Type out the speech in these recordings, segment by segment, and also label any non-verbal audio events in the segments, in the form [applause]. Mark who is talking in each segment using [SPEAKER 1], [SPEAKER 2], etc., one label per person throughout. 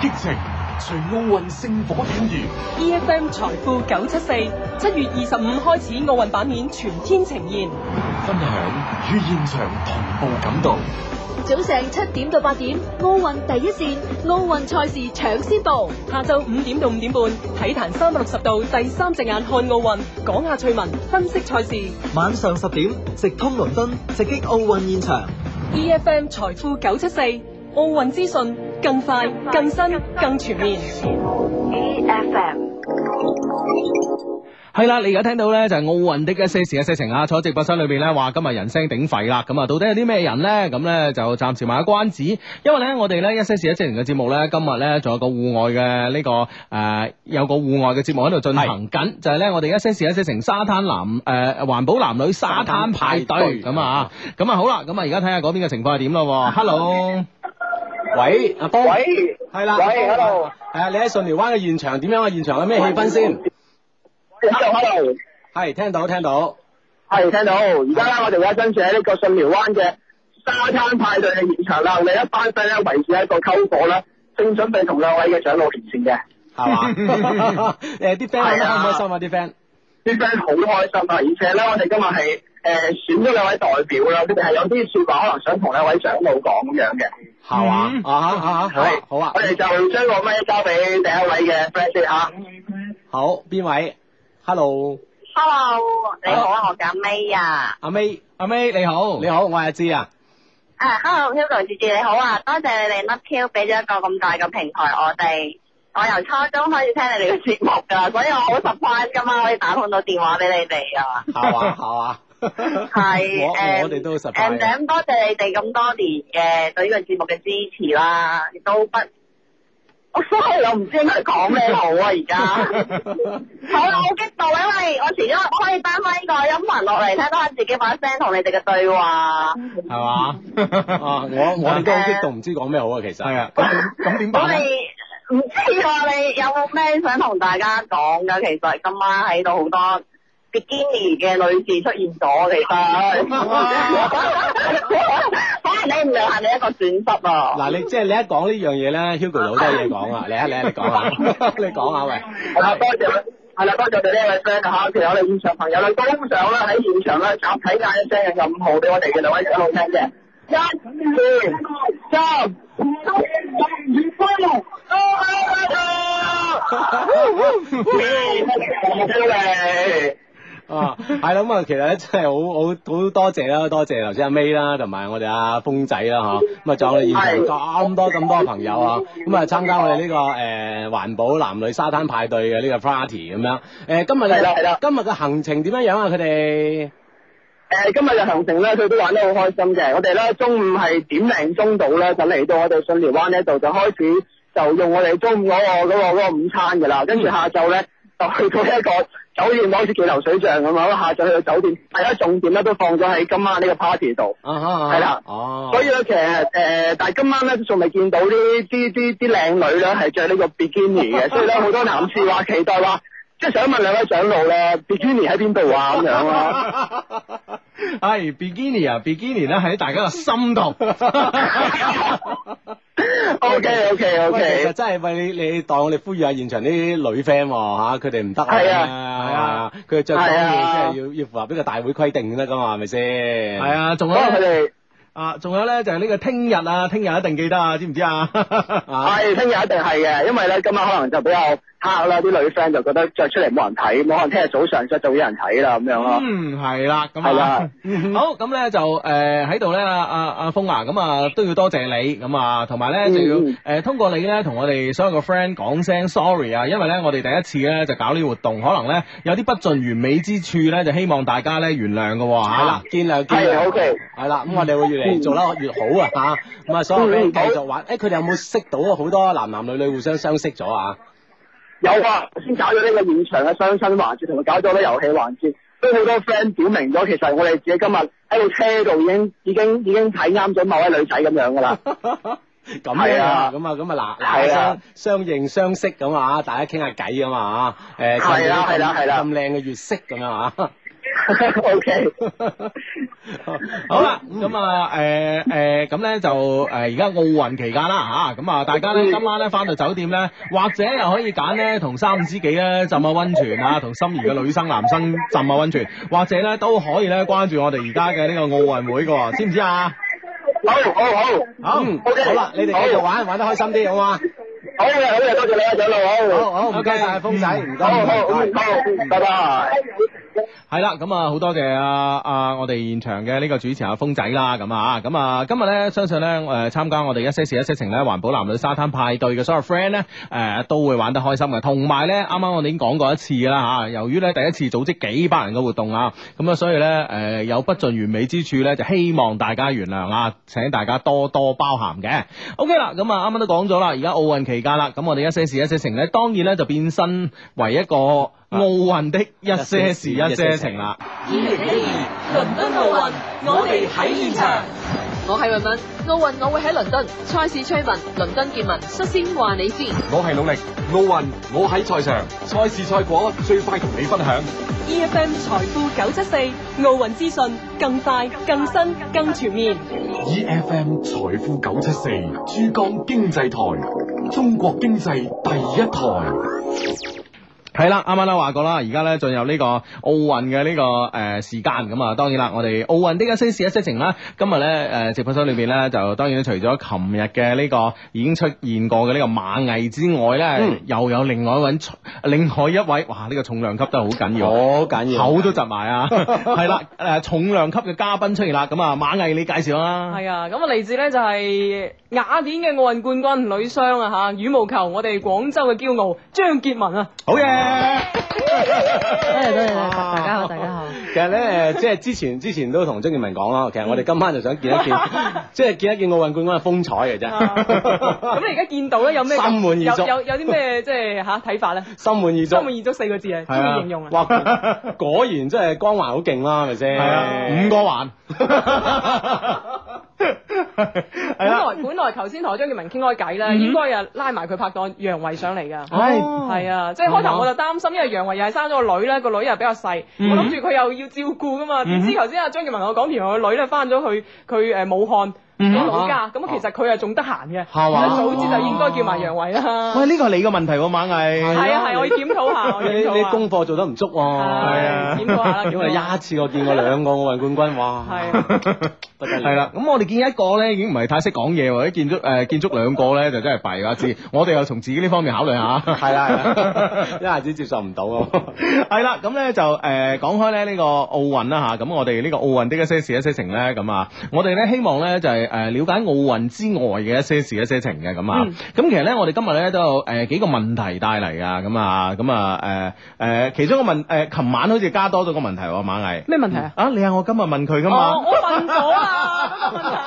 [SPEAKER 1] 激情隨奧運聖火點燃，
[SPEAKER 2] EFM 財富九七四，七月二十五開始奧運版面全天呈現。
[SPEAKER 1] 分享與現場同步感動。
[SPEAKER 3] 早上七點到八點，奧運第一線，奧運賽事搶先報。
[SPEAKER 2] 下晝五點到五點半，體壇三百六十度第三隻眼看奧運，講下趣聞，分析賽事。
[SPEAKER 4] 晚上十點，直通倫敦，直擊奧運現場。
[SPEAKER 2] EFM 財富九七四，奧運資訊更快、更新、更全面。
[SPEAKER 3] E
[SPEAKER 5] 係啦，你而家聽到咧就係奧運的一些事一些情啊！坐喺直播室裏邊咧，話今日人聲鼎沸啦，咁啊到底有啲咩人咧？咁咧就暫時賣個關子，因為咧我哋咧一些事一些情嘅節目咧，今日咧仲有個戶外嘅呢、個誒、呃有個戶外嘅節目喺度進行緊，就係咧我哋一些事一些情沙灘男誒、呃、環保男女沙灘派對咁啊，咁啊好啦，咁啊而家睇下嗰邊嘅情況係點 [laughs] 咯喎，Hello。
[SPEAKER 6] 喂，阿波，
[SPEAKER 7] 喂，
[SPEAKER 6] 係啦，
[SPEAKER 7] 喂，hello
[SPEAKER 6] 係啊，你喺順寮灣嘅現場點樣嘅現場有咩氣氛先？
[SPEAKER 7] hello，hello，
[SPEAKER 6] 係聽到聽到，
[SPEAKER 7] 係聽到。而家咧，我哋而家身處喺呢個信寮灣嘅沙灘派對嘅現場啦。我哋一班 friend 咧圍住喺度篝火啦，正準備同兩位嘅長老連線嘅。
[SPEAKER 6] 係嘛？誒啲 friend 開唔
[SPEAKER 7] 係啊
[SPEAKER 6] 開心啊？啲 friend
[SPEAKER 7] 啲 friend 好開心啊！而且咧，我哋今日係誒選咗兩位代表啦，佢哋係有啲説話可能想同兩位長老講咁樣嘅。
[SPEAKER 6] 係嘛？啊哈啊哈，好啊
[SPEAKER 7] 係
[SPEAKER 6] 好啊
[SPEAKER 7] 我，哋就將個麥交俾第一位嘅 friend 先嚇。
[SPEAKER 6] 好邊位？Hello，
[SPEAKER 8] Hello，你好啊，我叫阿 May 啊。
[SPEAKER 6] 阿 May，
[SPEAKER 5] 阿 May 你好，
[SPEAKER 6] 你好，我係阿芝啊。
[SPEAKER 8] 啊，Hello，Hugo 志志你好啊，多謝你哋 Love Q 俾咗一個咁大嘅平台我哋。我由初中開始聽你哋嘅節目㗎，所以我好 surprise 㗎嘛，可以打通到電話俾你哋啊。
[SPEAKER 6] 係嘛係嘛，
[SPEAKER 8] 係
[SPEAKER 6] 我
[SPEAKER 8] 誒
[SPEAKER 6] 我哋都好實
[SPEAKER 8] And
[SPEAKER 6] 拜，
[SPEAKER 8] then 多謝你哋咁多年嘅對呢個節目嘅支持啦，亦都不，我 sorry，我唔知應該講咩好啊而家。好啦，我好激動，因為我遲咗可以 down 翻呢個音頻落嚟，聽到我自己把聲同你哋嘅對話。
[SPEAKER 5] 係嘛？
[SPEAKER 6] [laughs] 啊，我我哋都好激動，唔知講咩好啊，其實
[SPEAKER 5] 係啊，咁咁點
[SPEAKER 8] 我
[SPEAKER 5] 辦咧？
[SPEAKER 8] 哋唔知我哋有冇咩想同大家講㗎？其實今晚喺度好多 bikini 嘅女士出現咗，其實。反而你唔留下你一個損失啊！
[SPEAKER 6] 嗱，你即係你一講呢樣嘢咧，Hugo 有好多嘢講啊！嚟啊嚟啊，你講
[SPEAKER 7] [laughs]
[SPEAKER 6] 啊，你講啊，喂，
[SPEAKER 7] 係啦，多謝啦，係啦，多謝你呢位 friend 嚇，其實我哋現場朋友咧，都想啦喺現場咧集體嗌一聲嘅暗號俾我哋嘅兩位長老聽嘅。一、二、三，
[SPEAKER 6] 啊，係啦，咁啊，其實咧真係好好好多謝啦，多謝頭先阿 May 啦，同埋我哋阿峰仔啦，嗬，咁啊，仲有我哋現場咁多咁多朋友啊，咁啊，參加我哋呢個誒環保男女沙灘派對嘅呢個 party 咁樣，誒，今日
[SPEAKER 7] 係啦係
[SPEAKER 6] 咧
[SPEAKER 7] 啦，
[SPEAKER 6] 今日嘅行程點樣樣啊？佢
[SPEAKER 7] 誒
[SPEAKER 6] 哋
[SPEAKER 7] 今日嘅行程咧，佢都玩得好開心嘅。我哋咧中午係點零鐘到咧，就嚟到我哋信寮灣呢度，就開始就用我哋中午嗰、個嗰、個嗰個午餐㗎啦。跟住下晝咧就去到一個酒店，好似幾流水帳咁啊！下晝去到酒店，大家重點咧都放咗喺今晚呢個 party 度。
[SPEAKER 6] 啊哈，
[SPEAKER 7] 係啦
[SPEAKER 6] 哦，
[SPEAKER 7] 所以咧，其實誒、但係今晚咧都仲未見到啲啲啲啲靚女咧係着呢個 bikini 嘅，所以咧好多男士話期待話，即係想問兩位長老咧，bikini 喺邊度啊咁樣咯。
[SPEAKER 5] 係 bikini 啊，bikini 咧喺大家嘅心度。 [laughs]
[SPEAKER 7] O K O K O
[SPEAKER 6] 喂，其實
[SPEAKER 7] K，
[SPEAKER 6] 真係喂你你當我哋呼籲下現場啲女 friend 喎嚇，佢哋唔得啊，
[SPEAKER 7] 係啊
[SPEAKER 6] 係啊，佢哋着裝
[SPEAKER 7] 係
[SPEAKER 6] 要
[SPEAKER 7] 啊
[SPEAKER 6] 即係要要符合呢個大會規定先得噶嘛，係咪先？
[SPEAKER 5] 係
[SPEAKER 6] 係，
[SPEAKER 5] 啊，仲
[SPEAKER 7] 可
[SPEAKER 5] 有
[SPEAKER 7] 能佢
[SPEAKER 5] 呢
[SPEAKER 7] 哋
[SPEAKER 5] 啊，仲有咧就係呢個聽日啊，聽日一定記得啊，知唔知 [laughs] 啊？
[SPEAKER 6] 啊，
[SPEAKER 7] 係聽日一定係嘅，因為咧今晚可能就比較黑啦，啲女 friend 就覺得着出嚟冇人睇，冇可能聽日早上着就會有人睇啦咁啊樣咯。
[SPEAKER 5] 嗯，係啦，咁
[SPEAKER 7] 係
[SPEAKER 5] 啊
[SPEAKER 7] 啦，
[SPEAKER 5] 好，咁咧就誒喺度咧，阿阿阿峰啊，咁啊都要多謝你，咁啊，同埋咧就要
[SPEAKER 7] 嗯
[SPEAKER 5] 誒通過你咧同我哋所有嘅 friend 講聲 sorry 啊，因為咧我哋第一次咧就搞呢個活動，可能咧有啲不盡完美之處咧，就希望大家咧原諒嘅喎啊
[SPEAKER 6] 係啦
[SPEAKER 5] 嚇。，
[SPEAKER 6] 見諒見
[SPEAKER 7] 係
[SPEAKER 6] 諒
[SPEAKER 7] O K，
[SPEAKER 6] 係啦，咁我哋會越嚟做得越好啊嚇，咁啊，所有 friend 繼續玩，誒，佢哋有冇識到好多男男女女互相相識咗啊？
[SPEAKER 7] 有啊，先搞咗呢個現場嘅相親環節，同埋搞咗呢遊戲環節，都好多 friend 表明咗，其實我哋自己今日喺度車度已經已經已經睇啱咗某位女仔咁樣噶啦。 [laughs]
[SPEAKER 6] 咁樣
[SPEAKER 7] 係
[SPEAKER 6] 啊，
[SPEAKER 7] 啊
[SPEAKER 6] 咁啊，咁啊，嗱嗱
[SPEAKER 7] 係
[SPEAKER 6] 相
[SPEAKER 7] 啊
[SPEAKER 6] 相認相識咁啊，大家傾下偈咁啊，誒，趁
[SPEAKER 7] 係啦
[SPEAKER 6] 住啲咁
[SPEAKER 7] 係啦係啦
[SPEAKER 6] 咁靚嘅月色咁樣啊。
[SPEAKER 9] O K，
[SPEAKER 5] 好啦，咁啊，诶诶，咁咧就诶而家奧運期間啦吓，咁啊大家咧今晚咧翻到酒店咧，或者又可以揀咧同三五知己咧浸下温泉啊，同心儀嘅女生男生浸下温泉，或者咧都可以咧關注我哋而家嘅呢個奧運會嘅喎，知唔知啊？
[SPEAKER 9] 好好好，
[SPEAKER 5] 好，
[SPEAKER 9] OK，
[SPEAKER 6] 好啦，你哋繼續
[SPEAKER 9] 好
[SPEAKER 6] 玩，玩得開心啲，好嘛？
[SPEAKER 9] 好嘅好嘅，多謝你啊，長老，好，
[SPEAKER 6] 好好，唔該晒，風仔，唔該，
[SPEAKER 9] 好
[SPEAKER 6] 唔
[SPEAKER 9] 好，
[SPEAKER 6] 該
[SPEAKER 9] 嗯好，拜拜。
[SPEAKER 5] 係啦，咁啊好多謝啊啊我哋現場嘅呢個主持人阿峰仔啦，咁啊咁啊今日咧相信咧誒參加我哋一些事一些情咧環保男女沙灘派對嘅所有 friend 咧誒都會玩得開心嘅，同埋咧啱啱我哋已經講過一次啦嚇，由於咧第一次組織幾百人嘅活動啊，咁啊所以咧誒、有不盡完美之處咧，就希望大家原諒啊，請大家多多包涵嘅。OK 啦，咁啊啱啱都講咗啦，而家奧運期間啦，咁我哋一些事一些情咧，當然咧就變身為一個。奧運的 [laughs] 一些事一些情啦，
[SPEAKER 2] 二零一二倫敦奧運，我哋喺現場。
[SPEAKER 10] 我係文文，奧運我會喺倫敦，賽事吹文，倫敦見聞，率先話你知。
[SPEAKER 1] 我係努力，奧運我喺賽場，賽事賽果最快同你分享。
[SPEAKER 2] EFM 財富九七四奧運資訊更快、更新、更全面。
[SPEAKER 1] E F M 財富九七四珠江經濟台，中國經濟第一台。
[SPEAKER 5] 係啦，啱啱啦話過啦，而家咧進入呢個奧運嘅呢個誒時間咁啊，當然啦，我哋奧運的一些事一些情啦，今日咧誒直播室裏邊咧就當然除咗琴日嘅呢個已經出現過嘅呢個馬毅之外咧，
[SPEAKER 6] 嗯
[SPEAKER 5] 又有另外一位另外一位，哇！呢、個重量級都係好緊要。
[SPEAKER 6] [laughs] 好緊要，
[SPEAKER 5] 口都窒埋啊！係啦，誒重量級嘅嘉賓出現啦，咁啊馬毅你介紹啦，
[SPEAKER 11] 係啊，咁啊嚟自咧就係雅典嘅奧運冠軍女雙啊吓，羽毛球我哋廣州嘅驕傲張傑文啊， [laughs]
[SPEAKER 5] 好嘢！
[SPEAKER 6] 大家好，大家好。其實咧，誒即係之前 [laughs] 之前都同張建文講啊啦，其實我哋今晚就想見一見，即係見一見奧運冠軍嘅風採嘅
[SPEAKER 11] 咁
[SPEAKER 6] 啫，
[SPEAKER 11] 你而家見到咧有咩感
[SPEAKER 6] 心滿意足
[SPEAKER 11] 有有有啲咩即係吓睇法咧？
[SPEAKER 6] [laughs] 心滿意足
[SPEAKER 11] 心。滿意足四個字啊，
[SPEAKER 5] 係啊
[SPEAKER 11] 中意形容啊。
[SPEAKER 6] 哇！果然真係光環好勁啦，係咪先？
[SPEAKER 5] 係啊，五個環，
[SPEAKER 11] 本
[SPEAKER 5] 係啦。
[SPEAKER 11] 來 [laughs] 本來頭先同阿張傑文傾開偈咧，應該啊拉埋佢拍檔楊維上嚟㗎。
[SPEAKER 5] 嗯哦嗯
[SPEAKER 11] 係啊，即係開頭我就擔心，因為楊維又係生咗個女咧，個女又比較細，我諗住佢又要照顧噶嘛。點知頭先阿張傑文同我講，原來個女咧翻咗去佢誒武漢佢老家，咁其實佢係仲得閒嘅，
[SPEAKER 5] 嗯啊係嘛
[SPEAKER 11] 早知就應該叫埋楊維啦。
[SPEAKER 5] 喂，呢個係你嘅問題喎，馬毅。
[SPEAKER 11] 啊係啊係，我要檢討下，我要
[SPEAKER 6] [laughs] 你
[SPEAKER 11] 檢討
[SPEAKER 6] 你
[SPEAKER 11] 下。
[SPEAKER 6] 功課做得唔足喎，
[SPEAKER 11] 係
[SPEAKER 5] 啊
[SPEAKER 11] 檢討下啦，檢
[SPEAKER 6] 因為
[SPEAKER 11] 討
[SPEAKER 6] 一
[SPEAKER 11] 下。
[SPEAKER 6] 次過見過兩個奧運冠軍，哇！
[SPEAKER 11] 係啊
[SPEAKER 6] 不得了
[SPEAKER 5] 係啦，咁我哋見一個咧已經唔係太識講嘢喎，或者見足誒見足兩個咧就真係弊啦。知我哋又從自己呢方面考慮下。
[SPEAKER 6] 係啦，係 [laughs] 啦，一下子接受唔到啊！
[SPEAKER 5] 係啦，咁咧就誒、呃、講開咧呢個奧運啦吓，咁我哋呢個奧運的一些事一些情咧咁啊，我哋咧希望咧就係、誒、了解奧運之外嘅一些事一些情嘅咁啊，
[SPEAKER 11] 嗯
[SPEAKER 5] 咁、其實咧我哋今日咧都有誒、呃、幾個問題帶嚟啊，咁啊咁啊誒誒其中一個問誒，琴、晚好似加多咗個問題喎，馬毅
[SPEAKER 11] 咩問題啊？
[SPEAKER 5] 啊，你係我今日問佢噶嘛？
[SPEAKER 11] 哦，我問咗啦，嗰個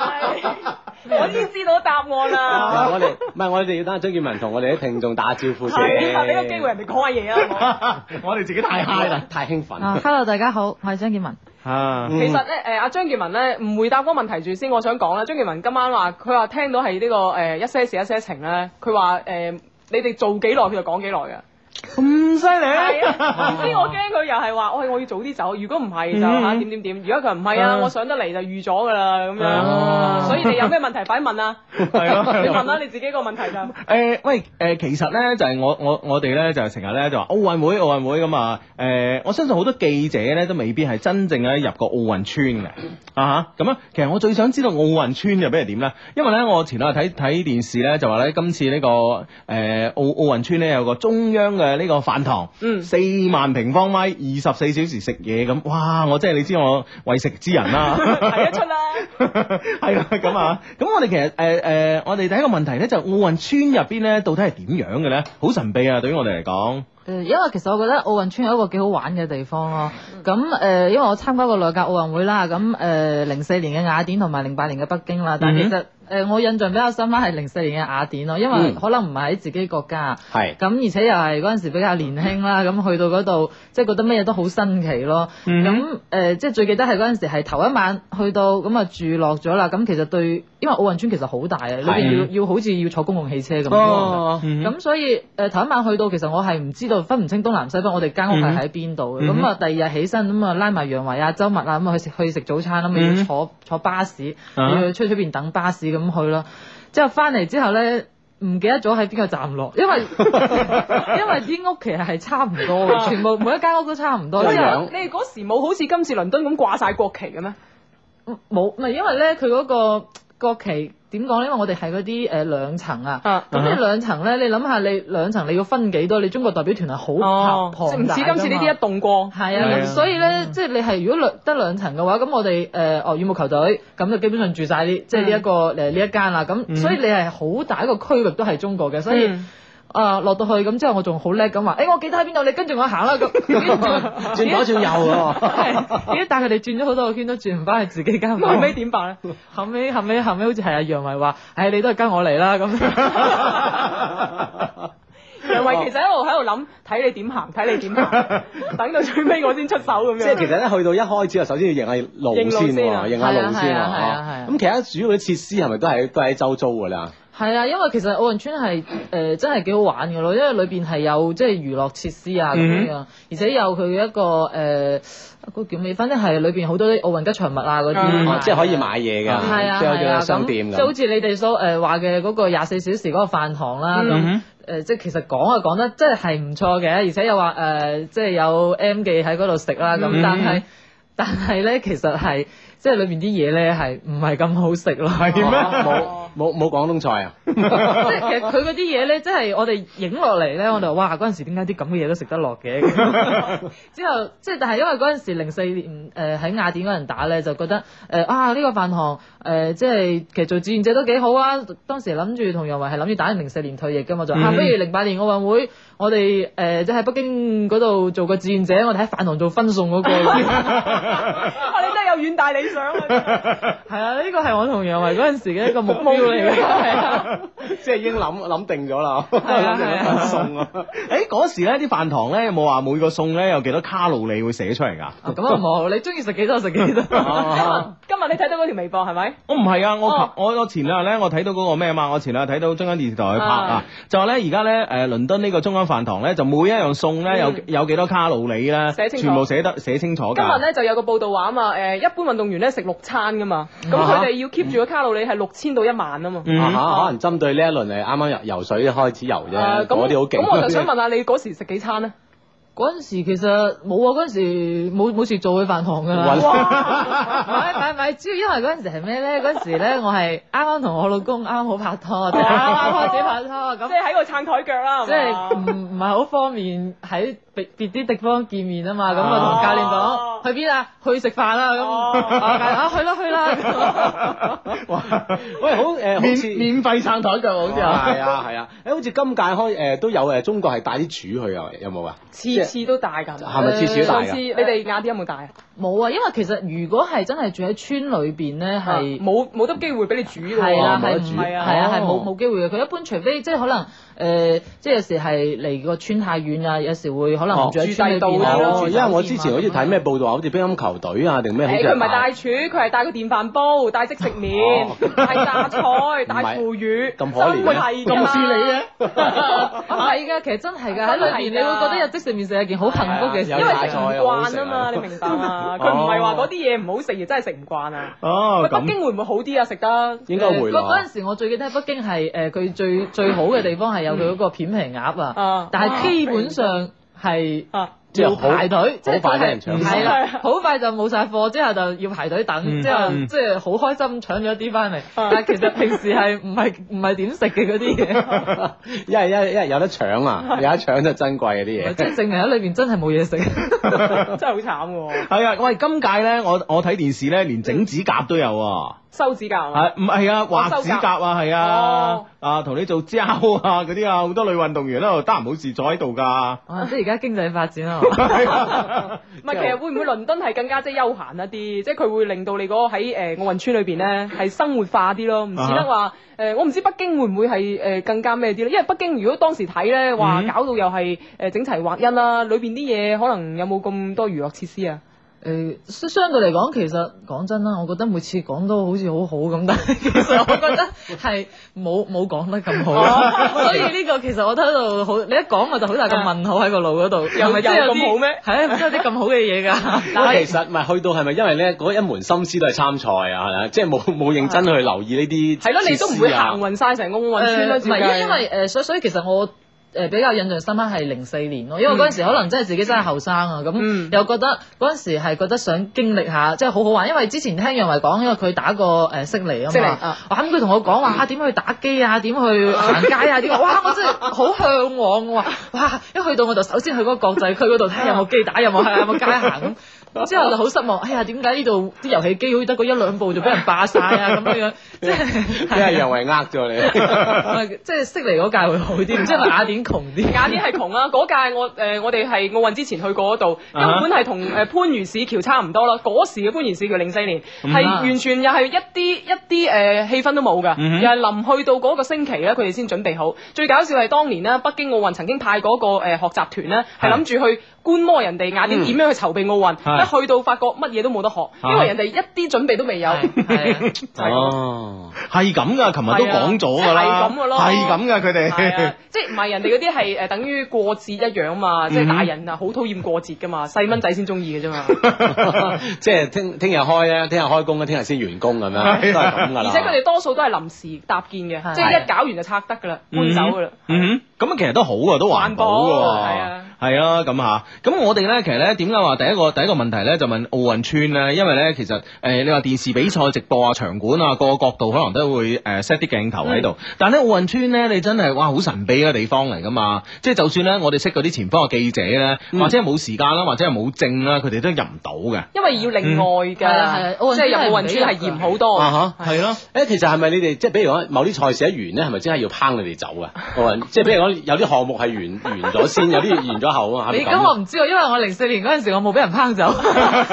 [SPEAKER 11] 問題， [laughs] 我已經知道答案啊啦。
[SPEAKER 10] [laughs]
[SPEAKER 6] 我哋唔係我哋要等下張建文同我哋啲聽眾打招呼先。
[SPEAKER 11] 係啊，俾個機會人哋講下嘢啊！好冇
[SPEAKER 5] [laughs] 我哋自己太 high 啦。
[SPEAKER 6] 太興奮。
[SPEAKER 12] 啊，Hello，大家好，我係張 [laughs] 建文。
[SPEAKER 5] 啊
[SPEAKER 11] 其實咧，誒阿張傑文咧唔回答嗰個問題住先，我想講咧，張傑文今晚話佢話聽到係呢、個誒、一些事一些情咧，佢話誒你哋做幾耐佢就講幾耐嘅。
[SPEAKER 5] 咁犀
[SPEAKER 11] 係
[SPEAKER 5] 利，
[SPEAKER 11] 啊，唔知我驚佢又係話，喂，我要早啲走，如果唔係就
[SPEAKER 5] 嗯
[SPEAKER 11] 嚇點點點。如果佢唔係啊，
[SPEAKER 5] 嗯
[SPEAKER 11] 我上得嚟就預咗㗎啦咁
[SPEAKER 5] 哦
[SPEAKER 11] 樣。所以你有咩問題快啲問啊！
[SPEAKER 5] [laughs] 係咯
[SPEAKER 11] [laughs] 你問啦，你自己個問題就。
[SPEAKER 5] 誒、呃喂誒、其實咧就係、我我我哋咧就成日咧就話奧運會奧運會咁啊誒，我相信好多記者咧都未必係真正咧入過奧運村嘅啊嚇咁啊，其實我最想知道奧運村又俾係點咧，因為咧我前兩日睇睇電視咧就話咧今次呢、個呃誒、奧奧運村咧有個中央嘅呢個飯堂，
[SPEAKER 11] 嗯
[SPEAKER 5] 四萬平方米，二十四小時食嘢咁，哇！我真係你知我為食之人
[SPEAKER 11] [laughs]
[SPEAKER 5] 啦、
[SPEAKER 11] 睇得出啦，
[SPEAKER 5] [laughs] 係啦，咁啊，咁我哋其實誒誒、呃呃我哋第一個問題咧就係奧運村入邊咧，到底係點樣嘅咧？好神秘啊，對於我哋嚟講，
[SPEAKER 12] 誒，呃因為其實我覺得奧運村有一個幾好玩嘅地方咯。
[SPEAKER 6] 嗯
[SPEAKER 12] 咁誒、因為我參加過兩屆奧運會啦，咁誒零四年嘅雅典同埋零八年嘅北京啦。
[SPEAKER 6] 嗯
[SPEAKER 12] 但係其實誒、呃我印象比較深刻係零四年嘅雅典咯，因為
[SPEAKER 6] 嗯
[SPEAKER 12] 可能唔係喺自己國家，
[SPEAKER 6] 係
[SPEAKER 12] 咁而且又係嗰陣時比較年輕啦，咁去到嗰度即係呃
[SPEAKER 5] 嗯
[SPEAKER 12] 覺得乜嘢都好新奇咯。咁誒、即係最記得係嗰陣時係頭一晚去到咁啊住住落咗啦，咁其實對，因為奧運村其實好大啊，裏邊要
[SPEAKER 5] 係
[SPEAKER 12] 要好似要坐公共汽車咁樣
[SPEAKER 5] 哦
[SPEAKER 12] 㗎
[SPEAKER 5] 嗯
[SPEAKER 12] 咁所以誒頭一晚去到，其實我係唔知道分唔清東南西北，我哋間屋係喺邊度嘅。
[SPEAKER 5] 嗯
[SPEAKER 12] 咁啊，第二日起身咁啊，拉埋楊維啊、周密啊，咁啊去食去食早餐，咁啊要
[SPEAKER 5] 嗯
[SPEAKER 12] 坐坐巴士，
[SPEAKER 5] 啊
[SPEAKER 12] 要去出出邊等巴士咁去咯。之後翻嚟之後咧。唔記得咗喺邊個站落，因為
[SPEAKER 11] [laughs]
[SPEAKER 12] 因為啲屋其實係差唔多嘅，全部每一間屋都差唔多。之後
[SPEAKER 11] 啊你哋嗰時冇好似今次倫敦咁掛晒國旗嘅咩？
[SPEAKER 12] 冇，唔係因為咧，佢嗰個國旗點講咧？因為我哋係嗰啲誒兩層啊
[SPEAKER 11] 啊，
[SPEAKER 12] 咁
[SPEAKER 5] 啊
[SPEAKER 12] 你
[SPEAKER 5] 哈
[SPEAKER 12] 兩層咧，你諗下你兩層你要分幾多？你中國代表團係好
[SPEAKER 11] 哦
[SPEAKER 12] 龐，龐
[SPEAKER 11] 唔
[SPEAKER 12] 大
[SPEAKER 11] 似今次呢啲一棟過。
[SPEAKER 12] 係
[SPEAKER 5] 係
[SPEAKER 12] 啊，
[SPEAKER 5] 啊
[SPEAKER 12] 咁所以咧，即係你係如果兩得兩層嘅話，咁我哋誒哦羽毛球隊咁就基本上住晒呢，即係呢一個誒呢一間啦。咁所以你係好大一個區域都係中國嘅，所以
[SPEAKER 11] 嗯
[SPEAKER 12] 啊落到去咁之後，我仲好叻咁話，哎誒我記得喺邊度，你跟住我行啦咁。 [laughs] 轉
[SPEAKER 6] 左轉右喎
[SPEAKER 12] 係， [laughs] 咦但係佢哋轉咗好多個圈都轉唔翻去自己間
[SPEAKER 11] 咁後
[SPEAKER 12] 房
[SPEAKER 11] 尾。點
[SPEAKER 12] [laughs]
[SPEAKER 11] 辦啊咧？
[SPEAKER 12] 後尾後尾後尾好似係阿楊維話，誒你都係跟我嚟啦咁。
[SPEAKER 11] 楊慧其實一路喺度諗，睇你點行，睇你點行，等到最尾我先出手咁樣。
[SPEAKER 6] 即係其實咧，去到一開始啊，首先要認下路先
[SPEAKER 11] 認路先啊
[SPEAKER 6] 喎，認下路
[SPEAKER 12] 係啊係
[SPEAKER 6] 先哦
[SPEAKER 12] 啊係啊
[SPEAKER 6] 喎。咁其他主要嘅設施係咪都係都係喺周遭㗎啦？
[SPEAKER 12] 係啊，因為其實奧運村係誒、呃真係幾好玩嘅咯，因為裏邊係有即係娛樂設施啊咁
[SPEAKER 5] 嗯
[SPEAKER 12] 樣，而且有佢一個誒嗰、個叫咩，反正係裏邊好多啲奧運吉祥物啊嗰啲
[SPEAKER 11] 嗯
[SPEAKER 12] 賣
[SPEAKER 6] 哦
[SPEAKER 12] 嘅，
[SPEAKER 6] 即係可以買嘢㗎，
[SPEAKER 12] 係啊
[SPEAKER 6] 即係有
[SPEAKER 12] 係啊，咁
[SPEAKER 6] 啲商
[SPEAKER 12] 即
[SPEAKER 6] 店
[SPEAKER 12] 係好
[SPEAKER 6] 咁。
[SPEAKER 12] 似你哋所誒話嘅嗰個廿四小時嗰個飯堂啦咁。
[SPEAKER 5] 嗯
[SPEAKER 12] 誒、即係其實講啊講得真係唔錯嘅，而且又話誒、即係有 M 記喺嗰度食啦，咁、
[SPEAKER 5] 嗯
[SPEAKER 12] 但係但係咧，其實係即係裏面啲嘢咧係唔係咁好食咯？係
[SPEAKER 5] 咩
[SPEAKER 6] 哦冇冇冇廣東菜啊？
[SPEAKER 12] 即係其實
[SPEAKER 11] [laughs]
[SPEAKER 12] 佢嗰啲嘢咧，即係我哋影落嚟咧，我哋話哇嗰陣時點解啲咁嘅嘢都食得落
[SPEAKER 11] [laughs]
[SPEAKER 12] 嘅？之後即係但係因為嗰陣時零四年誒喺雅典嗰陣打咧，就覺得誒、啊呢、個飯堂誒、呃即係其實做志願者都幾好啊！當時諗住同楊維係諗住打零四年退役㗎嘛，就、啊
[SPEAKER 5] 嗯
[SPEAKER 12] 不如零八年奧運會我哋誒、即係喺北京嗰度做個志願者，我哋喺飯堂做分送嗰、個。
[SPEAKER 11] 哇！你真係有遠大理想啊！真係
[SPEAKER 12] 係啊，呢個係我同楊維嗰陣時嘅一個目標
[SPEAKER 11] [laughs]
[SPEAKER 12] 嚟嘅， [laughs] 係啊。
[SPEAKER 6] [laughs] 即係已經諗諗定咗啦，
[SPEAKER 12] 係啊
[SPEAKER 6] [laughs] 諗定咗份餸
[SPEAKER 5] [laughs]
[SPEAKER 6] 啊。
[SPEAKER 5] 誒嗰時咧啲飯堂咧有冇話每個餸咧有幾多卡路里會寫出嚟㗎？
[SPEAKER 12] 啊咁啊冇，你中意食幾多就食幾
[SPEAKER 6] [laughs]
[SPEAKER 12] 多。
[SPEAKER 6] 啊
[SPEAKER 11] 今日你睇到嗰條微博係咪？
[SPEAKER 5] 我唔係啊，我
[SPEAKER 11] 哦
[SPEAKER 5] 琴我我前兩日咧，我睇到嗰個咩啊嘛，我前兩日睇到中央電視台去拍啊
[SPEAKER 11] 啊，
[SPEAKER 5] 就話咧而家咧誒倫敦呢個中央飯堂咧，就每一樣餸咧有
[SPEAKER 11] 嗯
[SPEAKER 5] 有幾多卡路里咧
[SPEAKER 11] 寫，清楚
[SPEAKER 5] 全部寫得寫清楚
[SPEAKER 11] 今日
[SPEAKER 5] 㗎。
[SPEAKER 11] 咧就有個報道話啊嘛，誒一般運動員咧食六餐噶嘛，
[SPEAKER 6] 嗯
[SPEAKER 11] 咁
[SPEAKER 5] 啊哈
[SPEAKER 11] 佢哋要 keep 住個卡路里係六千到一萬啊嘛。
[SPEAKER 5] 嗯
[SPEAKER 6] 啊哈可能針對呢一輪係啱啱游游水開始游
[SPEAKER 11] 誒
[SPEAKER 6] 啫，嗰啲好勁。
[SPEAKER 11] 咁我就想問下
[SPEAKER 6] [laughs]
[SPEAKER 11] 你嗰時食幾餐咧？
[SPEAKER 12] 嗰陣時其實冇啊，嗰陣時冇冇事做去飯堂㗎啦。唔係唔係，主要因為嗰陣時係咩咧？嗰陣時咧，我係啱啱同我老公啱啱好拍拖，即係啱啱開始拍拖
[SPEAKER 11] 即
[SPEAKER 12] 咁。
[SPEAKER 11] 係喺個撐台腳啦，
[SPEAKER 12] 即係唔唔係好方便喺別別啲地方見面啊嘛，咁我同教練
[SPEAKER 11] 哦
[SPEAKER 12] 講去邊啊？去食飯啦咁，
[SPEAKER 11] 哦
[SPEAKER 12] 我教練啊去啦去
[SPEAKER 11] [laughs]
[SPEAKER 12] 啦，
[SPEAKER 6] 喂，好誒，好似
[SPEAKER 5] 免費撐台腳好
[SPEAKER 6] [laughs]
[SPEAKER 5] 似
[SPEAKER 6] 係啊係啊，誒好似今屆開誒都有誒中國係帶啲柱去啊，有冇啊？
[SPEAKER 11] 次次都大㗎。
[SPEAKER 6] 係咪次次都大
[SPEAKER 11] 上
[SPEAKER 6] 㗎
[SPEAKER 11] 次你哋雅典有冇大啊？
[SPEAKER 12] 冇啊，因為其實如果係真係住喺村裏邊咧，係
[SPEAKER 11] 啊冇冇得機會俾你煮㗎喎
[SPEAKER 12] 係啦，
[SPEAKER 6] 冇
[SPEAKER 12] 係
[SPEAKER 6] 得
[SPEAKER 12] 唔
[SPEAKER 6] 煮
[SPEAKER 11] 哦
[SPEAKER 12] 係啊？係啊，係冇冇機會嘅。佢一般除非即係可能誒，即係有時係離個村太遠啊，有時會可能唔住喺村裏邊啊
[SPEAKER 11] 係
[SPEAKER 6] 哦
[SPEAKER 11] 咯，
[SPEAKER 6] 因為我之前好似睇咩報道話，好似乒乓球隊啊哦定咩，好似
[SPEAKER 11] 誒佢唔係帶
[SPEAKER 6] 係
[SPEAKER 11] 柱，佢係帶個電飯煲、帶即食麵、 [laughs] 帶榨菜、帶腐乳，
[SPEAKER 6] 咁可憐啊
[SPEAKER 11] 真係㗎
[SPEAKER 5] 咁似你嘅。
[SPEAKER 12] 啊係㗎，其實真係㗎，喺裏邊你會覺得有即食麵食係件好幸福嘅事，
[SPEAKER 6] 係
[SPEAKER 11] 因
[SPEAKER 6] 啊
[SPEAKER 11] 為
[SPEAKER 12] 因為
[SPEAKER 6] 有帶
[SPEAKER 11] 食唔慣啊嘛，
[SPEAKER 6] 有
[SPEAKER 11] 你明白
[SPEAKER 12] [laughs]
[SPEAKER 11] 嘛？佢唔係話嗰啲嘢唔好食，而真係食唔慣啊。
[SPEAKER 5] 哦
[SPEAKER 11] 喂，
[SPEAKER 5] 咁
[SPEAKER 11] 北京會唔會好啲啊？食得
[SPEAKER 6] 應該會
[SPEAKER 12] 嗰嗰
[SPEAKER 6] 咯。
[SPEAKER 12] 陣時我最記得喺北京係誒，佢最最好嘅地方係有佢嗰個片皮鴨啊
[SPEAKER 11] 啊，
[SPEAKER 12] 但係基本上係。
[SPEAKER 11] 啊，
[SPEAKER 6] 嗯即係好
[SPEAKER 12] 要排隊，即係
[SPEAKER 6] 好快俾人
[SPEAKER 12] 佢係
[SPEAKER 6] 搶
[SPEAKER 12] 唔係
[SPEAKER 11] 係
[SPEAKER 12] 啦
[SPEAKER 11] 啊，
[SPEAKER 12] 好快就冇晒貨，之後就要排隊
[SPEAKER 5] 嗯
[SPEAKER 12] 等，之後
[SPEAKER 5] 嗯
[SPEAKER 12] 即係好開心搶咗啲翻嚟，
[SPEAKER 11] 啊
[SPEAKER 12] 但係其實平時係唔係唔係點食嘅嗰啲嘢，
[SPEAKER 6] [laughs] 因為因為因為有得搶啊，
[SPEAKER 12] [laughs]
[SPEAKER 6] 有得搶就珍貴嗰啲
[SPEAKER 12] 即
[SPEAKER 6] 嘢。
[SPEAKER 12] 係證明喺裏邊真係冇
[SPEAKER 6] [laughs]
[SPEAKER 12] 嘢食。
[SPEAKER 11] [laughs] 真係好慘喎！
[SPEAKER 5] 係啊，喂，今屆咧，我我睇電視咧，連整指甲都有啊。
[SPEAKER 11] 收指甲啊！
[SPEAKER 5] 係唔係啊？
[SPEAKER 11] 我
[SPEAKER 5] 畫
[SPEAKER 11] 收
[SPEAKER 5] 指
[SPEAKER 11] 甲
[SPEAKER 5] 甲啊，係啊
[SPEAKER 11] 哦，
[SPEAKER 5] 啊同你做膠啊嗰啲啊，好多女運動員喺度得閒冇事坐喺度㗎。
[SPEAKER 12] 哇！即係而家經濟發 [laughs] 展啊，
[SPEAKER 11] 唔係，其實會唔會倫敦係更加即係休閒一啲？即係佢會令到你嗰個喺誒奧運村裏邊咧係生活化啲咯，唔似得
[SPEAKER 12] 啊
[SPEAKER 11] 話誒我唔知北京會唔會係誒更加咩啲咧？因為北京如果當時睇咧，話
[SPEAKER 5] 嗯
[SPEAKER 11] 搞到又係誒整齊劃一啦，裏邊啲嘢可能有冇咁多娛樂設施啊？
[SPEAKER 12] 誒、相相對嚟講，其實講真啦，我覺得每次講都好似好好咁，但係其實我覺得係冇冇講得咁好 [laughs] 咯。哦所以呢個其實我覺得喺度好，你一講我就好大個問號喺個腦嗰度，啊係咪真係有啲
[SPEAKER 11] 有咁好咩
[SPEAKER 12] 係啊，真係有啲咁好嘅嘢㗎。
[SPEAKER 6] 咁其實唔係去到係咪因為咧嗰一門心思都係參賽啊，係咪即係冇冇認真去留意呢
[SPEAKER 12] [laughs]
[SPEAKER 6] 啲啊
[SPEAKER 11] 係咯，你都唔會行
[SPEAKER 6] 運。
[SPEAKER 11] 運晒成個奧運村啦，
[SPEAKER 12] 啊呃誒唔係、
[SPEAKER 11] 照計
[SPEAKER 12] 因為誒、所以所以其實我誒、比較印象深刻係零四年咯，因為嗰陣時可能真係自己真係後生啊，咁、
[SPEAKER 11] 嗯
[SPEAKER 12] 又覺得嗰陣時係覺得想經歷下，即係好好玩。因為之前聽楊維講，因為佢打過誒悉尼啊
[SPEAKER 11] 悉尼
[SPEAKER 12] 嘛
[SPEAKER 11] 啊，
[SPEAKER 12] 哇咁佢同我講話啊點去打機啊，點去行街啊，點
[SPEAKER 11] [laughs]
[SPEAKER 12] 哇我真係好向往我話哇一去到我就首先去嗰個國際區嗰度睇下有冇機打，有冇 [laughs] 有冇街行咁。之後就好失望，哎呀，點解呢度啲遊戲機好似得嗰一兩部就俾人霸晒啊咁
[SPEAKER 6] [laughs]
[SPEAKER 12] 樣樣，即係
[SPEAKER 6] 即係楊為呃咗你，
[SPEAKER 12] 唔 [laughs] 係啊即係悉尼嗰屆會好啲，
[SPEAKER 11] [laughs]
[SPEAKER 12] 唔知係咪雅典窮啲？
[SPEAKER 11] 雅典係窮
[SPEAKER 12] [laughs]
[SPEAKER 11] 啦，嗰屆我誒、呃我哋係奧運之前去過嗰度，根
[SPEAKER 6] 啊哈
[SPEAKER 11] 本係同誒番禺市橋差唔多啦。嗰時嘅番禺市橋零四年係
[SPEAKER 12] 啊
[SPEAKER 11] 完全又係一啲一啲誒、呃、氣氛都冇㗎，
[SPEAKER 5] 嗯哼
[SPEAKER 11] 又係臨去到嗰個星期咧，佢哋先準備好。最搞笑係當年呢，北京奧運曾經派嗰、個誒、呃、學習團咧，係諗住去觀摩人
[SPEAKER 12] 啊
[SPEAKER 11] 哋雅
[SPEAKER 12] 嗯
[SPEAKER 11] 典點樣去籌備奧運，
[SPEAKER 6] [laughs]
[SPEAKER 5] 係
[SPEAKER 11] 一去到發覺乜嘢都冇得學，
[SPEAKER 5] 啊
[SPEAKER 11] 因為人哋一啲準備都未有。
[SPEAKER 12] 係係啊
[SPEAKER 6] 哦，
[SPEAKER 5] [laughs] 係咁噶，琴日都講咗噶啦，
[SPEAKER 11] 啊係咁㗎咯
[SPEAKER 5] 係咁噶，
[SPEAKER 11] 係
[SPEAKER 5] 佢哋
[SPEAKER 11] 啊，即係唔係人哋嗰啲係誒等於過節一樣嘛，
[SPEAKER 6] 嗯
[SPEAKER 11] 即係大人啊好討厭過節噶嘛，細蚊仔先中意嘅啫嘛，
[SPEAKER 6] 即係聽聽日開咧，聽日開工咧，啊聽日先完工咁樣，都 [laughs] 係咁噶
[SPEAKER 11] 而
[SPEAKER 6] 啦。
[SPEAKER 11] 且佢哋多數都係臨時搭建嘅，
[SPEAKER 12] 係
[SPEAKER 11] 即係一搞完就拆得噶啦，搬走噶啦。
[SPEAKER 5] 嗯哼，咁啊其實都好啊，都環保
[SPEAKER 11] 環
[SPEAKER 5] 噶
[SPEAKER 11] 保係啊，
[SPEAKER 5] 係啊，咁嚇，咁我哋咧其實咧點解話第一個第一個問題咧就問奧運村咧，因為咧其實誒、呃你話電視比賽直播啊、場館啊個個角度可能都會誒 set 啲鏡頭喺度，
[SPEAKER 11] 嗯
[SPEAKER 5] 但係咧奧運村咧你真係哇好神秘嘅地方嚟噶嘛，即係就算咧我哋識嗰啲前方嘅記者咧，
[SPEAKER 11] 嗯
[SPEAKER 5] 或者係冇時間啦，或者係冇證啦，佢哋都入唔到嘅。
[SPEAKER 11] 因為要另外㗎，
[SPEAKER 12] 係啊係啊奧運
[SPEAKER 11] 即係入奧運
[SPEAKER 12] 村
[SPEAKER 11] 村
[SPEAKER 12] 係唔
[SPEAKER 11] 係
[SPEAKER 12] 俾入㗎
[SPEAKER 11] 嚴好多。
[SPEAKER 6] 嗯啊哈，
[SPEAKER 5] 係咯，
[SPEAKER 6] 誒，其實係咪你哋即係比如講某啲賽事一完咧，係咪真係要拚你哋走啊？我話即係比如講有啲項目係完完咗先，有啲完咗後啊，係
[SPEAKER 12] [laughs] 你
[SPEAKER 6] 咪
[SPEAKER 12] 咁我
[SPEAKER 6] 咁？
[SPEAKER 12] 唔知喎，因為我零四年嗰陣時我冇俾人拚走，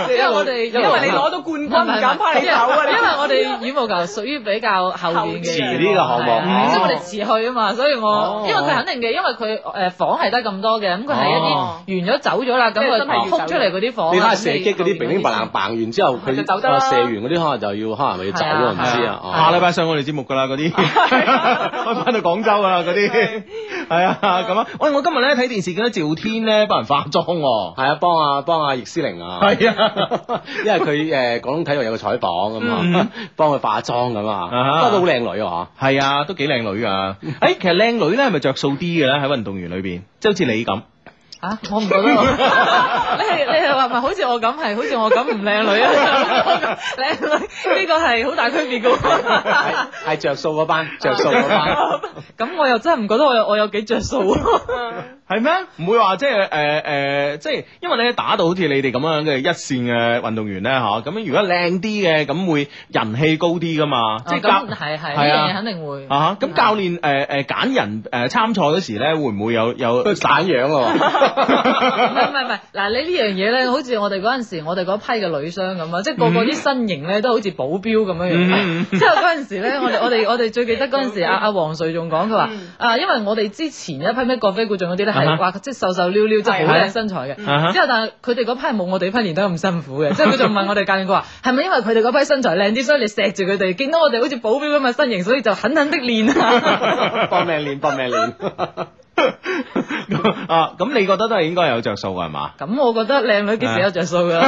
[SPEAKER 12] 因為我哋
[SPEAKER 11] 因為你攞到冠軍唔敢派你走啊！
[SPEAKER 12] 因
[SPEAKER 11] 因
[SPEAKER 12] 為
[SPEAKER 11] 為
[SPEAKER 12] 我哋羽毛球屬於比較後面嘅
[SPEAKER 6] 遲啲嘅項目
[SPEAKER 12] 係啊
[SPEAKER 6] 哦
[SPEAKER 12] 即係我哋遲去啊嘛，所以
[SPEAKER 6] 哦
[SPEAKER 12] 我因為佢肯定嘅，因為佢誒房係得咁多嘅，咁佢係
[SPEAKER 6] 哦
[SPEAKER 12] 一啲完咗走咗啦，咁
[SPEAKER 11] 即係真係要
[SPEAKER 12] 佢
[SPEAKER 11] 走
[SPEAKER 12] 撲出嚟嗰啲房啊，
[SPEAKER 6] 你睇下射擊嗰啲
[SPEAKER 12] 咁你
[SPEAKER 6] 乒乒乓啷嘭完之後，佢啊
[SPEAKER 11] 就走得啦
[SPEAKER 6] 射完嗰啲可能就要可能咪要走啊，唔知啊。
[SPEAKER 5] 下
[SPEAKER 6] 哦
[SPEAKER 5] 禮拜上我哋節目㗎啦，
[SPEAKER 6] [laughs]
[SPEAKER 5] 嗰啲翻到廣州㗎啊啦，嗰啲係啊咁啊！喂，我今日咧睇電視見到趙天咧幫人化妝喎，
[SPEAKER 6] 係啊，幫啊幫啊易思玲啊，
[SPEAKER 5] 係啊。嗯
[SPEAKER 6] 因為佢誒廣東體育有個採訪咁啊，幫佢化妝咁啊，
[SPEAKER 5] 啊
[SPEAKER 6] 不過都好靚女啊
[SPEAKER 5] 係啊，都幾靚女噶。誒、其實靚女咧係咪着數啲嘅咧？喺運動員裏邊，即係好似你咁，
[SPEAKER 12] 啊，我唔覺得喎。你係你係話唔係好似我咁係，好似我咁唔靚女啊？靚女呢個係好大區別㗎喎。
[SPEAKER 6] 嚇，係着數嗰班，着數嗰班，
[SPEAKER 12] 咁我又真係唔覺得我有我有幾着啊數喎。
[SPEAKER 5] 係咩？唔會話即係誒誒，即係因為咧打到好似你哋咁樣嘅一線嘅運動員咧嚇，咁樣如果靚啲嘅，咁會人氣高啲噶
[SPEAKER 6] 哦
[SPEAKER 5] 嘛？即係教
[SPEAKER 12] 咁係係呢
[SPEAKER 5] 啊係啊
[SPEAKER 12] 樣嘢肯定
[SPEAKER 5] [laughs]
[SPEAKER 12] 會。
[SPEAKER 5] 啊
[SPEAKER 6] 嗯
[SPEAKER 5] 哈咁教練誒誒揀人誒參賽嗰時咧，會唔會有
[SPEAKER 6] [laughs]
[SPEAKER 5] 有
[SPEAKER 6] 都散樣咯
[SPEAKER 5] [laughs]
[SPEAKER 12] 唔
[SPEAKER 6] 喎。
[SPEAKER 12] 係唔係唔係，嗱你呢樣嘢咧，好似我哋嗰陣時，我哋嗰批嘅女商咁啊，即係個個啲身形咧都好似保鏢咁樣 [laughs]
[SPEAKER 5] 嗯嗯嗯嗯
[SPEAKER 12] 樣。之後嗰陣時咧，我哋我哋我哋最記得嗰陣時，阿阿黃瑞仲講佢話啊，因為我哋之前一批咩國飛顧仲嗰啲咧
[SPEAKER 5] 啊哈
[SPEAKER 12] 係話即係瘦瘦溜溜，即係好靚身材嘅。
[SPEAKER 5] 啊哈
[SPEAKER 12] 之後但係佢哋嗰批冇我哋批練得咁辛苦嘅，即係佢仲問我哋教練佢話係咪因為佢哋嗰批身材靚啲，所以你錫住佢哋，見到我哋好似保鏢咁嘅身形，所以就狠狠的練啊。
[SPEAKER 5] [laughs]
[SPEAKER 6] 搏命練，搏命練。
[SPEAKER 5] 啊？咁你覺得都係應該有着數嘅係嘛？
[SPEAKER 12] 咁我覺得靚女幾時有着數㗎？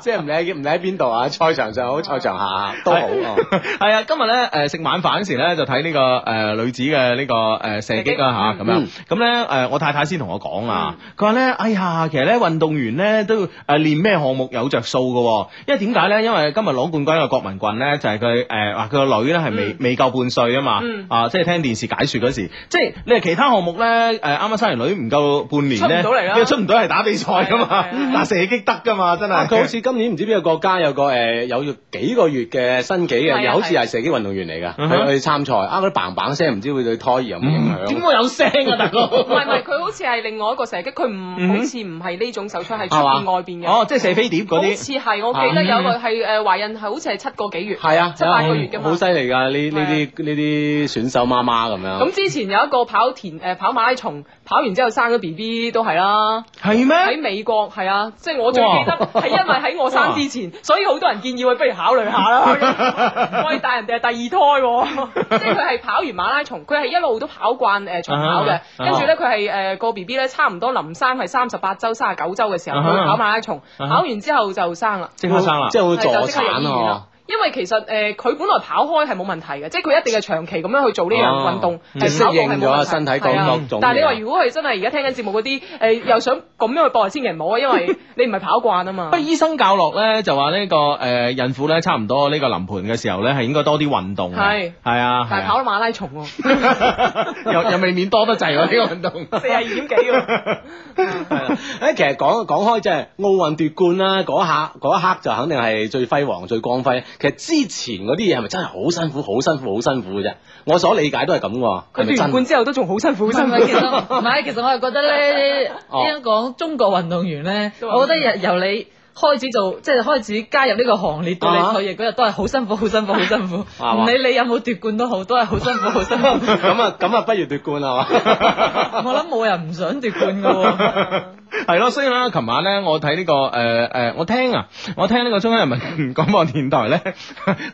[SPEAKER 6] 即係唔理喺唔理喺邊度啊，賽場上好，賽場下都好。哦
[SPEAKER 5] 係啊，今日咧誒食晚飯嗰時咧就睇呢、個誒、呃女子嘅呢、個誒、呃射擊啦吓咁樣
[SPEAKER 6] 嗯，
[SPEAKER 5] 咁咧誒我太太先同我講啊，佢話咧哎呀，其實咧運動員咧都誒練咩項目有着數嘅喎，因為點解咧？因為今日攞冠軍嘅郭文棍咧就係佢誒話佢個女咧係未、未夠半歲啊嘛，
[SPEAKER 11] 嗯
[SPEAKER 5] 啊即係聽電視解説嗰時，即係你係其他項目咧誒啱啱生完女唔夠半年咧，
[SPEAKER 11] 出唔到嚟啦
[SPEAKER 5] 你出唔到嚟打比賽噶
[SPEAKER 11] 係
[SPEAKER 5] 嘛
[SPEAKER 11] 啊係啊，
[SPEAKER 5] 但射擊得噶嘛，真係
[SPEAKER 6] 啊佢好似今年唔知邊個國家有個誒有幾個月嘅新紀
[SPEAKER 11] 係啊
[SPEAKER 6] 嘅，又好似係射擊運動員嚟㗎，
[SPEAKER 5] 嗯哼
[SPEAKER 6] 佢去參賽，啊嗰啲砰砰聲唔知會對胎兒有冇影
[SPEAKER 5] 點
[SPEAKER 6] 響。
[SPEAKER 5] 會有聲啊大 [laughs] 佬？
[SPEAKER 11] 唔係唔係，佢好似係另外一個射擊，佢
[SPEAKER 5] 嗯
[SPEAKER 11] 唔
[SPEAKER 5] 哼
[SPEAKER 11] 好似唔係呢種手槍，係出
[SPEAKER 6] 係嘛
[SPEAKER 11] 邊外邊嘅。
[SPEAKER 5] 哦，即係射飛碟嗰
[SPEAKER 11] 好
[SPEAKER 5] 啲。嗯
[SPEAKER 11] 似係，我記得有個係誒懷孕係好似係七個幾月。
[SPEAKER 6] 啊係啊，
[SPEAKER 11] 七八個月㗎嘛
[SPEAKER 6] 好犀利㗎！呢呢
[SPEAKER 11] 係啊
[SPEAKER 6] 啲呢啲選手媽媽咁樣。
[SPEAKER 5] 啊
[SPEAKER 11] 咁之前有一個跑田誒、跑馬拉松同跑完之後生咗 B B 都係啦。
[SPEAKER 5] 係咩
[SPEAKER 11] 喺美國係啊，即係我最記得
[SPEAKER 5] 哇
[SPEAKER 11] 係因為喺我生之前，
[SPEAKER 10] [laughs]
[SPEAKER 11] 所以好多人建議我不如考慮下啦。喂，但係人哋係第二胎喎，即係佢係跑完馬拉松，佢係一路都跑慣誒長跑嘅
[SPEAKER 5] 啊，哈
[SPEAKER 11] 跟住咧佢係誒個 B B 咧差唔多臨生係三十八週、三十九週嘅時候，
[SPEAKER 5] 啊哈
[SPEAKER 11] 佢跑馬拉松，
[SPEAKER 5] 啊哈
[SPEAKER 11] 跑完之後就生啦。
[SPEAKER 5] 即刻生啦，
[SPEAKER 6] 即係會
[SPEAKER 11] 係就即
[SPEAKER 6] 助
[SPEAKER 11] 刻入醫
[SPEAKER 6] 產
[SPEAKER 11] 院啦
[SPEAKER 6] 啊！
[SPEAKER 11] 因為其實誒佢、本來跑開係冇問題嘅，即係佢一定係長期咁樣去做呢樣
[SPEAKER 5] 啊
[SPEAKER 11] 運動，
[SPEAKER 6] 哦
[SPEAKER 5] 嗯
[SPEAKER 11] 係
[SPEAKER 6] 即係
[SPEAKER 11] 跑步係冇
[SPEAKER 6] 適應咗
[SPEAKER 11] 問題
[SPEAKER 6] 身體各
[SPEAKER 11] 係啊
[SPEAKER 6] 各種
[SPEAKER 11] 但係你
[SPEAKER 6] 嘢
[SPEAKER 11] 話如果佢真係而家聽緊節目嗰啲
[SPEAKER 5] [laughs]
[SPEAKER 11] 誒又想咁樣去搏，千祈唔好啊，因為你唔係跑慣啊嘛
[SPEAKER 5] 不過。醫生教落咧，就話呢、個誒、呃孕婦咧，差唔多呢個臨盆嘅時候咧，係應該多啲運動嘅。
[SPEAKER 11] 係
[SPEAKER 5] 係啊，
[SPEAKER 11] 但係跑咗馬拉松喎，四
[SPEAKER 6] [laughs]
[SPEAKER 5] 跑又又未免多得滯喎呢個運動。
[SPEAKER 11] 廿二點幾喎，
[SPEAKER 6] 誒，其實講講開即係奧運奪冠啦，嗰下嗰一刻就肯定係最輝煌、最光輝。其實之前嗰啲嘢係咪真係好辛苦、好辛苦、好辛苦嘅啫？我所理解都係咁喎，
[SPEAKER 11] 佢奪
[SPEAKER 6] 係咪
[SPEAKER 11] 完
[SPEAKER 6] 真
[SPEAKER 11] 冠？之後都仲好辛苦，好
[SPEAKER 12] 唔係
[SPEAKER 11] 辛
[SPEAKER 12] 唔
[SPEAKER 11] 苦
[SPEAKER 12] 係，其實
[SPEAKER 6] [laughs]
[SPEAKER 12] 唔係，其實我係覺得咧，
[SPEAKER 6] 哦
[SPEAKER 12] 應該講中國運動員咧，
[SPEAKER 11] 都係
[SPEAKER 12] 我覺得由由你開始做，即係開始加入呢個行列到
[SPEAKER 6] 啊
[SPEAKER 12] 你退役嗰日，都係好辛苦、好辛苦、好辛苦。
[SPEAKER 6] 啊
[SPEAKER 12] 唔理你有冇奪冠都好，都係好辛苦、好辛苦。
[SPEAKER 6] [laughs] 咁啊，咁啊，不如奪冠係嘛？
[SPEAKER 12] 我諗冇人唔想奪冠㗎喎。
[SPEAKER 5] [laughs] 係咯，所以咧，琴晚咧，我睇呢、個誒誒、呃呃我聽啊，我聽呢個中央人民 [laughs] 廣播電台咧，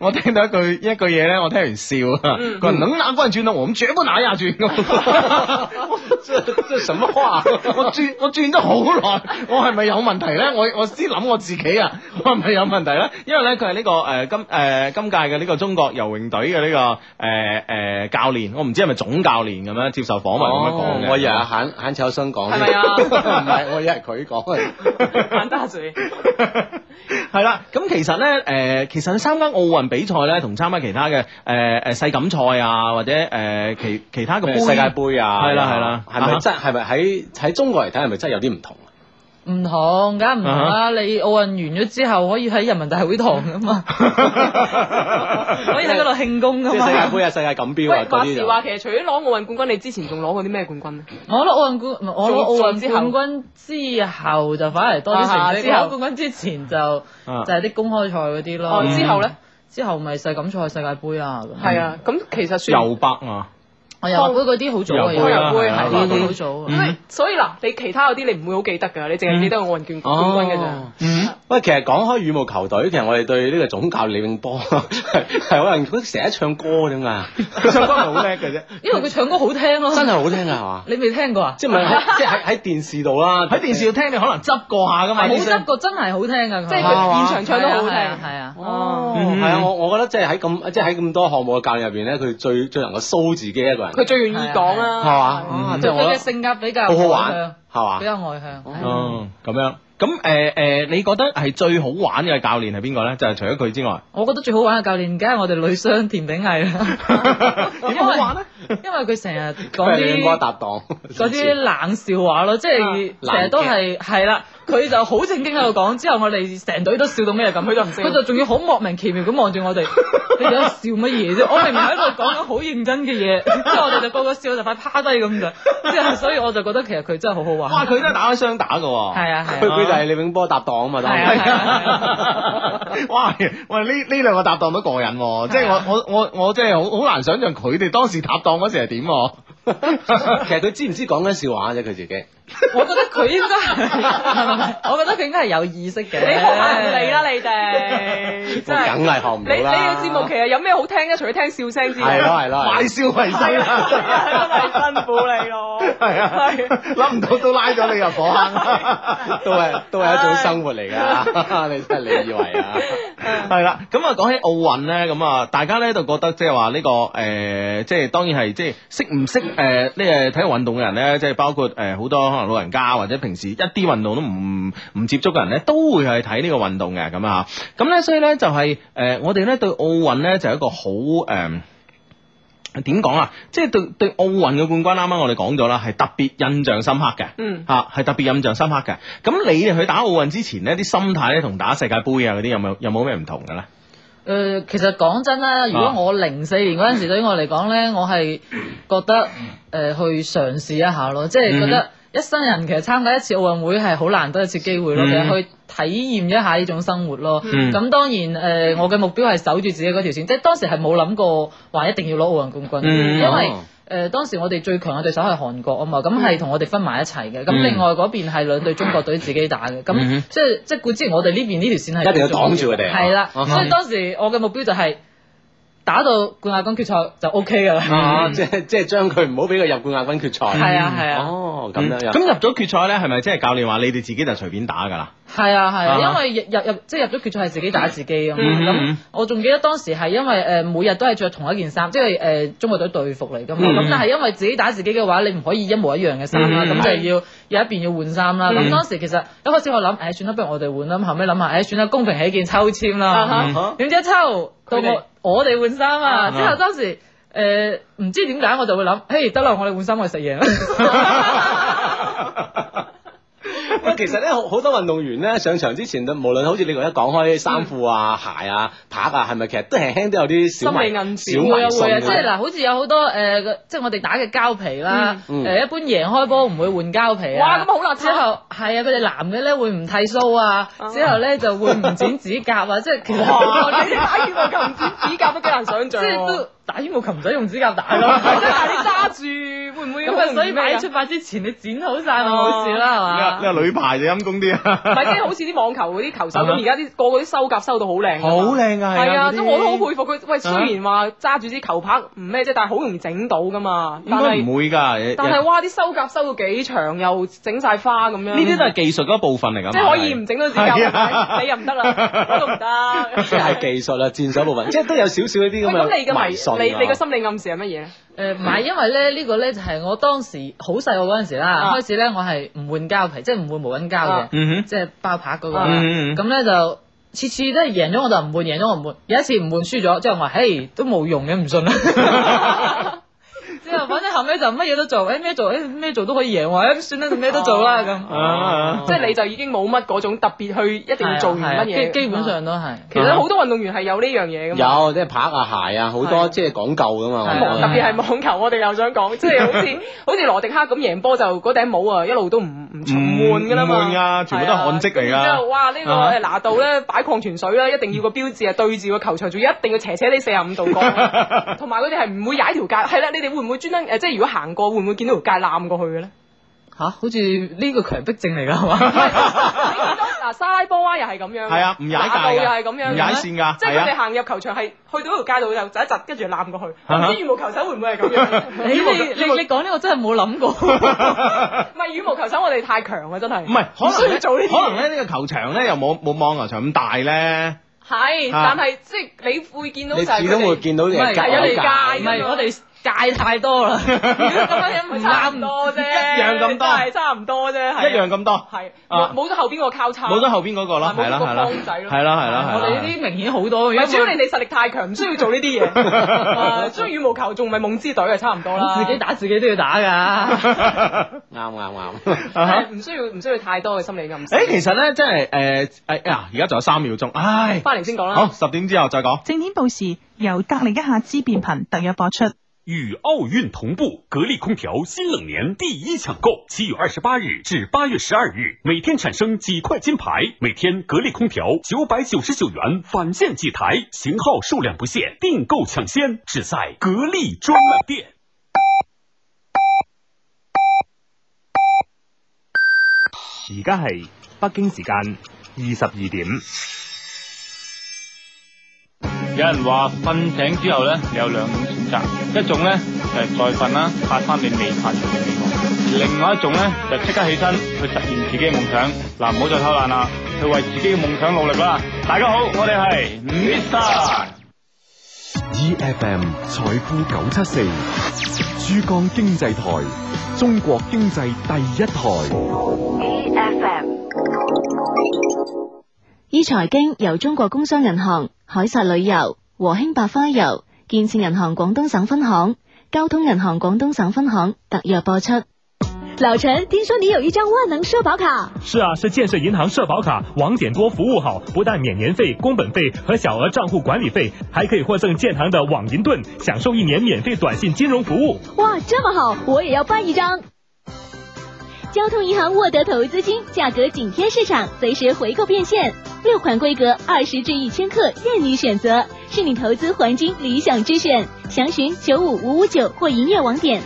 [SPEAKER 5] 我聽到一句一句嘢咧，我聽完笑啊，
[SPEAKER 11] 嗯
[SPEAKER 5] 佢話能拿冠軍的，我們絕不拿亞軍。
[SPEAKER 11] [laughs]
[SPEAKER 5] [laughs]
[SPEAKER 6] 即即什麼話？
[SPEAKER 5] 我轉我轉咗好耐，我係咪有問題咧？我我先諗我自己啊， [laughs] 我係咪有問題咧？因為咧佢係呢個誒、呃今誒、呃今屆嘅呢個中國游泳隊嘅呢個誒誒、呃教練，我唔知係咪總教練咁樣接受訪問咁樣講嘅。
[SPEAKER 6] 我以為阿簡簡秋生講，
[SPEAKER 11] 哦係咪啊
[SPEAKER 6] 唔 [laughs] 係，我以為佢講嘅。
[SPEAKER 11] 簡單嘴。
[SPEAKER 5] 係啦，咁其實咧，誒、其實參加奧運比賽咧，同參加其他嘅誒誒世錦賽啊，或者誒、呃其其他嘅杯
[SPEAKER 6] 世界盃啊，
[SPEAKER 5] 係啦係啦啊
[SPEAKER 6] 係咪真係咪喺喺中國嚟睇係咪真係有啲唔同啊？
[SPEAKER 12] 唔同，梗係唔同啦！你奧運完咗之後，可以喺人民大會堂噶嘛，可以喺嗰度慶功
[SPEAKER 6] 即
[SPEAKER 12] 噶
[SPEAKER 6] 係
[SPEAKER 12] 嘛
[SPEAKER 6] 世。界盃啊、世界錦標
[SPEAKER 11] 喂，
[SPEAKER 6] 啊嗰
[SPEAKER 11] 話
[SPEAKER 6] 啲
[SPEAKER 11] 時
[SPEAKER 6] 就。
[SPEAKER 11] 話其實除咗攞奧運冠軍，你之前仲攞過啲咩冠軍咧？
[SPEAKER 12] 我攞奧運冠，唔係我
[SPEAKER 11] 做
[SPEAKER 12] 攞奧
[SPEAKER 11] 做之後
[SPEAKER 12] 運冠軍之後就反而多啲成
[SPEAKER 11] 啊
[SPEAKER 12] 績。
[SPEAKER 11] 之後
[SPEAKER 12] 我攞冠軍之前就就
[SPEAKER 5] 啊
[SPEAKER 12] 係啲公開賽嗰啲
[SPEAKER 11] 哦
[SPEAKER 12] 咯。，
[SPEAKER 11] 之後咧，
[SPEAKER 12] 之後咪世錦賽、世界盃啊咁。
[SPEAKER 11] 係啊，咁其實算
[SPEAKER 5] 右北啊，
[SPEAKER 12] 我遊會嗰啲好早啊，
[SPEAKER 5] 遊
[SPEAKER 11] 會啊
[SPEAKER 12] 遊會係
[SPEAKER 11] 遊會
[SPEAKER 12] 都好早啊。
[SPEAKER 5] 嗯
[SPEAKER 11] 所以嗱，你其他嗰啲你唔會好記得㗎，你淨係記得奧運冠冠軍㗎咋。
[SPEAKER 5] 嗯，
[SPEAKER 6] 哦喂，其實講開羽毛球隊，其實我哋對呢個總教練李永波 [laughs] 係可能佢成日唱歌啫嘛，
[SPEAKER 5] 佢唱歌係好叻嘅啫，
[SPEAKER 12] 因為佢唱歌好聽咯，
[SPEAKER 6] [laughs] 真係好聽啊，係嘛？
[SPEAKER 12] 你未聽過啊？ [laughs]
[SPEAKER 6] 即係咪喺即係喺喺電視度啦，
[SPEAKER 5] 喺電視度聽你可能執過下噶嘛，
[SPEAKER 12] 好
[SPEAKER 5] 啲
[SPEAKER 12] 得
[SPEAKER 5] 聲
[SPEAKER 12] 過，真係好聽噶，
[SPEAKER 11] 即係
[SPEAKER 6] 啊
[SPEAKER 11] 佢現場唱得好好
[SPEAKER 12] 係啊
[SPEAKER 11] 聽。
[SPEAKER 12] 係啊。
[SPEAKER 11] 哦，
[SPEAKER 5] 嗯
[SPEAKER 6] 係啊，我我覺得即係喺咁即係喺咁多項目嘅教練入邊咧，佢最最能夠 show 自己一個人，
[SPEAKER 11] 佢最願意講
[SPEAKER 6] 係
[SPEAKER 11] 啦。
[SPEAKER 6] 嘛？啊
[SPEAKER 12] 佢
[SPEAKER 6] 即係我
[SPEAKER 12] 佢嘅
[SPEAKER 6] 覺
[SPEAKER 12] 嗯性格比較
[SPEAKER 6] 得好好
[SPEAKER 12] 外向
[SPEAKER 6] 玩，嗯係嘛
[SPEAKER 12] 比？較外向。係啊
[SPEAKER 5] 哦，咁樣。咁誒誒，你覺得係最好玩嘅教練係邊個咧？就係除咗佢之外，
[SPEAKER 12] 我覺得最好玩嘅教練，梗係我哋女雙田炳毅啦。點好玩咧？因為佢成日
[SPEAKER 6] 佢
[SPEAKER 12] 講
[SPEAKER 11] [laughs]
[SPEAKER 6] 係李永波
[SPEAKER 12] 啲
[SPEAKER 6] 搭檔
[SPEAKER 12] 嗰啲冷笑話咯，即係
[SPEAKER 6] 啊
[SPEAKER 12] 成日都係係啦。佢就好正經喺度講，之後我哋成隊都笑到咩咁，佢就唔佢就仲要好莫名其妙咁望住我哋，你哋喺度笑乜嘢啫？我明明喺度講緊好認真嘅
[SPEAKER 6] [laughs]
[SPEAKER 12] 嘢，之後我哋就個個笑到就快趴低咁就，之後所以我就覺得其實佢真係好好
[SPEAKER 5] 哇！
[SPEAKER 12] 玩。
[SPEAKER 5] 佢都係打開雙打嘅喎。
[SPEAKER 12] 係啊
[SPEAKER 6] 佢
[SPEAKER 12] 係啊
[SPEAKER 6] [laughs] 佢就係李永波搭檔啊嘛，當
[SPEAKER 12] 係
[SPEAKER 6] 然
[SPEAKER 12] 啊係啊係啊！
[SPEAKER 5] [laughs] 哇！喂，呢呢兩個搭檔都過
[SPEAKER 12] [laughs]
[SPEAKER 5] 癮喎，即係我我我我即係好好難想象佢哋當時搭檔嗰時係點喎。
[SPEAKER 6] [laughs]
[SPEAKER 12] 哦
[SPEAKER 6] 其實佢知唔知講緊笑話啫？佢自己。
[SPEAKER 12] 我覺得佢應該係，
[SPEAKER 6] [laughs]
[SPEAKER 12] 唔係唔係我覺得佢應該係有意識嘅。
[SPEAKER 11] 你學下人哋啦，你
[SPEAKER 6] [laughs]
[SPEAKER 11] 哋真係。
[SPEAKER 6] 梗係學唔
[SPEAKER 11] 你
[SPEAKER 6] 到
[SPEAKER 11] 你
[SPEAKER 6] 啦
[SPEAKER 11] 嘅節目其實有咩好聽嘅？除咗聽笑聲之外，
[SPEAKER 6] 係咯係咯，係咯
[SPEAKER 5] 賣笑為
[SPEAKER 11] 係
[SPEAKER 5] 生
[SPEAKER 11] 啊，真
[SPEAKER 5] 啦，
[SPEAKER 11] 係辛苦你咯。
[SPEAKER 5] [laughs] 係啊，諗唔到都拉咗你入火坑。
[SPEAKER 6] [laughs] 都係都係一種生活嚟㗎，你 [laughs] 真係你以為啊？
[SPEAKER 5] 係啦，咁啊講起奧運咧，咁啊大家咧就覺得即係話呢個誒、呃即係當然係即係識唔識誒呢誒體育運動嘅人咧，即係包括誒好、多可能老人家或者平時一啲運動都唔唔接觸嘅人咧，都會去睇呢個運動嘅咁啊，咁咧所以咧就係、呃我哋咧對奧運咧就有一個好誒。呃點講啊？即係對對奧運嘅冠軍，啱啱我哋講咗啦，係特別印象深刻嘅。
[SPEAKER 11] 嗯
[SPEAKER 5] 啊，係特別印象深刻嘅。咁你哋去打奧運之前呢啲心態咧同打世界盃啊嗰啲有冇有冇咩唔同嘅咧？
[SPEAKER 12] 誒、呃其實講真
[SPEAKER 13] 啊
[SPEAKER 12] 啦，如果我零四年嗰陣時對於我嚟講咧，我係覺得
[SPEAKER 13] 嗯
[SPEAKER 12] 誒、呃去嘗試一下咯，即係覺得一生人其實參加一次奧運會係好難得一次機會咯，
[SPEAKER 5] 嗯
[SPEAKER 12] 其實去體驗一下呢種生活咯。
[SPEAKER 13] 嗯
[SPEAKER 12] 咁、當然誒、呃我嘅目標係守住自己嗰條線，即係當時係冇諗過話一定要攞奧運冠軍，
[SPEAKER 13] 嗯
[SPEAKER 12] 因為。
[SPEAKER 13] 哦
[SPEAKER 12] 誒、當時我哋最強嘅對手係韓國啊嘛，咁係同我哋分埋一齊嘅。咁
[SPEAKER 13] 嗯
[SPEAKER 12] 另外嗰邊係兩隊中國隊自己打嘅，咁、
[SPEAKER 13] 嗯
[SPEAKER 12] 即係即係固之然我哋呢邊呢條線係
[SPEAKER 6] 一定要擋住佢哋啊
[SPEAKER 12] 係啦，
[SPEAKER 6] 啊哈
[SPEAKER 12] 所以當時我嘅目標就係、打到冠亞軍決賽就 O K 㗎啦
[SPEAKER 6] 啊，。即係即係將佢唔好俾佢入冠亞軍決
[SPEAKER 11] 嗯
[SPEAKER 6] 賽。
[SPEAKER 12] 係啊係嗯啊
[SPEAKER 6] 哦，咁
[SPEAKER 5] 咁
[SPEAKER 6] 樣樣。
[SPEAKER 5] 嗯咁入咗決賽咧，係咪即係教練話你哋自己就隨便打㗎啦？
[SPEAKER 12] 係啊係
[SPEAKER 5] 啊哈
[SPEAKER 12] 啊，因為入入入即係入咗決賽係自己打自己啊嘛。
[SPEAKER 5] 嗯
[SPEAKER 12] 咁、
[SPEAKER 5] 嗯
[SPEAKER 12] 我仲記得當時係因為誒、呃每日都係着同一件衫，即係誒、呃中國隊隊服嚟㗎嘛。
[SPEAKER 13] 嗯
[SPEAKER 12] 咁、但係因為自己打自己嘅話，你唔可以一模一樣嘅衫啦，
[SPEAKER 13] 嗯
[SPEAKER 12] 咁、就要有一邊要換衫啦。咁、
[SPEAKER 13] 嗯
[SPEAKER 12] 當時其實一開始我諗，誒、算啦，不如我哋換啦。咁後尾諗下，誒、算啦，公平起見抽籤
[SPEAKER 13] 啊
[SPEAKER 12] 啦
[SPEAKER 13] 哈。
[SPEAKER 12] 點、知一抽到
[SPEAKER 13] 佢哋
[SPEAKER 12] 我我哋換衫
[SPEAKER 13] 啊
[SPEAKER 12] 啊！
[SPEAKER 13] 哈
[SPEAKER 12] 之後當時誒唔、知點解我就會諗，嘿得啦，我哋換衫我哋食嘢啦。
[SPEAKER 6] 喂，其實咧好好多運動員咧上場之前，無論好似你而家講開衫褲啊、鞋啊、拍啊，係咪其實都輕輕都有啲小迷小
[SPEAKER 12] 會啊
[SPEAKER 6] 迷信
[SPEAKER 12] 會啊，
[SPEAKER 6] 㗎
[SPEAKER 12] 即係嗱，好似有好多誒，個即係我哋打嘅膠皮啦，
[SPEAKER 6] 嗯
[SPEAKER 12] 誒一般贏開波唔會換膠皮啊。
[SPEAKER 11] 哇咁好邋遢
[SPEAKER 12] 之後係啊，佢哋男嘅咧會唔剃須啊，之後咧就會唔剪指甲啊，即係其實
[SPEAKER 11] 哇！哦你啲打羽毛球唔剪指甲都幾難想
[SPEAKER 12] 即
[SPEAKER 11] 像
[SPEAKER 12] 係
[SPEAKER 11] 喎。
[SPEAKER 12] 都打羽毛球唔使用指甲打
[SPEAKER 11] [laughs]
[SPEAKER 12] 咯，
[SPEAKER 11] 即係但係你揸住會唔會
[SPEAKER 12] 咁啊，所以擺出
[SPEAKER 11] 唔
[SPEAKER 12] 發之前你剪好
[SPEAKER 11] 啊
[SPEAKER 12] 晒咪冇事
[SPEAKER 11] 嗯
[SPEAKER 12] 啦，係嘛？
[SPEAKER 5] 你話女排就陰公啲啊！
[SPEAKER 11] 哦係即係好似啲網球嗰啲球手咁，而家啲個個啲收甲收到好靚㗎嘛。
[SPEAKER 5] 好靚㗎係啊
[SPEAKER 11] 係啊，
[SPEAKER 5] 嗰啲
[SPEAKER 11] 即係我都好佩服佢。喂，雖然話揸住支球拍唔咩啫，但係好容易整到㗎
[SPEAKER 12] 嗯
[SPEAKER 11] 嘛。[laughs]
[SPEAKER 5] 應
[SPEAKER 11] 但
[SPEAKER 5] 該
[SPEAKER 11] 係
[SPEAKER 5] 唔會㗎。
[SPEAKER 11] 但係哇，啲收甲收到幾長，又整晒花咁樣。
[SPEAKER 5] 呢啲都係技術嗰一部分嚟㗎嘛。
[SPEAKER 11] 即係可以唔整到指
[SPEAKER 5] 係啊
[SPEAKER 11] 甲，你又唔得啦，
[SPEAKER 12] [laughs]
[SPEAKER 11] 嗰度唔得。
[SPEAKER 6] 即係技術啦、戰術部
[SPEAKER 11] [laughs]
[SPEAKER 6] 分，即係都有少少一啲
[SPEAKER 11] 喂，咁
[SPEAKER 6] 咁
[SPEAKER 11] 你
[SPEAKER 6] 嘅迷信
[SPEAKER 11] 嘅
[SPEAKER 6] 啊。
[SPEAKER 11] 迷，你你嘅心理暗示係乜嘢啊咧？
[SPEAKER 12] 誒唔呃係，因為咧呢個咧就係我當時好細個嗰陣時啦，
[SPEAKER 11] 啊
[SPEAKER 12] 開始咧我係唔換膠皮，即係唔換無印膠嘅
[SPEAKER 5] 啊，嗯哼
[SPEAKER 12] 即係包拍嗰個
[SPEAKER 5] 啊
[SPEAKER 12] 啦。
[SPEAKER 5] 嗯嗯嗯
[SPEAKER 12] 咁咧就次次都係贏咗我就唔換，贏咗我唔換。有一次唔換輸咗，之後我話：，嘿，都冇用嘅，唔信啦。之後反正後尾就乜嘢都做，誒咩做，誒咩做都可以贏喎，誒算啦，咩都做啦咁。
[SPEAKER 5] 啊
[SPEAKER 11] 即係你就已經冇乜嗰種特別去一定要做完乜
[SPEAKER 12] 係啊係
[SPEAKER 11] 嘢，
[SPEAKER 12] 啊基基本上都係。
[SPEAKER 11] 其實好多運動員係有呢樣嘢噶嘛。
[SPEAKER 6] 有即係拍啊、鞋啊，好多即係講究噶嘛。我覺得
[SPEAKER 11] 網特別係網球，我哋又想講，即係好似好似羅迪克咁贏波就嗰頂帽啊，一路都唔唔唔換噶啦嘛。
[SPEAKER 5] 唔換㗎全部都係汗跡嚟㗎
[SPEAKER 11] 係啊啊然之後哇，呢個
[SPEAKER 5] 啊
[SPEAKER 11] 誒拿度咧擺礦泉水咧，一定要個標誌啊對住個球場，仲要一定要斜斜呢四十五度角，同埋佢哋係唔會踩條界。係啦，你哋會唔會專登誒？即係如果行過，會唔會見到條界攬過去嘅咧？
[SPEAKER 12] 嚇，好似呢個強迫症嚟㗎係嘛？
[SPEAKER 11] 嗱，沙拉波娃又係咁樣嘅，
[SPEAKER 5] 係啊唔踩界㗎
[SPEAKER 11] 馬路又係咁樣嘅，
[SPEAKER 5] 唔踩線㗎
[SPEAKER 11] 即係
[SPEAKER 5] 係啊
[SPEAKER 11] 佢哋行入球場係去到條街度就窒一窒，跟住攬
[SPEAKER 5] [laughs]
[SPEAKER 11] 過去。
[SPEAKER 5] 啊
[SPEAKER 11] 唔
[SPEAKER 5] 哈
[SPEAKER 11] 知羽毛球手會唔會係咁
[SPEAKER 5] [laughs]
[SPEAKER 11] 樣？
[SPEAKER 12] 你你你你講呢個真係冇諗過。
[SPEAKER 11] 唔係羽毛球手，我哋太強啊啦，真係。
[SPEAKER 5] 唔係，可能
[SPEAKER 11] 需
[SPEAKER 5] 咧
[SPEAKER 11] 要做呢啲嘢
[SPEAKER 5] 可能咧呢個球場咧又冇冇網球場咁大咧。
[SPEAKER 11] 係，
[SPEAKER 5] 啊
[SPEAKER 11] 但係即係你會見到就
[SPEAKER 6] 你
[SPEAKER 11] 係佢哋
[SPEAKER 6] 始終會見到
[SPEAKER 12] 唔
[SPEAKER 6] 你
[SPEAKER 12] 係
[SPEAKER 6] 係
[SPEAKER 11] 有
[SPEAKER 6] 有
[SPEAKER 11] 你界㗎
[SPEAKER 12] 唔
[SPEAKER 11] 嘛
[SPEAKER 12] 係我哋界太多
[SPEAKER 5] [laughs]
[SPEAKER 12] 啦，如果咁樣樣唔
[SPEAKER 11] 咪差唔
[SPEAKER 12] 啱。
[SPEAKER 11] 多啫，
[SPEAKER 5] 一樣咁多
[SPEAKER 11] 真係差唔多啫，係啊
[SPEAKER 5] 一樣咁多
[SPEAKER 11] 係
[SPEAKER 5] 啊
[SPEAKER 11] 冇冇咗後邊個交叉，
[SPEAKER 5] 冇咗後邊嗰個咯，
[SPEAKER 11] 冇
[SPEAKER 5] 係啦
[SPEAKER 11] 咗個
[SPEAKER 5] 係啦，
[SPEAKER 11] 方仔咯
[SPEAKER 5] 係啦係啦係
[SPEAKER 12] 我哋呢
[SPEAKER 5] 啦。
[SPEAKER 12] 啲明顯好多
[SPEAKER 11] 唔
[SPEAKER 12] 嘅，
[SPEAKER 11] 係主要你哋實力太強，唔需要做呢啲
[SPEAKER 12] [laughs]
[SPEAKER 11] 嘢。啊，所以羽毛球仲唔係夢之隊啊，差唔多啦。
[SPEAKER 12] 自己打自己都
[SPEAKER 11] [laughs]
[SPEAKER 12] 要打㗎。啊
[SPEAKER 5] [laughs]
[SPEAKER 6] [laughs] 啱啱啱。
[SPEAKER 5] 啊
[SPEAKER 11] 係唔需要唔需要太多嘅心理暗示。
[SPEAKER 12] 哎
[SPEAKER 5] 誒，其實咧，即係誒誒啊！而家仲有三秒鐘，唉，
[SPEAKER 11] 翻嚟先講啦。
[SPEAKER 5] 好，十點之後再講。
[SPEAKER 14] 正點報時由格力一下之變頻特約播出。
[SPEAKER 15] 与奥运同步，格力空调新冷年第一抢购，七月二十八日至八月十二日，每天产生几块金牌，每天格力空调九百九十九元返现几台，型号数量不限，订购抢先，只在格力专卖店。
[SPEAKER 16] 而家係北京時間二十二點。
[SPEAKER 17] 有人話瞓醒之後咧，你有兩種選擇，一種咧就係、再瞓啦，拍翻你未拍完嘅美夢；而另外一種咧就即刻起身去實現自己嘅夢想。嗱，唔好再偷懶啦，去為自己嘅夢想努力啦！大家好，我哋係 Mr。
[SPEAKER 1] EFM 財富九七四，珠江經濟台，中國經濟第一台。
[SPEAKER 18] 依財經，E 由中國工商銀行、海撒旅遊、和興白花遊、建設銀行廣東省分行、交通銀行廣東省分行特約播出。
[SPEAKER 10] 老陈，听说你有一张万能社保卡，
[SPEAKER 19] 是啊，是建设银行社保卡，网点多，服务好，不但免年费、工本费和小额账户管理费，还可以获赠建行的网银盾，享受一年免费短信金融服务。
[SPEAKER 10] 哇，这么好，我也要办一张。
[SPEAKER 18] 交通银行沃德投资金价格紧贴市场，随时回购变现，六款规格，二十至一千克，任你选择，是你投资黄金理想之选。详询九五五五九或营业网点。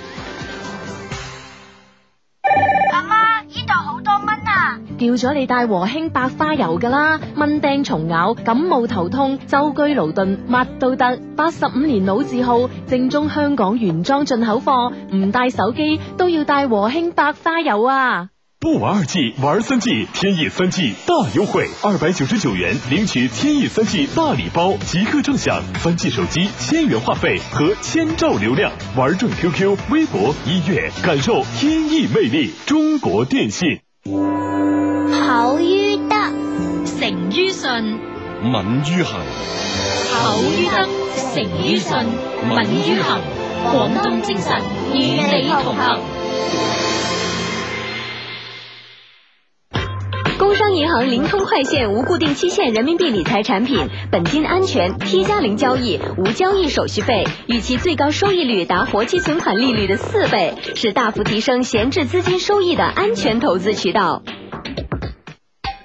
[SPEAKER 13] 阿妈，啊呢度好多蚊啊！
[SPEAKER 20] 叫咗你帶和興百花油㗎啦，蚊叮蟲咬、感冒頭痛、舟居勞頓，乜都得。八十五年老字號，正宗香港原裝進口貨，唔帶手機都要帶和興百花油啊！
[SPEAKER 15] 不玩二 G，玩三 G，天翼三 G 大优惠，二百九十九元领取天翼三 G 大礼包，即刻畅享三 G 手机千元话费和千兆流量，玩转 QQ、微博、音乐，感受天翼魅力。中国电信。
[SPEAKER 13] 口於德，誠於信。
[SPEAKER 1] 敏于行，
[SPEAKER 13] 口於德，誠於信，敏於行。廣東精神與你同行。
[SPEAKER 18] 工商银行灵通快线无固定期限人民币理财产品，本金安全，T 加零交易，无交易手续费，预期最高收益率达活期存款利率的四倍，是大幅提升闲置资金收益的安全投资渠道。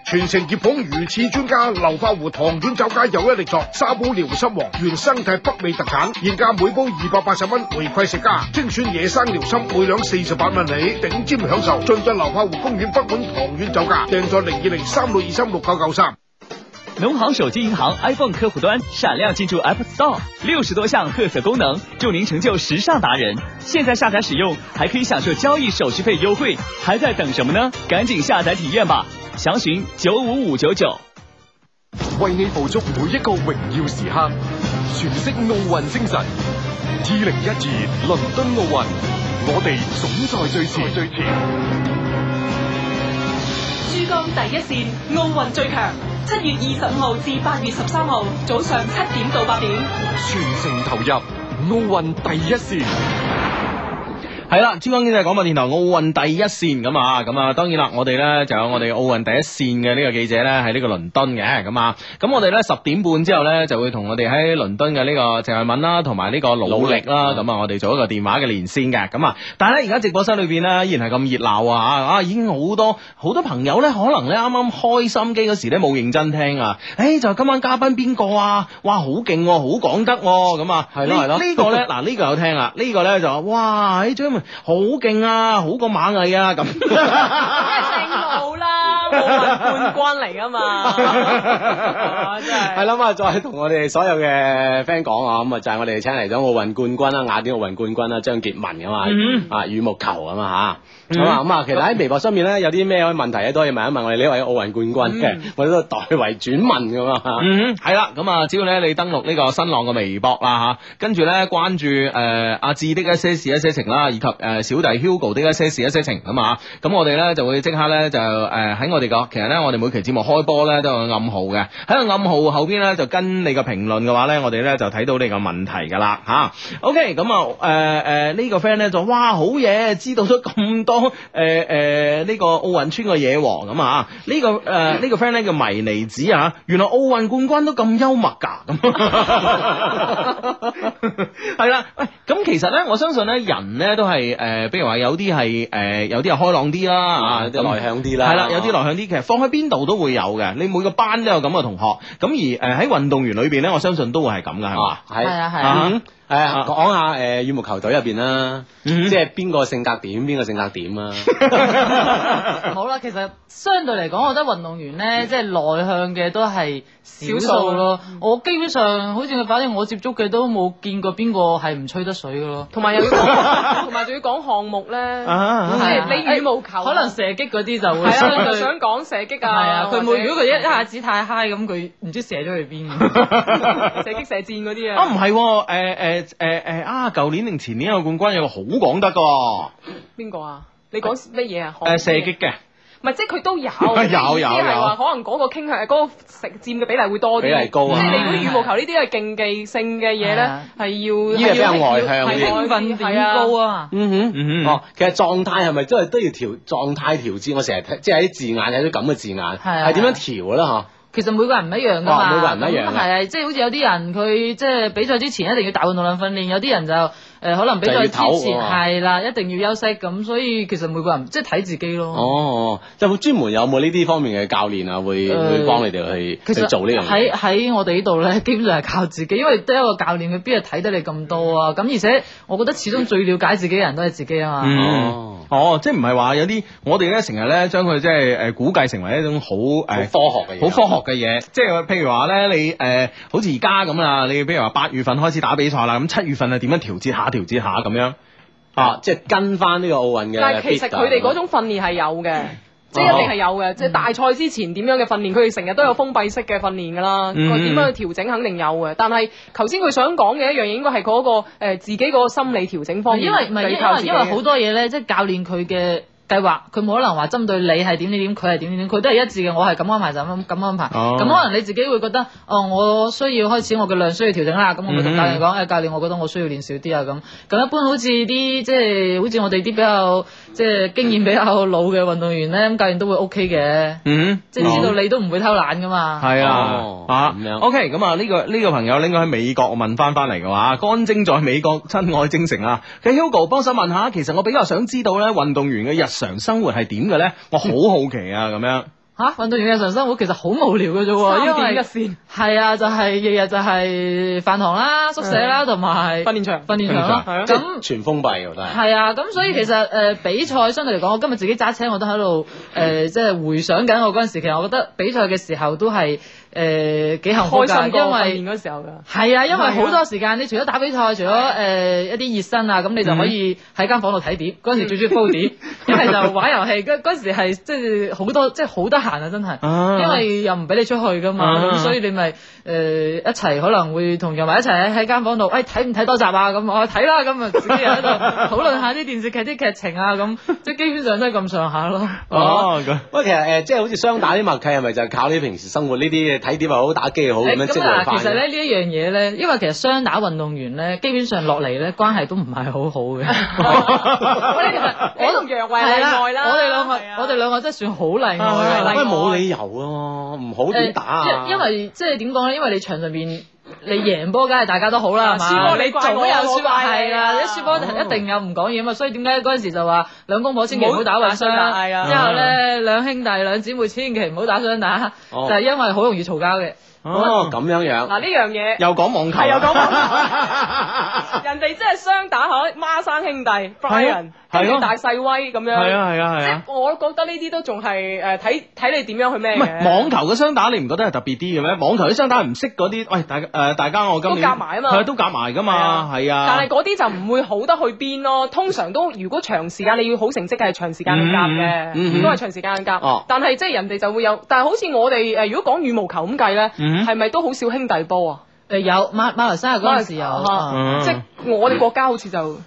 [SPEAKER 21] 全城熱捧魚翅專家流化湖唐苑酒家又一力作沙煲遼參王，原生態北美特產，現價每煲二百八十蚊，回饋食家。精選野生遼參每兩四十八蚊起，頂尖享受。進入流化湖公園北門唐苑酒家，訂在零二零三六二三六九九三。
[SPEAKER 22] 农行手机银行 iPhone 客户端闪亮进驻 App Store，六十多项特色功能，助您成就时尚达人。现在下载使用，还可以享受交易手续费优惠，还在等什么呢？赶紧下载体验吧！详询九五五九九。
[SPEAKER 1] 为你捕捉每一个荣耀时刻，诠释奥运精神。二零一二伦敦奥运，我哋总在最前。最前
[SPEAKER 2] 珠江第一線奧運最強，七月二十五號至八月十三號早上七點到八點。
[SPEAKER 1] 全程投入奧運第一線。
[SPEAKER 5] 系啦，珠江經濟廣播電台奧運第一線咁啊，咁啊，當然啦，我哋咧就有我哋奧運第一線嘅呢個記者咧喺呢個倫敦嘅，咁啊，咁我哋咧十點半之後咧就會同我哋喺倫敦嘅呢個鄭慧敏啦，同埋呢個努力啦，咁啊，我哋做一個電話嘅連線嘅，咁啊，但係咧而家直播室裏邊咧依然係咁熱鬧啊，啊，已經好多好多朋友咧，可能咧啱啱開心機嗰時咧冇認真聽啊，誒、就今晚嘉賓邊個啊？哇，好勁喎，好講得喎，咁啊，係
[SPEAKER 6] 咯係咯
[SPEAKER 5] 呢個咧嗱呢個有啊聽啦，呢個咧就話哇，誒張文好勁啊，好過馬藝啊咁。
[SPEAKER 11] 好
[SPEAKER 12] [laughs]
[SPEAKER 11] 啦，奧運冠軍嚟噶嘛，真係。
[SPEAKER 6] 係啦，咁啊，再同我哋所有嘅 friend 講啊，咁啊就係我哋請嚟咗奧運冠軍啦，雅典奧運冠軍啦，張傑文啊
[SPEAKER 5] 嗯
[SPEAKER 6] 嘛，啊羽毛球咁啊嚇，
[SPEAKER 5] 嗯
[SPEAKER 6] 咁啊咁啊，其實喺微博 [laughs] 上面咧有啲咩問題咧都可以問一問我哋呢位奧運冠軍嘅
[SPEAKER 5] 嗯，
[SPEAKER 6] 我哋都代為轉問啊噶嘛。
[SPEAKER 5] 嗯，系啦，咁啊，只要咧你登錄呢個新浪嘅微博啦吓，跟住咧關注诶阿志的一些事一些情啦，以及诶小弟 Hugo 的一些事一些情咁啊，咁我哋咧就會即刻咧就诶喺我哋個，其實咧我哋每期節目開波咧都有個暗號嘅，喺個暗號後邊咧就跟你嘅評論嘅話咧，我哋咧就睇到你個問題噶啦吓。OK，咁啊诶诶呢個 friend 咧就哇好嘢，知道咗咁多诶诶呢個奧運村嘅嘢喎，咁啊呢個诶呢個 friend 咧叫迷尼子啊，原來奧運冠軍都咁幽默㗎咁。 [laughs] 係啦，喂，咁其實咧，我相信咧，人咧都係誒、呃比如話有啲係誒，有啲係開朗啲啦，啊，
[SPEAKER 6] 有啲
[SPEAKER 5] 咁
[SPEAKER 6] 內向啲啦
[SPEAKER 5] 係啦，有啲內向啲，其實放喺邊度都會有嘅，你每個班都有咁嘅同學，咁而呃誒喺、運動員裏邊咧，我相信都會係咁嘅，係嘛？
[SPEAKER 6] 係
[SPEAKER 5] 係啊係啊
[SPEAKER 6] 啊。係啊，嗯講下誒羽毛球隊入邊啦，即係邊個性格點，邊個性格點 [laughs] 啊？
[SPEAKER 12] [laughs] 好啦，其實相對嚟講，我覺得運動員咧，即係內向嘅都係嗯少數咯。嗯我基本上好似反正我接觸嘅都冇見過邊個係唔吹得水嘅咯。
[SPEAKER 11] 同埋又要講，同埋仲要講項目咧，
[SPEAKER 12] 啊
[SPEAKER 11] 即係你羽毛球，
[SPEAKER 12] 可能射擊嗰啲就
[SPEAKER 11] 係
[SPEAKER 12] 會
[SPEAKER 11] 啊，
[SPEAKER 12] 相
[SPEAKER 11] 我就
[SPEAKER 12] 對
[SPEAKER 11] 想講射擊
[SPEAKER 12] 係啊
[SPEAKER 11] 啊，，
[SPEAKER 12] 佢
[SPEAKER 11] 或
[SPEAKER 12] 冇
[SPEAKER 11] 者
[SPEAKER 12] 如果佢一一下子太 high 咁，佢唔知射咗去邊。 [laughs]
[SPEAKER 11] 射擊射箭嗰啲啊，
[SPEAKER 5] 啊，唔係喎，誒誒誒誒啊！舊年定前年有個冠軍有個好講得㗎喎，
[SPEAKER 11] 邊個啊？你講乜嘢啊？
[SPEAKER 5] 誒、射擊嘅。
[SPEAKER 11] 唔係，即係佢
[SPEAKER 6] [laughs]
[SPEAKER 11] 都有，
[SPEAKER 5] 有有
[SPEAKER 11] 意思係話
[SPEAKER 5] 有
[SPEAKER 11] 可能嗰個傾向，嗰個食佔嘅比例會多啲，
[SPEAKER 6] 比例高啊
[SPEAKER 11] 即係你如果羽毛球呢啲係競技性嘅嘢
[SPEAKER 6] 係
[SPEAKER 11] 咧
[SPEAKER 6] 啊，
[SPEAKER 11] 係要
[SPEAKER 6] 呢個比較
[SPEAKER 11] 係要
[SPEAKER 6] 外向
[SPEAKER 11] 係
[SPEAKER 6] 啲
[SPEAKER 11] 要
[SPEAKER 12] 興奮點高啊！
[SPEAKER 6] 嗯哼，嗯哼，哦，其實狀態係咪都係都要調狀態調節？我成日睇即係喺啲字眼睇到咁嘅字眼，
[SPEAKER 12] 啊
[SPEAKER 6] 係點樣調咧？嗬，
[SPEAKER 12] 其實每個人唔一樣㗎嘛，啊
[SPEAKER 6] 哦每個人唔一樣㗎
[SPEAKER 12] 咁係啊，即係好似有啲人佢即係比賽之前一定要大運動量訓練，有啲人就誒、誒可能比
[SPEAKER 6] 就
[SPEAKER 12] 較
[SPEAKER 6] 要
[SPEAKER 12] 之
[SPEAKER 6] 唞哦
[SPEAKER 12] 前
[SPEAKER 6] 喎
[SPEAKER 12] 係啦，一定要休息咁，所以其實每個人即係睇自己咯。
[SPEAKER 6] 哦，就會專門有冇呢啲方面嘅教練啊，會
[SPEAKER 12] 誒
[SPEAKER 6] 會幫你哋去
[SPEAKER 12] 呃其
[SPEAKER 6] 去
[SPEAKER 12] 實
[SPEAKER 6] 做呢樣嘢？啊
[SPEAKER 12] 喺喺我哋呢度咧，基本上係靠自己，因為得一個教練，佢邊度睇得你咁多啊？咁而且我覺得始終最了解自己嘅人都係自己啊嘛。
[SPEAKER 5] 嗯，哦，即係唔係話有啲我哋咧成日咧將佢即係誒估計成為一種好呃誒
[SPEAKER 6] 科學嘅嘢
[SPEAKER 5] 好科學嘅嘢。即係譬如話咧，你誒、呃好似而家咁啦，你譬如話八月份開始打比賽啦，咁七月份啊點樣調節下調節下咁樣
[SPEAKER 6] 啊，即係跟翻呢個奧運嘅
[SPEAKER 11] 但係其實
[SPEAKER 6] bid
[SPEAKER 11] 佢哋
[SPEAKER 6] 啊
[SPEAKER 11] 嗰種訓練係有嘅。即係一定係有嘅，即係大賽之前點樣嘅訓練，佢哋成日都有封閉式嘅訓練㗎啦。
[SPEAKER 5] 嗯
[SPEAKER 11] 佢點樣去調整肯定有嘅，但係頭先佢想講嘅一樣嘢，應該係嗰個呃自己嗰個心理調整方面，
[SPEAKER 12] 因為唔係
[SPEAKER 11] 就
[SPEAKER 12] 因
[SPEAKER 11] 要靠
[SPEAKER 12] 為
[SPEAKER 11] 自己
[SPEAKER 12] 因為好多嘢咧，即係教練佢嘅計劃，佢冇可能話針對你係點點點，佢係點點點，佢都係一致嘅。我係咁安排就咁咁安排。咁、
[SPEAKER 20] 哦
[SPEAKER 12] 可能你自己會覺得，哦，我需要開始我嘅量需要調整啦。咁我咪同
[SPEAKER 20] 嗯
[SPEAKER 12] 教練講，誒、教練，我覺得我需要練少啲啊咁。咁一般好似啲即係好似我哋啲比較即係經驗比較老嘅運動員咧，咁教練都會 OK 嘅，
[SPEAKER 5] 嗯，
[SPEAKER 12] 即係知道
[SPEAKER 5] 哦
[SPEAKER 12] 你都唔會偷懶噶嘛。
[SPEAKER 5] 係
[SPEAKER 6] 哦
[SPEAKER 5] 啊，啊，OK，咁啊呢個呢個朋友應該喺美國問翻翻嚟嘅話，乾蒸在美國親愛精城啊，佢 Hugo 幫手問下，其實我比較想知道咧運動員嘅日常生活係點嘅咧，我好好奇啊咁樣。
[SPEAKER 12] 吓、運動員嘅日常生活其實好無聊嘅啫喎，因
[SPEAKER 11] 三點
[SPEAKER 12] 為
[SPEAKER 11] 一線嗯
[SPEAKER 12] 係啊，就係、日日就係飯堂啦、宿舍啦，同埋
[SPEAKER 11] 訓練場、啊
[SPEAKER 12] 訓練場
[SPEAKER 6] [laughs]
[SPEAKER 12] 啦。
[SPEAKER 6] 即
[SPEAKER 12] 咁
[SPEAKER 6] 係全封閉嘅，都係。
[SPEAKER 12] 係啊，咁所以其實誒、呃比賽相對嚟講，我今日自己揸車我都喺度誒，即係回想緊我嗰陣時，其實我覺得比賽嘅時候都係誒幾幸福
[SPEAKER 11] 開心
[SPEAKER 12] 㗎，
[SPEAKER 11] 過
[SPEAKER 12] 因
[SPEAKER 11] 訓
[SPEAKER 12] 為
[SPEAKER 11] 練嗰時候㗎。
[SPEAKER 12] 係啊，因
[SPEAKER 11] 係
[SPEAKER 12] 為
[SPEAKER 11] 啊
[SPEAKER 12] 好多時間你除咗打比賽，除咗誒、呃一啲熱身啊，咁你
[SPEAKER 11] 嗯
[SPEAKER 12] 就可以喺間房度睇碟。嗰陣時最中意煲
[SPEAKER 5] [laughs]
[SPEAKER 12] 碟，一係就玩遊戲。嗰嗰陣時係即係好多，即係好得閒啊，真係。
[SPEAKER 20] 啊
[SPEAKER 12] 因為又唔俾你出去噶嘛，咁、
[SPEAKER 20] 啊
[SPEAKER 12] 所以你咪誒、呃一齊可能會同人埋一齊喺喺間房度，喂睇唔睇多集啊？咁我睇啦，咁啊自己又喺度
[SPEAKER 6] [laughs]
[SPEAKER 12] 討論下啲電視劇啲劇情啊，咁即係基本上都係咁上下咯。
[SPEAKER 6] 哦，喂，其實誒，即係好似雙打啲默契，係咪就係靠你平時生活呢啲睇碟又好，打機又好咁啊樣
[SPEAKER 12] 誒
[SPEAKER 6] 積
[SPEAKER 12] 咁
[SPEAKER 6] 累
[SPEAKER 12] 嗱，
[SPEAKER 6] 翻？
[SPEAKER 12] 其實咧呢一樣嘢咧，因為其實雙打運動員咧，基本上落嚟咧關係都唔係好好嘅。
[SPEAKER 11] 哎我同楊慧係例外啦，
[SPEAKER 12] 我哋兩個，我哋兩個真係算好例外
[SPEAKER 6] 啊
[SPEAKER 12] 啦。
[SPEAKER 6] 喂，冇理由啊，唔好點打啊
[SPEAKER 11] 呃
[SPEAKER 12] 誒因？因為呃即係點講咧？因為你場上邊你贏波，梗係大家都好啦，係嘛？
[SPEAKER 11] 啊輸波你怪我
[SPEAKER 12] 總有
[SPEAKER 11] 我
[SPEAKER 12] 輸波
[SPEAKER 11] 怪你
[SPEAKER 12] 係啦，
[SPEAKER 11] 啊
[SPEAKER 12] 一輸
[SPEAKER 6] 哦
[SPEAKER 12] 波一定有唔講嘢啊嘛。所以點解嗰陣時就話兩公婆千祈唔好打混雙
[SPEAKER 11] 唔好
[SPEAKER 12] 打，
[SPEAKER 11] 打係啊
[SPEAKER 12] 之後咧兩兄弟兩姊妹千祈唔好打雙打，
[SPEAKER 6] 哦
[SPEAKER 12] 就係因為好容易嘈交嘅。
[SPEAKER 6] 哦，咁樣樣。
[SPEAKER 11] 嗱呢樣嘢
[SPEAKER 5] 又講網球啊
[SPEAKER 11] 係又講網球人哋真係雙打下孖生兄弟，Brian 跟
[SPEAKER 5] 係
[SPEAKER 11] 住
[SPEAKER 5] 咯
[SPEAKER 11] 大細威咁樣，
[SPEAKER 5] 係啊係啊係啊
[SPEAKER 11] 即係我覺得呢啲都仲係誒睇睇你點樣去咩
[SPEAKER 5] 唔係
[SPEAKER 11] 嘅。
[SPEAKER 5] 網球嘅雙打，你唔覺得係特別啲嘅咩？網球啲雙打唔識嗰啲，喂大誒、呃大家我今年
[SPEAKER 11] 都夾埋啊嘛
[SPEAKER 5] 係都夾埋㗎嘛，係啊。
[SPEAKER 11] 但係嗰啲就唔會好得去邊咯，通常都如果長時間你要好成績係長時間去夾嘅，
[SPEAKER 5] 嗯嗯嗯
[SPEAKER 11] 都係長時間去夾。
[SPEAKER 5] 哦
[SPEAKER 11] 但係即係人哋就會有，但係好似我哋誒、呃如果講羽毛球咁計咧，
[SPEAKER 12] 嗯
[SPEAKER 11] 係咪、都好少兄弟波啊？
[SPEAKER 12] 誒有馬馬來西亞嗰陣時有，
[SPEAKER 11] 啊
[SPEAKER 6] 嗯
[SPEAKER 12] 啊
[SPEAKER 11] 即係我哋國家好似就。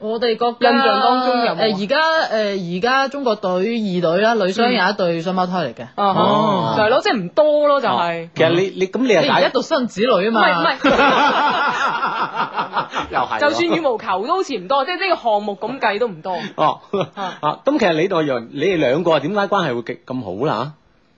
[SPEAKER 12] 我哋國
[SPEAKER 11] 印象當中有冇啊
[SPEAKER 12] 誒而家誒而家中國隊二隊啦，女雙有一隊雙胞胎嚟嘅。
[SPEAKER 11] 哦就係咯，即係唔多咯，就係。
[SPEAKER 6] 其實你你咁你
[SPEAKER 12] 你
[SPEAKER 6] 又
[SPEAKER 12] 而家
[SPEAKER 6] 解
[SPEAKER 12] 獨生子女啊嘛。
[SPEAKER 11] 唔係唔
[SPEAKER 6] [laughs] 啊又係
[SPEAKER 11] [laughs]
[SPEAKER 6] 喎。
[SPEAKER 11] 就算羽毛球都好似唔多，即係呢個項目咁計都唔多。
[SPEAKER 6] 哦，啊，咁其實你同楊，你哋兩個點解關係會極咁
[SPEAKER 11] [laughs]
[SPEAKER 6] 好啦？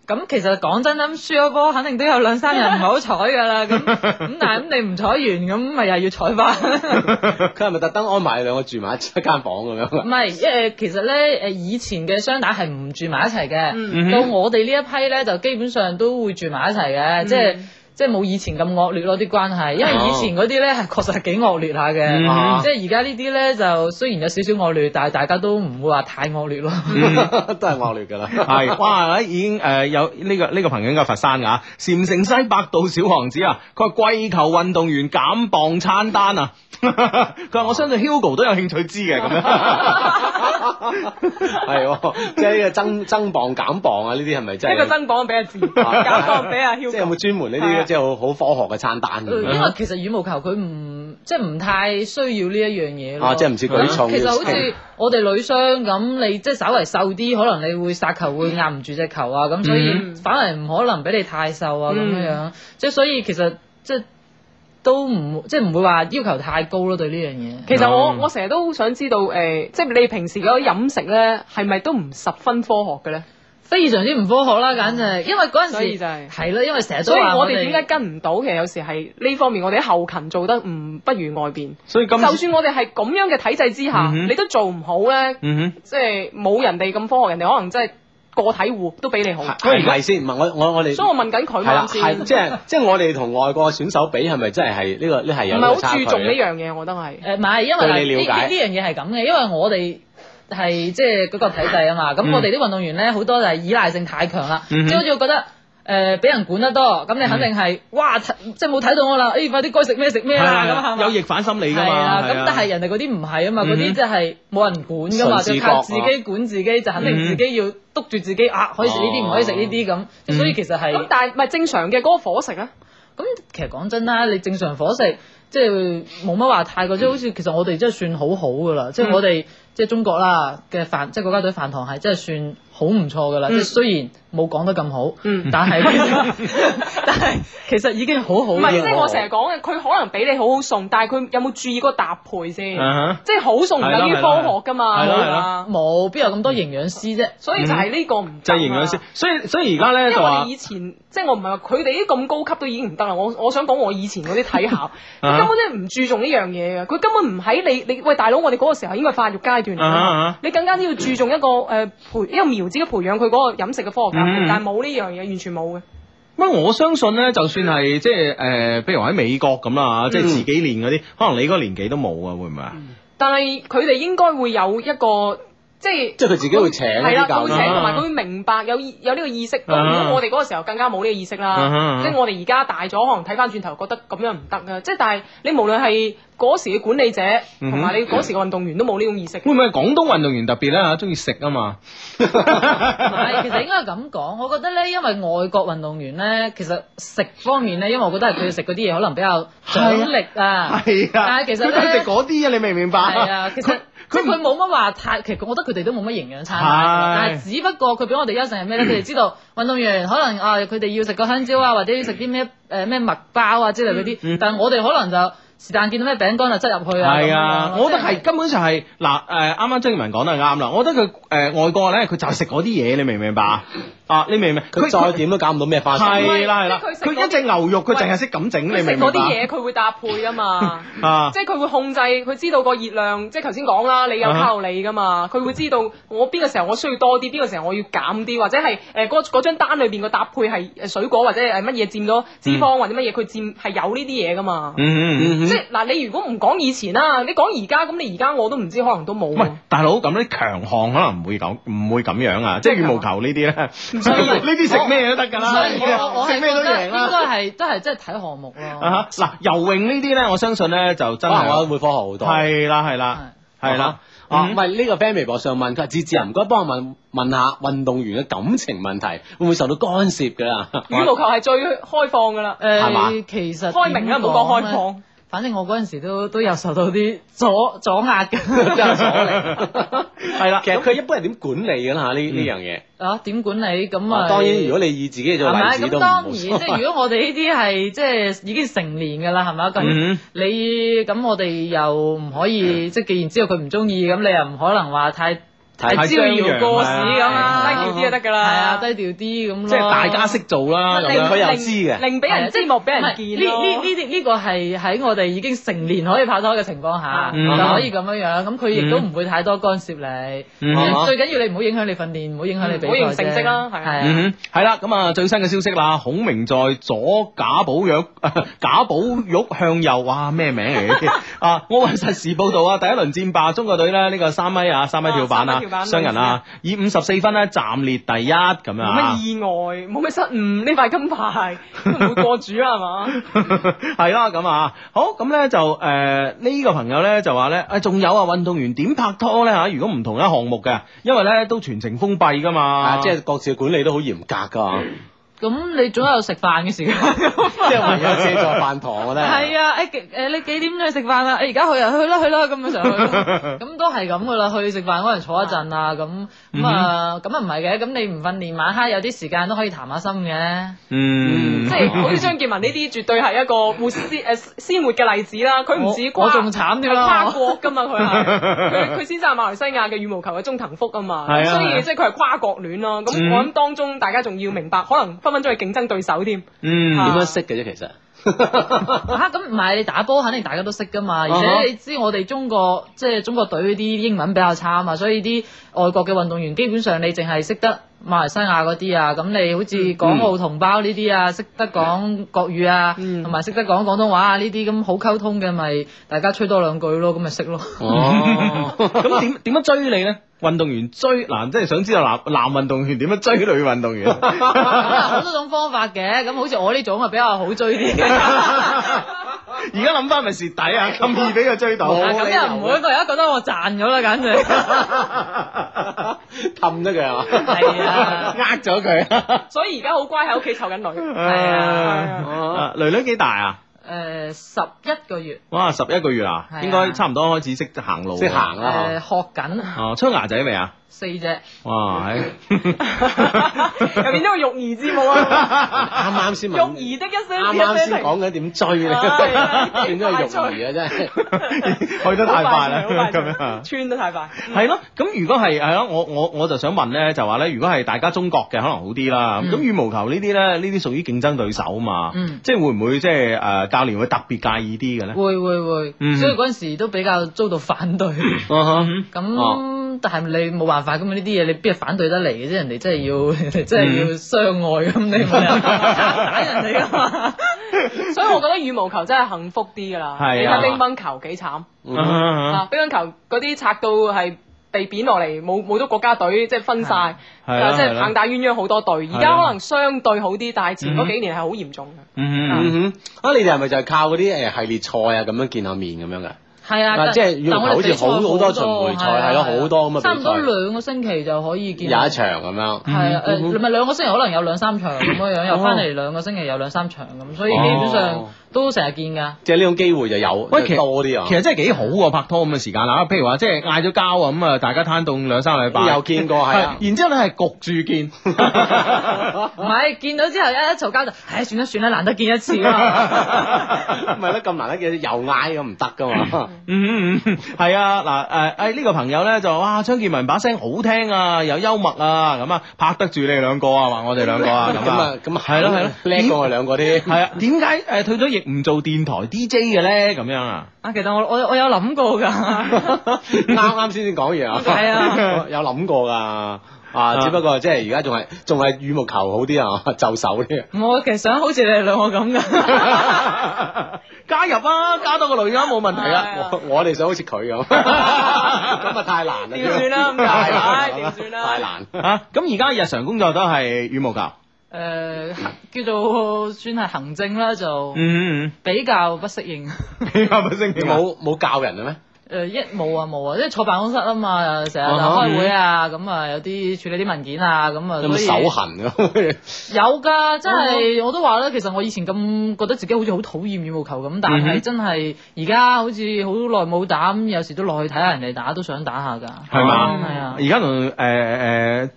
[SPEAKER 12] 咁其實講真啦，咁輸咗波肯定都有兩三日唔好彩㗎啦。
[SPEAKER 6] [laughs]
[SPEAKER 12] 咁咁但係咁你唔彩完，咁咪又要彩翻。
[SPEAKER 6] 佢係咪特登安排兩個住埋一間房咁樣
[SPEAKER 12] 唔
[SPEAKER 6] 啊？
[SPEAKER 12] 係，誒其實咧誒以前嘅雙打係唔住埋一齊嘅，
[SPEAKER 6] 嗯
[SPEAKER 12] 到我哋呢一批咧就基本上都會住埋一齊
[SPEAKER 6] 嗯
[SPEAKER 12] 嘅，即係。即係冇以前咁惡劣咯啲關係，因為以前嗰啲咧係 [laughs] 確實係幾惡劣下嘅，
[SPEAKER 6] 哦嗯
[SPEAKER 12] 即係而家呢啲咧就雖然有少少惡劣，但係大家都唔會話太惡劣咯。
[SPEAKER 6] 嗯都係惡劣㗎啦。
[SPEAKER 12] [laughs]
[SPEAKER 5] 係，
[SPEAKER 6] [laughs]
[SPEAKER 5] 哇！已經誒、呃有呢、個呢、個朋友應該係佛山㗎，啊禪城西百度小王子啊，佢話跪求運動員減磅餐單啊， [laughs] 佢話我相信 Hugo 都有興趣知嘅咁樣，
[SPEAKER 6] 係喎，即係呢個增增磅減磅啊！呢啲係咪真係
[SPEAKER 11] 一個增磅俾阿志，減磅俾阿 Hugo。嗯
[SPEAKER 6] 即係有冇專門呢
[SPEAKER 12] 係
[SPEAKER 6] 啲
[SPEAKER 12] 啊
[SPEAKER 6] 即係好好科學嘅餐單咁
[SPEAKER 12] 呃因為
[SPEAKER 6] 樣？
[SPEAKER 12] 其實羽毛球佢唔即係唔太需要呢一樣嘢咯。
[SPEAKER 6] 啊即係唔似舉重
[SPEAKER 12] 咁其實好
[SPEAKER 6] 要稱
[SPEAKER 12] 似我哋女雙咁，你即係稍為瘦啲，可能你會殺球會壓唔住隻球啊，咁所以
[SPEAKER 20] 嗯
[SPEAKER 12] 反而唔可能俾你太瘦啊咁樣樣
[SPEAKER 20] 嗯。
[SPEAKER 12] 即係所以其實即係都唔即係唔會話要求太高咯對呢樣嘢。
[SPEAKER 11] 其實
[SPEAKER 6] 嗯
[SPEAKER 11] 我我成日都好想知道誒、即係你平時嗰啲飲食咧，係咪都唔十分科學嘅咧？啊
[SPEAKER 12] 非常之唔科學啦，簡直。因為嗰陣
[SPEAKER 11] 所以
[SPEAKER 12] 時
[SPEAKER 11] 就係
[SPEAKER 12] 係啦，因為成日都
[SPEAKER 11] 所以
[SPEAKER 12] 話
[SPEAKER 11] 我
[SPEAKER 12] 我
[SPEAKER 11] 哋點解
[SPEAKER 12] 哋
[SPEAKER 11] 跟唔到？其實有時係呢方面，我哋喺後勤做得唔不如外邊。
[SPEAKER 5] 所以今
[SPEAKER 11] 就算我哋係咁樣嘅體制之下，
[SPEAKER 5] 嗯哼
[SPEAKER 11] 你都做唔好咧，
[SPEAKER 5] 嗯
[SPEAKER 11] 即係冇人哋咁科學，人哋可能真係個體户都比你好。
[SPEAKER 6] 係唔係先？唔係我我我哋
[SPEAKER 11] 所以我問緊佢
[SPEAKER 6] 係啦，
[SPEAKER 11] 啱先
[SPEAKER 6] 係即係即係我哋同外國選手比係咪真係係呢個呢係有
[SPEAKER 11] 唔
[SPEAKER 6] 呢
[SPEAKER 11] 係好
[SPEAKER 6] 個差距啊
[SPEAKER 11] 注重呢
[SPEAKER 6] 嘅？
[SPEAKER 11] 樣嘢，我覺得係。
[SPEAKER 12] 誒唔係，因為嗱
[SPEAKER 6] 對你
[SPEAKER 12] 呢
[SPEAKER 6] 了
[SPEAKER 12] 呢
[SPEAKER 6] 解
[SPEAKER 12] 呢樣嘢係咁嘅，因為我哋。係即係嗰個體制啊嘛，咁
[SPEAKER 6] 嗯
[SPEAKER 12] 我哋啲運動員咧好多就係依賴性太強啦，
[SPEAKER 13] 嗯哼
[SPEAKER 12] 即係好似我覺得誒俾人管得多，咁你肯定係哇睇即係冇睇到我啦，哎誒快啲該食咩食咩啦咁啊，係嘛
[SPEAKER 5] 有逆反心理㗎
[SPEAKER 12] 係
[SPEAKER 5] 嘛
[SPEAKER 12] 啊，，
[SPEAKER 5] 係
[SPEAKER 12] 咁
[SPEAKER 5] 啊
[SPEAKER 12] 但係人哋嗰啲唔係啊嘛，嗰
[SPEAKER 5] 嗯哼
[SPEAKER 12] 啲即係冇人管噶嘛，就
[SPEAKER 5] 純自
[SPEAKER 12] 靠
[SPEAKER 5] 覺
[SPEAKER 12] 自己管自己，就肯定自己要督住 [laughs] 自己啊，可以食呢啲，唔可以食呢啲咁，
[SPEAKER 6] 嗯
[SPEAKER 12] 即係所以其實係
[SPEAKER 11] 咁但係唔係正常嘅嗰個伙食咧？
[SPEAKER 12] 咁其實講真啦，你正常伙食即係冇乜話太過，即係好似其實我哋真係算好好噶啦，即係我哋即係中國啦嘅飯，即係國家隊飯堂係真係算好唔錯噶啦，即係雖然冇講得咁好，但係但係其實已經好好
[SPEAKER 11] 唔
[SPEAKER 12] 㗎啦。
[SPEAKER 11] 係，即係我成日講嘅，佢可能俾你好好送，但係佢有冇注意嗰個搭配先
[SPEAKER 12] 嗯哼？
[SPEAKER 11] 即係好送唔等於科學噶嘛，係嘛？
[SPEAKER 12] 冇邊有咁多營養師啫，
[SPEAKER 11] 所以就係呢個唔
[SPEAKER 5] 就係營養師，所以所以而家
[SPEAKER 11] 因
[SPEAKER 5] 咧
[SPEAKER 11] 為
[SPEAKER 5] 就
[SPEAKER 11] 我
[SPEAKER 5] 話
[SPEAKER 11] 哋以前即係我唔係話佢哋啲咁高級都已經唔得啦，我我想講我以前嗰啲
[SPEAKER 5] [laughs]
[SPEAKER 11] 體
[SPEAKER 5] 啊
[SPEAKER 11] 校，佢根本真係唔注重呢樣嘢嘅，佢根本唔喺你你喂大佬，我哋嗰個時候應該係發育階段嚟㗎
[SPEAKER 5] 啊啊
[SPEAKER 11] 嘛
[SPEAKER 5] 啊，
[SPEAKER 11] 你更加都要注重一個誒培一個苗子嘅培養佢嗰個飲食嘅科學教
[SPEAKER 5] 嗯
[SPEAKER 11] 育，但係冇呢樣嘢，完全冇嘅。
[SPEAKER 5] 乜我相信咧，就算係即係誒，呃譬如話喺美國咁啦，
[SPEAKER 11] 嗯
[SPEAKER 5] 即係自己練嗰啲，可能你嗰個年紀都冇啊，會唔會啊？
[SPEAKER 11] 但係佢哋應該會有一個即係
[SPEAKER 5] 即係佢自己會請
[SPEAKER 11] 係啦，
[SPEAKER 5] 啲教
[SPEAKER 11] 佢會
[SPEAKER 5] 練啊
[SPEAKER 11] 請同埋佢會明白有意有呢個意識。咁如果我哋嗰個時候更加冇呢個意識
[SPEAKER 5] 啊哈啊
[SPEAKER 11] 啦
[SPEAKER 5] 哈，
[SPEAKER 11] 即係我哋而家大咗，可能睇翻轉頭覺得咁樣唔得啊！即係但係你無論係嗰時嘅管理者
[SPEAKER 5] 嗯哼
[SPEAKER 11] 同埋你嗰時嘅運動員都冇呢種意識。
[SPEAKER 5] 會唔會係廣東運動員特別咧嚇，中意食啊嘛？
[SPEAKER 12] 唔係，其實應該係咁講。我覺得咧，因為外國運動員咧，其實食方面咧，因為我覺得係佢哋食嗰啲嘢可能比較獎力啊。
[SPEAKER 5] 係啊
[SPEAKER 12] 但係其實
[SPEAKER 5] 佢都係食
[SPEAKER 12] 咧，
[SPEAKER 5] 嗰啲啊，你明唔明白？
[SPEAKER 12] 係啊，其實即係佢冇乜話太，其實我覺得佢哋都冇乜營養餐啊。
[SPEAKER 5] 係
[SPEAKER 12] 但係只不過佢俾我哋優勝係咩
[SPEAKER 5] [clears throat]
[SPEAKER 12] 咧？佢哋知道運動員可能啊，佢哋要食個香蕉啊，或者要食啲咩誒咩麥包啊之類嗰啲。但係我哋可能就是但見到咩餅乾就擠入去啊。
[SPEAKER 5] 嗯係
[SPEAKER 12] 咁樣
[SPEAKER 5] 啊，
[SPEAKER 12] 咯
[SPEAKER 5] 我覺得係根本上係嗱誒，啱啱張建文講得啱啦。我覺得佢誒、外國咧，佢就係食嗰啲嘢，你明唔明白
[SPEAKER 11] 嗯
[SPEAKER 5] 啊？你明唔明？佢
[SPEAKER 6] 再點都搞唔到咩花式
[SPEAKER 5] 係啦係啦
[SPEAKER 11] 即係佢，食嗰啲
[SPEAKER 5] 佢一隻牛肉佢淨係識咁整，你
[SPEAKER 11] 佢
[SPEAKER 5] 明唔
[SPEAKER 11] 食
[SPEAKER 5] 明
[SPEAKER 11] 嗰啲嘢，
[SPEAKER 5] 白？，
[SPEAKER 11] 佢會搭配噶嘛
[SPEAKER 5] [laughs] 啊
[SPEAKER 11] 即係佢會控制，佢知道個熱量，即係頭先講啦，你有卡路里噶嘛，佢會知道我邊個時候我需要多啲，邊個時候我要減啲，或者係誒嗰嗰張單裏邊個搭配係誒水果或者係乜嘢佔咗脂
[SPEAKER 5] 嗯
[SPEAKER 11] 肪或者乜嘢，佢佔係有呢啲嘢噶嘛。
[SPEAKER 5] 嗯嗯嗯嗯
[SPEAKER 11] 即係嗱，你如果唔講以前啦，你講而家咁，你而家我都唔知，可能都冇喎。
[SPEAKER 5] 大佬咁啲強項可能唔會咁唔會咁樣啊，即係羽毛球呢啲咧，呢啲食咩都得㗎啦，
[SPEAKER 12] 所以我我我
[SPEAKER 5] 食
[SPEAKER 12] 係
[SPEAKER 5] 咩都
[SPEAKER 12] 覺得
[SPEAKER 5] 贏
[SPEAKER 12] 應
[SPEAKER 5] 啦。
[SPEAKER 12] 該係都係真係睇項目咯。
[SPEAKER 5] [laughs] 啊哈嗱，游泳呢啲咧，我相信咧就真
[SPEAKER 6] 可能我
[SPEAKER 5] 係
[SPEAKER 6] 會科學好多
[SPEAKER 5] 係啦係啦係啦。嗯
[SPEAKER 6] 啊，喂！呢個 friend 微博上問佢話：志志啊，唔該幫我問問下運動員嘅感情問題，會唔會受到干涉㗎啦？
[SPEAKER 11] 羽毛
[SPEAKER 6] [laughs]
[SPEAKER 11] 球係最開放噶啦，
[SPEAKER 6] 係嘛
[SPEAKER 12] 誒，其實
[SPEAKER 11] 開明啦，啊唔好講開放。。
[SPEAKER 12] 反正我嗰陣時都都有受到啲阻阻
[SPEAKER 6] [laughs]
[SPEAKER 12] 壓嘅，
[SPEAKER 6] 係啦，其實佢一般係點管理㗎啦嚇？呢
[SPEAKER 5] 嗯
[SPEAKER 6] 呢樣嘢。
[SPEAKER 12] 啊點管理咁啊？
[SPEAKER 6] 啊當然，如果你以自己做
[SPEAKER 12] 係
[SPEAKER 6] 例
[SPEAKER 12] 咪？
[SPEAKER 6] 子都
[SPEAKER 12] 咁
[SPEAKER 6] 唔
[SPEAKER 12] 當
[SPEAKER 6] 好
[SPEAKER 12] 然，
[SPEAKER 6] 錯
[SPEAKER 12] 即係如果我哋呢啲係即係已經成年㗎啦，係咪？咁
[SPEAKER 6] 嗯
[SPEAKER 12] 你咁我哋又唔可以，即係既然知道佢唔中意，咁你又唔可能話太
[SPEAKER 5] 太
[SPEAKER 12] 太招搖過市咁
[SPEAKER 5] 太
[SPEAKER 12] 啊，
[SPEAKER 5] 張揚啊低調啲就得
[SPEAKER 11] 㗎啦
[SPEAKER 12] 係啊，低調啲咁咯。
[SPEAKER 5] 即係大家識做啦，咁
[SPEAKER 12] 令
[SPEAKER 5] 樣
[SPEAKER 12] 令
[SPEAKER 5] 啊
[SPEAKER 11] 令俾人知目，俾人
[SPEAKER 12] 唔係
[SPEAKER 11] 見
[SPEAKER 12] 呢
[SPEAKER 11] 咯
[SPEAKER 12] 呢呢啲呢個係喺我哋已經成年可以拍拖嘅情況下，
[SPEAKER 5] 嗯
[SPEAKER 12] 就可以咁樣樣。咁佢亦都唔會太多干涉你。
[SPEAKER 5] 嗯
[SPEAKER 12] 最緊要你唔好影響你訓練，唔好影響你比賽
[SPEAKER 11] 嗯唔
[SPEAKER 12] 啫。
[SPEAKER 11] 好影成績啦係啊
[SPEAKER 12] 係啊。
[SPEAKER 5] 嗯哼，係啦，咁啊最新嘅消息啦，孔明在左賈寶 [laughs] 玉，賈寶玉向右，哇咩名嚟 [laughs] 嘅？啊，奧運實時報道啊，第一輪戰罷，中國隊咧呢個三米啊，三米跳板
[SPEAKER 11] 啊三
[SPEAKER 5] 啊
[SPEAKER 11] 米跳，板
[SPEAKER 5] 雙人啊，以五十四分咧暫列第一咁
[SPEAKER 11] 冇乜
[SPEAKER 5] 啊。
[SPEAKER 11] 意外，冇乜失誤，呢塊金牌都唔會過主啊，係
[SPEAKER 12] [laughs]
[SPEAKER 11] 嘛？
[SPEAKER 5] [laughs] 係啦，咁啊，好咁咧就誒呢、個朋友咧就話咧，誒仲有啊，運動員點拍拖咧嚇？如果唔同一項目嘅，因為咧都全程封閉噶嘛， [laughs]
[SPEAKER 6] 啊即係各自嘅管理都好嚴格㗎。
[SPEAKER 12] 咁你總有食飯嘅時間。
[SPEAKER 6] [laughs] [laughs] 即係唯有借助飯堂，我覺得
[SPEAKER 12] 係啊，誒幾誒你幾點去食飯啊？誒而家去啊，去啦去啦，咁樣
[SPEAKER 6] [laughs]
[SPEAKER 12] 上去，咁都係咁噶啦。去食飯可能坐一陣啊，咁
[SPEAKER 6] 嗯
[SPEAKER 12] 咁啊，咁啊唔係嘅，咁你唔訓練晚黑有啲時間都可以談下心嘅。
[SPEAKER 5] 嗯，
[SPEAKER 11] 即
[SPEAKER 23] [laughs]
[SPEAKER 6] [laughs]
[SPEAKER 11] 係好似張建文呢啲，絕對係一個活
[SPEAKER 12] [laughs]
[SPEAKER 11] 鮮誒鮮活嘅例子啦。佢唔止
[SPEAKER 12] 我
[SPEAKER 11] 跨
[SPEAKER 12] 我仲慘啲啦
[SPEAKER 11] 係跨國㗎嘛，佢
[SPEAKER 12] [laughs]
[SPEAKER 11] 係佢佢先生係馬來西亞嘅羽毛球嘅中藤福啊嘛，
[SPEAKER 12] 係啊
[SPEAKER 11] 所
[SPEAKER 12] 係啊
[SPEAKER 11] 以即係佢係跨國戀咯。咁
[SPEAKER 6] 嗯
[SPEAKER 11] 我諗當中大家仲要明白，可能分分鐘係競爭對手
[SPEAKER 12] [laughs]
[SPEAKER 11] 添。
[SPEAKER 6] 嗯點樣
[SPEAKER 11] 啊
[SPEAKER 6] 識嘅啫？其實
[SPEAKER 12] 嚇啊咁唔係你打波肯定大家都識噶嘛，而
[SPEAKER 6] 啊哈
[SPEAKER 12] 且你知我哋中國即係中國隊啲英文比較差啊嘛，所以啲外國嘅運動員基本上你淨係識得馬來西亞嗰啲啊，咁你好似港澳同胞呢啲啊，識得講國語啊，同埋識得講廣東話啊呢啲咁好溝通嘅，咪大家吹多兩句咯，咁咪識咯。
[SPEAKER 5] 哦，咁點點樣追你咧？運動員追嗱，即係想知道男男運動員點樣追女運
[SPEAKER 6] [laughs]
[SPEAKER 5] 動員？
[SPEAKER 12] 咁有 [laughs] 好多種方法嘅，咁好似我呢種啊比較好追啲嘅。啊
[SPEAKER 5] 而家諗翻咪蝕底
[SPEAKER 6] [laughs]
[SPEAKER 5] 啊！咁易俾佢追到，
[SPEAKER 12] 啊咁又唔會，佢而家覺得我賺咗啦，簡直。
[SPEAKER 6] 氹咗佢係嘛？
[SPEAKER 12] 係
[SPEAKER 5] 啊，呃咗
[SPEAKER 6] [laughs]
[SPEAKER 5] 佢。
[SPEAKER 11] 所以而家好乖喺屋企湊緊女。
[SPEAKER 6] 呃
[SPEAKER 5] 係
[SPEAKER 6] 哦
[SPEAKER 5] 啊，女女幾大啊？
[SPEAKER 11] 呃
[SPEAKER 12] 誒十一個月，
[SPEAKER 5] 哇，十一個月啊
[SPEAKER 12] 係，啊
[SPEAKER 5] 應該差唔多開始識行路，啊
[SPEAKER 6] 識行
[SPEAKER 12] 誒、學緊
[SPEAKER 5] 哦，出牙仔未啊？
[SPEAKER 12] 四隻，
[SPEAKER 5] 哇，係
[SPEAKER 11] 又變咗個育兒節目啊！
[SPEAKER 6] 啱啱先
[SPEAKER 11] 育
[SPEAKER 6] 問，
[SPEAKER 11] 兒的一聲，
[SPEAKER 6] 啱啱先講緊點追咧， [laughs]
[SPEAKER 11] 係啊
[SPEAKER 6] 變咗個育兒啊，真係。
[SPEAKER 11] [laughs]
[SPEAKER 5] 去得太快啦
[SPEAKER 11] 好快，脆
[SPEAKER 5] 咁樣啊。
[SPEAKER 11] 穿得太快。嗯
[SPEAKER 5] 係咯，咁如果係係咯，我我我就想問咧，就話咧，如果係大家中國嘅可能好啲啦。咁羽毛球呢啲咧，呢啲屬於競爭對手啊嘛，
[SPEAKER 12] 嗯
[SPEAKER 5] 即係會唔會即係誒教練會特別介意啲嘅
[SPEAKER 6] [laughs]
[SPEAKER 5] 咧？
[SPEAKER 12] 會會會，
[SPEAKER 5] 嗯
[SPEAKER 12] 所以嗰陣時都比較遭到反對。咁、
[SPEAKER 5] 啊哦
[SPEAKER 6] 哦
[SPEAKER 12] 但係你冇辦法咁嘛呢啲嘢你邊係反對得嚟嘅啫？人哋真係要，人
[SPEAKER 6] 嗯
[SPEAKER 12] 哋 [laughs] 真係要相愛咁，你冇理由
[SPEAKER 6] [laughs]
[SPEAKER 12] 打人哋噶嘛。
[SPEAKER 11] [laughs] 所以我覺得羽毛球真係幸福啲㗎啦。
[SPEAKER 12] 係啊
[SPEAKER 11] 你睇乒乓球幾慘
[SPEAKER 12] 嗯
[SPEAKER 11] 啊！乒乓球嗰啲拆到係被貶落嚟，冇冇咗國家隊，即係分晒，啊即
[SPEAKER 5] 係啊
[SPEAKER 11] 係
[SPEAKER 5] 係啊
[SPEAKER 11] 棒打鴛鴦好多隊。而家可能相對好啲，但係前
[SPEAKER 6] 嗯
[SPEAKER 11] 嗰幾年係好嚴重嘅。
[SPEAKER 6] 嗯哼，啊，你哋係咪就係靠嗰啲誒系列賽啊咁樣見下面咁樣㗎？
[SPEAKER 12] 係
[SPEAKER 6] 啊
[SPEAKER 12] 啊，
[SPEAKER 6] 即係羽毛球好似好好多巡迴賽係咯好多咁嘅
[SPEAKER 12] 嘅，差唔多
[SPEAKER 6] 比賽
[SPEAKER 12] 兩個星期就可以
[SPEAKER 6] 有
[SPEAKER 12] 見
[SPEAKER 6] 一
[SPEAKER 12] 到。
[SPEAKER 6] 場咁樣。
[SPEAKER 12] 係啊，
[SPEAKER 6] 嗯
[SPEAKER 12] 誒咪兩個星期可能有兩三場咁樣樣，又翻
[SPEAKER 6] 哦
[SPEAKER 12] 嚟兩個星期有兩三場咁，所以基本上
[SPEAKER 6] 哦
[SPEAKER 12] 都成日見㗎。
[SPEAKER 6] 即係呢種機會就有，
[SPEAKER 5] 喂，
[SPEAKER 6] 即
[SPEAKER 5] 其
[SPEAKER 6] 係多啲啊。
[SPEAKER 5] 其實真係幾好喎，拍拖咁嘅時間啦。譬如話，即係嗌咗交啊，咁啊，大家攤凍兩三個禮拜，
[SPEAKER 6] 又見過係啊
[SPEAKER 5] 然之後咧 [laughs] 係焗
[SPEAKER 6] [laughs]
[SPEAKER 5] 住見，
[SPEAKER 12] 唔係，見到之後一一嘈交就，唉，算啦算啦，難得見一次啊。
[SPEAKER 6] [laughs] 唔係咧咁難得嘅，又嗌咁唔得㗎嘛。
[SPEAKER 5] 嗯嗯嗯，係啊，嗱誒誒呢個朋友咧就哇張建文把聲好聽啊，又幽默啊，咁啊拍得住你哋兩個啊，話我哋兩個啊，咁啊
[SPEAKER 6] 咁啊
[SPEAKER 5] 係咯係咯，
[SPEAKER 6] 叻過我哋兩個啲。
[SPEAKER 5] 係啊，點解誒退咗役唔做電台 DJ 嘅咧？咁樣啊？
[SPEAKER 12] 啊，其實我我我有諗過㗎，
[SPEAKER 6] 啱啱先先講完啊，
[SPEAKER 12] 係啊，
[SPEAKER 6] [laughs] 有諗過㗎。啊，只不過即係而家仲係仲係羽毛球好啲啊，就手啲。
[SPEAKER 12] 我其實想好似你哋兩個咁㗎。
[SPEAKER 5] [laughs] 加入啊，加多個女啊，冇問題啊。
[SPEAKER 6] 我我哋想好似佢咁，咁啊太難啦。
[SPEAKER 11] 調轉啦，咁
[SPEAKER 6] 太難
[SPEAKER 11] 解，調轉啦。
[SPEAKER 6] 太難。
[SPEAKER 5] 啊，咁而家日常工作都係羽毛球。
[SPEAKER 12] 誒、叫做算係行政啦，就
[SPEAKER 6] [laughs]
[SPEAKER 5] 嗯嗯
[SPEAKER 12] 比較不適應。誒、 [laughs]
[SPEAKER 5] 你係咪星期
[SPEAKER 6] 冇冇教人嘅咩？
[SPEAKER 12] 一冇啊冇啊，因為坐辦公室啊嘛，又成日就開會啊，咁啊有啲處理啲文件啊，咁啊
[SPEAKER 6] 有冇
[SPEAKER 12] 所以
[SPEAKER 6] 手痕 [laughs] 咁？
[SPEAKER 12] 有㗎，真係我都話啦，其實我以前咁覺得自己好似好討厭羽毛球咁，但
[SPEAKER 5] 嗯
[SPEAKER 12] 係
[SPEAKER 5] 哼
[SPEAKER 12] 真係而家好似好耐冇打，咁有時都落去睇下人哋打，都想打下㗎。
[SPEAKER 5] 係嘛？
[SPEAKER 12] 係啊
[SPEAKER 5] 而家同誒誒，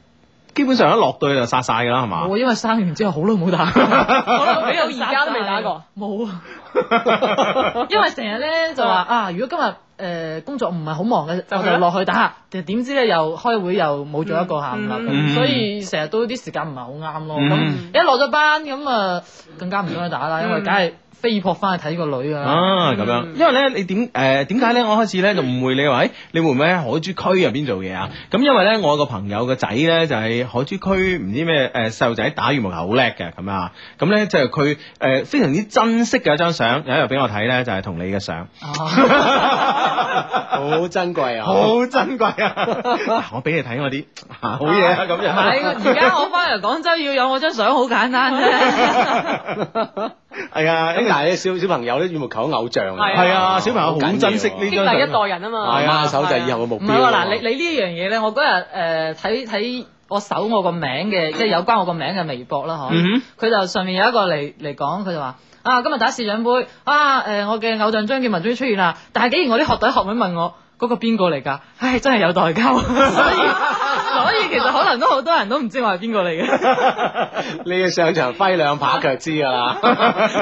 [SPEAKER 5] 基本上一落隊就殺晒㗎啦，係嘛？
[SPEAKER 12] 我因為生完之後好耐冇打， [laughs] 我
[SPEAKER 11] 你到而家都未打過，
[SPEAKER 12] 冇啊！
[SPEAKER 11] 啊 [laughs]
[SPEAKER 12] 因為成日咧就話啊，如果今日誒工作唔係好忙嘅，
[SPEAKER 11] 去啦
[SPEAKER 12] 我就落去打下。但點知咧又開會又冇咗一個下午啦，
[SPEAKER 11] 嗯
[SPEAKER 12] 咁所以成日都啲時間唔係好啱咯。
[SPEAKER 5] 嗯
[SPEAKER 12] 咁一落咗班咁啊，更加唔想去打啦，因為
[SPEAKER 5] 嗯
[SPEAKER 12] 梗係飛撲翻去睇個女啊。
[SPEAKER 5] 啊，咁樣，因為咧，你點誒點解咧？我開始咧就誤會你話，誒你會唔會喺海珠區入邊做嘢啊？咁因為咧，我有個朋友個仔咧就係海珠區唔知咩誒細路仔打羽毛球好叻嘅咁啊，咁咧就係佢誒非常之珍惜嘅一張相，有一日俾我睇咧就係同你嘅相，
[SPEAKER 6] 好珍貴啊！
[SPEAKER 5] [laughs] 好 [laughs] 珍貴啊！我俾你睇我啲啊好嘢啊咁
[SPEAKER 12] 唔係，
[SPEAKER 5] 樣，
[SPEAKER 12] 而家我翻嚟廣州要有我張相好簡單啫。
[SPEAKER 5] 係啊，
[SPEAKER 6] 咁但係小小朋友咧，羽毛球偶像
[SPEAKER 11] 係啊係啊
[SPEAKER 5] 小朋友好珍惜呢
[SPEAKER 11] 激
[SPEAKER 5] 張
[SPEAKER 11] 勵
[SPEAKER 5] 相
[SPEAKER 11] 一代人啊嘛，
[SPEAKER 6] 係啊，手就係以後嘅目
[SPEAKER 12] 唔
[SPEAKER 6] 標。
[SPEAKER 12] 係喎，嗱，你你呢一樣嘢咧，我嗰日誒呃睇睇我搜我個名嘅，即係有關我個名嘅微博啦，嗬、
[SPEAKER 5] 嗯
[SPEAKER 12] 佢就上面有一個嚟嚟講，佢就話。啊！今日打市長杯啊！誒、我嘅偶像張建文終於出現啦，但係竟然我啲學弟學妹問我嗰、個邊個嚟
[SPEAKER 5] [laughs]
[SPEAKER 12] 㗎？唉，真係有代溝，所以
[SPEAKER 11] 啊
[SPEAKER 12] 所以其實可能都好多人都唔知我係邊個嚟嘅。
[SPEAKER 5] [laughs]
[SPEAKER 6] 你要上場揮兩拍腳知㗎啦，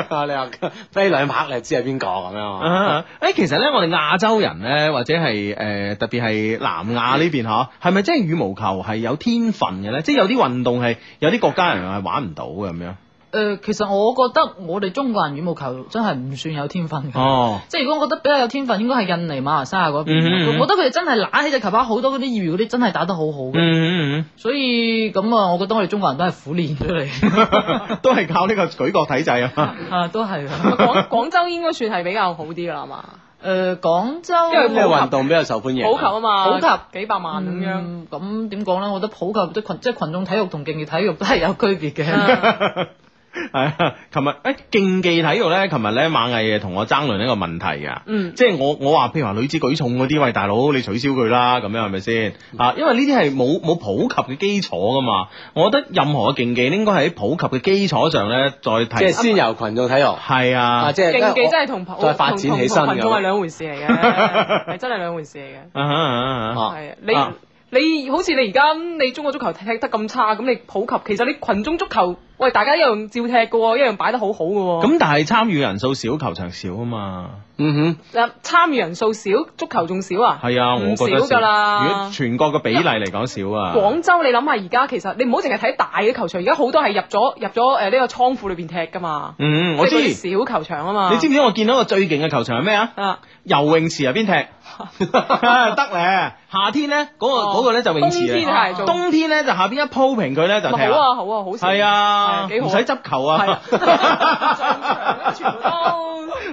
[SPEAKER 6] 啊你話揮兩拍你就知係邊個咁樣啊
[SPEAKER 5] [laughs] 啊！誒，其實咧，我哋亞洲人咧，或者係誒、呃特別係南亞呢邊嗬，係咪真係羽毛球係有天分嘅咧？即係有啲運動係有啲國家人係玩唔到嘅咁樣。
[SPEAKER 12] 誒、呃其實我覺得我哋中國人羽毛球真係唔算有天分嘅。
[SPEAKER 5] 哦，
[SPEAKER 12] 即係如果我覺得比較有天分，應該係印尼、馬來西亞嗰邊。啊
[SPEAKER 5] 嗯嗯嗯
[SPEAKER 12] 我覺得佢哋真係揦起隻球拍，好多嗰啲業餘嗰啲真係打得好好嘅。
[SPEAKER 5] 嗯嗯
[SPEAKER 12] 所以咁啊，我覺得我哋中國人都係苦練出
[SPEAKER 5] [laughs]
[SPEAKER 12] 嚟，
[SPEAKER 5] 嗯， [laughs] 都係靠呢個舉國體制啊嘛。
[SPEAKER 12] 啊都係啊。
[SPEAKER 11] 廣廣州應該算係比較好啲㗎啦嘛，
[SPEAKER 12] 誒廣州
[SPEAKER 11] 因為
[SPEAKER 6] 呢個運動比較受歡迎，
[SPEAKER 11] 普及啊嘛，
[SPEAKER 12] 普及
[SPEAKER 11] 幾百萬咁樣。
[SPEAKER 12] 嗯咁點講咧？我覺得普及啲群即係群眾體育同競技體育都係有區別
[SPEAKER 5] [laughs] 啊
[SPEAKER 12] 嘅。
[SPEAKER 5] 係啊，琴日誒競技體育咧，琴日咧馬毅同我爭論一個問題啊㗎，
[SPEAKER 11] 嗯
[SPEAKER 5] 即係我我話譬如話女子舉重嗰啲，喂大佬你取消佢啦，咁樣係咪先啊？因為呢啲係冇冇普及嘅基礎噶嘛，我覺得任何嘅競技應該喺普及嘅基礎上咧再提，
[SPEAKER 6] 即係先由群眾體育
[SPEAKER 5] 係啊，
[SPEAKER 6] 即係
[SPEAKER 11] 競技真係同
[SPEAKER 6] 再發展起身
[SPEAKER 11] 同同群眾
[SPEAKER 6] 咁
[SPEAKER 11] 係兩回事嚟 [laughs] 嘅，係真係兩回事嚟嘅。
[SPEAKER 5] 啊哈啊哈
[SPEAKER 11] 係你你好似你而家咁你中國足球踢得咁差，咁你普及，其實你群眾足球，喂，大家一樣照踢嘅喎，一樣擺得好好嘅喎。
[SPEAKER 5] 咁但係參與人數少，球場少啊嘛。
[SPEAKER 6] 嗯
[SPEAKER 11] 嗱參與人數少，足球仲少啊？
[SPEAKER 5] 哼，係啊，我
[SPEAKER 11] 唔
[SPEAKER 5] 覺得
[SPEAKER 11] 少㗎啦
[SPEAKER 5] 如果全國嘅比例嚟講少啊。
[SPEAKER 11] 廣州你諗下，而家其實你唔好淨係睇大嘅球場，而家好多係入咗入咗呃誒呢個倉庫裏邊踢㗎嘛。
[SPEAKER 5] 嗯，我知。
[SPEAKER 11] 即係嗰啲小球場啊嘛。
[SPEAKER 5] 你知唔知我見到個最勁嘅球場係咩啊？
[SPEAKER 11] 啊，
[SPEAKER 5] 游泳池入邊踢，
[SPEAKER 11] [laughs]
[SPEAKER 5] [laughs] 得咧。夏天咧，嗰、個哦嗰個咧就泳池
[SPEAKER 11] 哦冬
[SPEAKER 5] 嚟
[SPEAKER 11] 天係做
[SPEAKER 5] 冬天咧就下邊一鋪平佢咧就踢
[SPEAKER 11] 咪
[SPEAKER 5] 啦。
[SPEAKER 11] 好啊好啊好事
[SPEAKER 5] 係啊，
[SPEAKER 11] 係幾好
[SPEAKER 5] 唔
[SPEAKER 11] 啊
[SPEAKER 5] 使執球啊。 [laughs]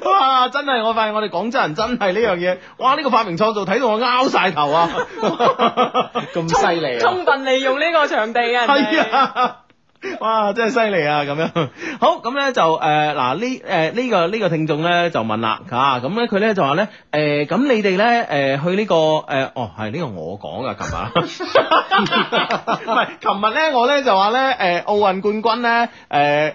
[SPEAKER 5] 哇！真係我發現我哋廣州人真係呢樣嘢，哇！呢、個發明創造睇到我拗晒
[SPEAKER 11] [laughs]
[SPEAKER 5] 頭啊，咁犀利啊
[SPEAKER 11] 充分利用呢個場地啊！人
[SPEAKER 5] 係
[SPEAKER 11] 哋
[SPEAKER 5] 啊。 [laughs] 哇！真係犀利啊，咁樣 [laughs] 好咁咧就誒嗱呢誒呃呢個呢個聽眾咧就問啦嚇，咁咧佢咧就話咧誒咁你哋咧誒去呢個誒哦係呢個我講噶，琴
[SPEAKER 6] [laughs]
[SPEAKER 5] 日啊唔係琴日咧我咧就話咧誒奧運冠軍咧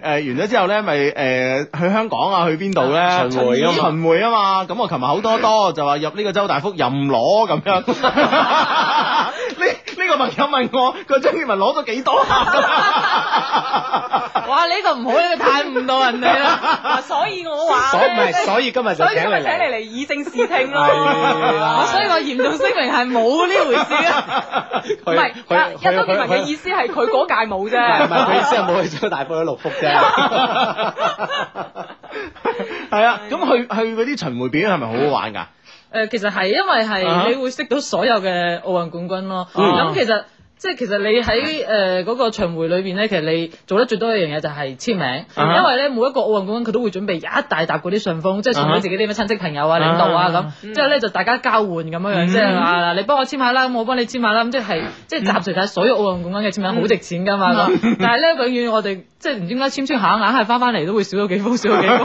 [SPEAKER 5] 誒誒完咗之後咧咪誒去香港啊去邊度咧
[SPEAKER 6] 巡迴啊嘛
[SPEAKER 5] 巡迴啊嘛，咁我琴日好多多就話入呢個周大福任攞
[SPEAKER 6] [laughs]
[SPEAKER 5] 咁樣，呢呢個朋友問我個張建文攞咗幾多啊？
[SPEAKER 12] 哇！呢、個唔好，呢、個太誤導人哋啦。
[SPEAKER 11] 嗱，所以我話
[SPEAKER 6] 所以唔係
[SPEAKER 11] 咧
[SPEAKER 6] 所以今日就
[SPEAKER 11] 所以今
[SPEAKER 6] 請你
[SPEAKER 11] 日
[SPEAKER 6] 嚟
[SPEAKER 11] 請你嚟以正視聽咯。
[SPEAKER 6] 係啦
[SPEAKER 12] 我所以我嚴重聲明係冇呢回事嘅。
[SPEAKER 11] 唔係，啊一周建文嘅意思係佢嗰屆冇啫。
[SPEAKER 6] 唔係佢意思係冇去咗大埔去六福啫，
[SPEAKER 5] 係 [laughs] 啊，咁去去嗰啲巡迴表演係咪好好玩㗎？
[SPEAKER 12] 誒、呃其實係因為
[SPEAKER 5] 啊
[SPEAKER 12] 係你會識到所有嘅奧運冠軍咯。咁、
[SPEAKER 5] 嗯
[SPEAKER 12] 其實即係其實你喺誒呃嗰個巡迴裏邊咧，其實你做得最多一樣嘢就係簽名，
[SPEAKER 11] 啊
[SPEAKER 12] 因為咧每一個奧運冠軍佢都會準備一大沓嗰啲信封，即係送
[SPEAKER 11] 啊
[SPEAKER 12] 俾自己啲咩親戚朋友啊、領導
[SPEAKER 11] 啊
[SPEAKER 12] 啊咁。之後咧就大家交換咁樣樣，
[SPEAKER 11] 嗯
[SPEAKER 12] 即係啊嗱，你幫我簽下啦，咁我幫你簽下啦，咁即係即係集齊晒所有奧運冠軍嘅簽名，好值錢㗎嘛。咁但係咧永遠我哋即係唔知點解簽簽下硬係翻翻嚟都會少咗幾封，少咗幾封，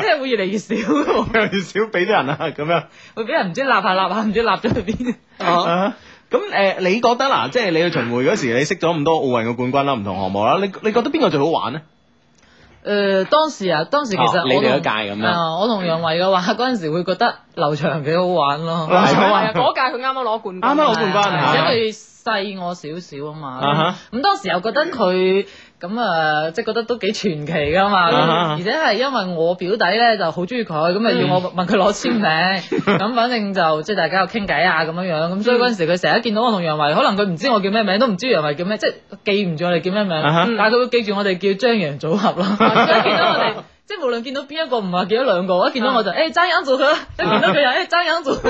[SPEAKER 12] 即係會越嚟越少㗎喎。
[SPEAKER 5] 越嚟越 [laughs] 少俾啲人啊，咁樣。
[SPEAKER 12] 會俾人唔知立下立下，唔知立咗去邊。
[SPEAKER 5] 啊咁誒、你覺得嗱，即係你去巡迴嗰時，你識咗咁多奧運嘅冠軍啦，唔同項目啦，你你覺得邊個最好玩咧？
[SPEAKER 12] 誒、當時啊，當時其實
[SPEAKER 5] 哦你
[SPEAKER 12] 我同
[SPEAKER 5] 哋嗰屆咁樣
[SPEAKER 12] 啊我同楊維嘅話，嗰陣時會覺得劉翔幾好玩咯。
[SPEAKER 5] 劉
[SPEAKER 11] [laughs]
[SPEAKER 5] 翔
[SPEAKER 11] 係啊，嗰屆佢啱啱攞冠軍。
[SPEAKER 12] 啱啱攞冠軍
[SPEAKER 11] 係
[SPEAKER 12] 係啊
[SPEAKER 11] 啊
[SPEAKER 12] 因為細我少少啊
[SPEAKER 5] 啊
[SPEAKER 12] 嘛
[SPEAKER 5] 哈，
[SPEAKER 12] 咁當時又覺得佢咁啊，即係覺得都幾傳奇噶嘛，
[SPEAKER 11] 啊哈
[SPEAKER 12] 而且係因為我表弟咧就好中意佢，咁啊要我問佢攞簽名，咁反正就即係大家有傾偈啊咁樣樣，咁所以嗰陣時佢成日見到我同楊維，可能佢唔知我叫咩名，都唔知楊維叫咩，即係啊記唔住我哋叫咩名，
[SPEAKER 11] 啊哈
[SPEAKER 12] 但係佢會記住我哋叫張楊組合咯，所以見到我哋。即係無論見到邊一個唔係見到兩個，一見到
[SPEAKER 11] 啊
[SPEAKER 12] 我就誒爭人做佢啦，一見到佢又誒爭人做佢。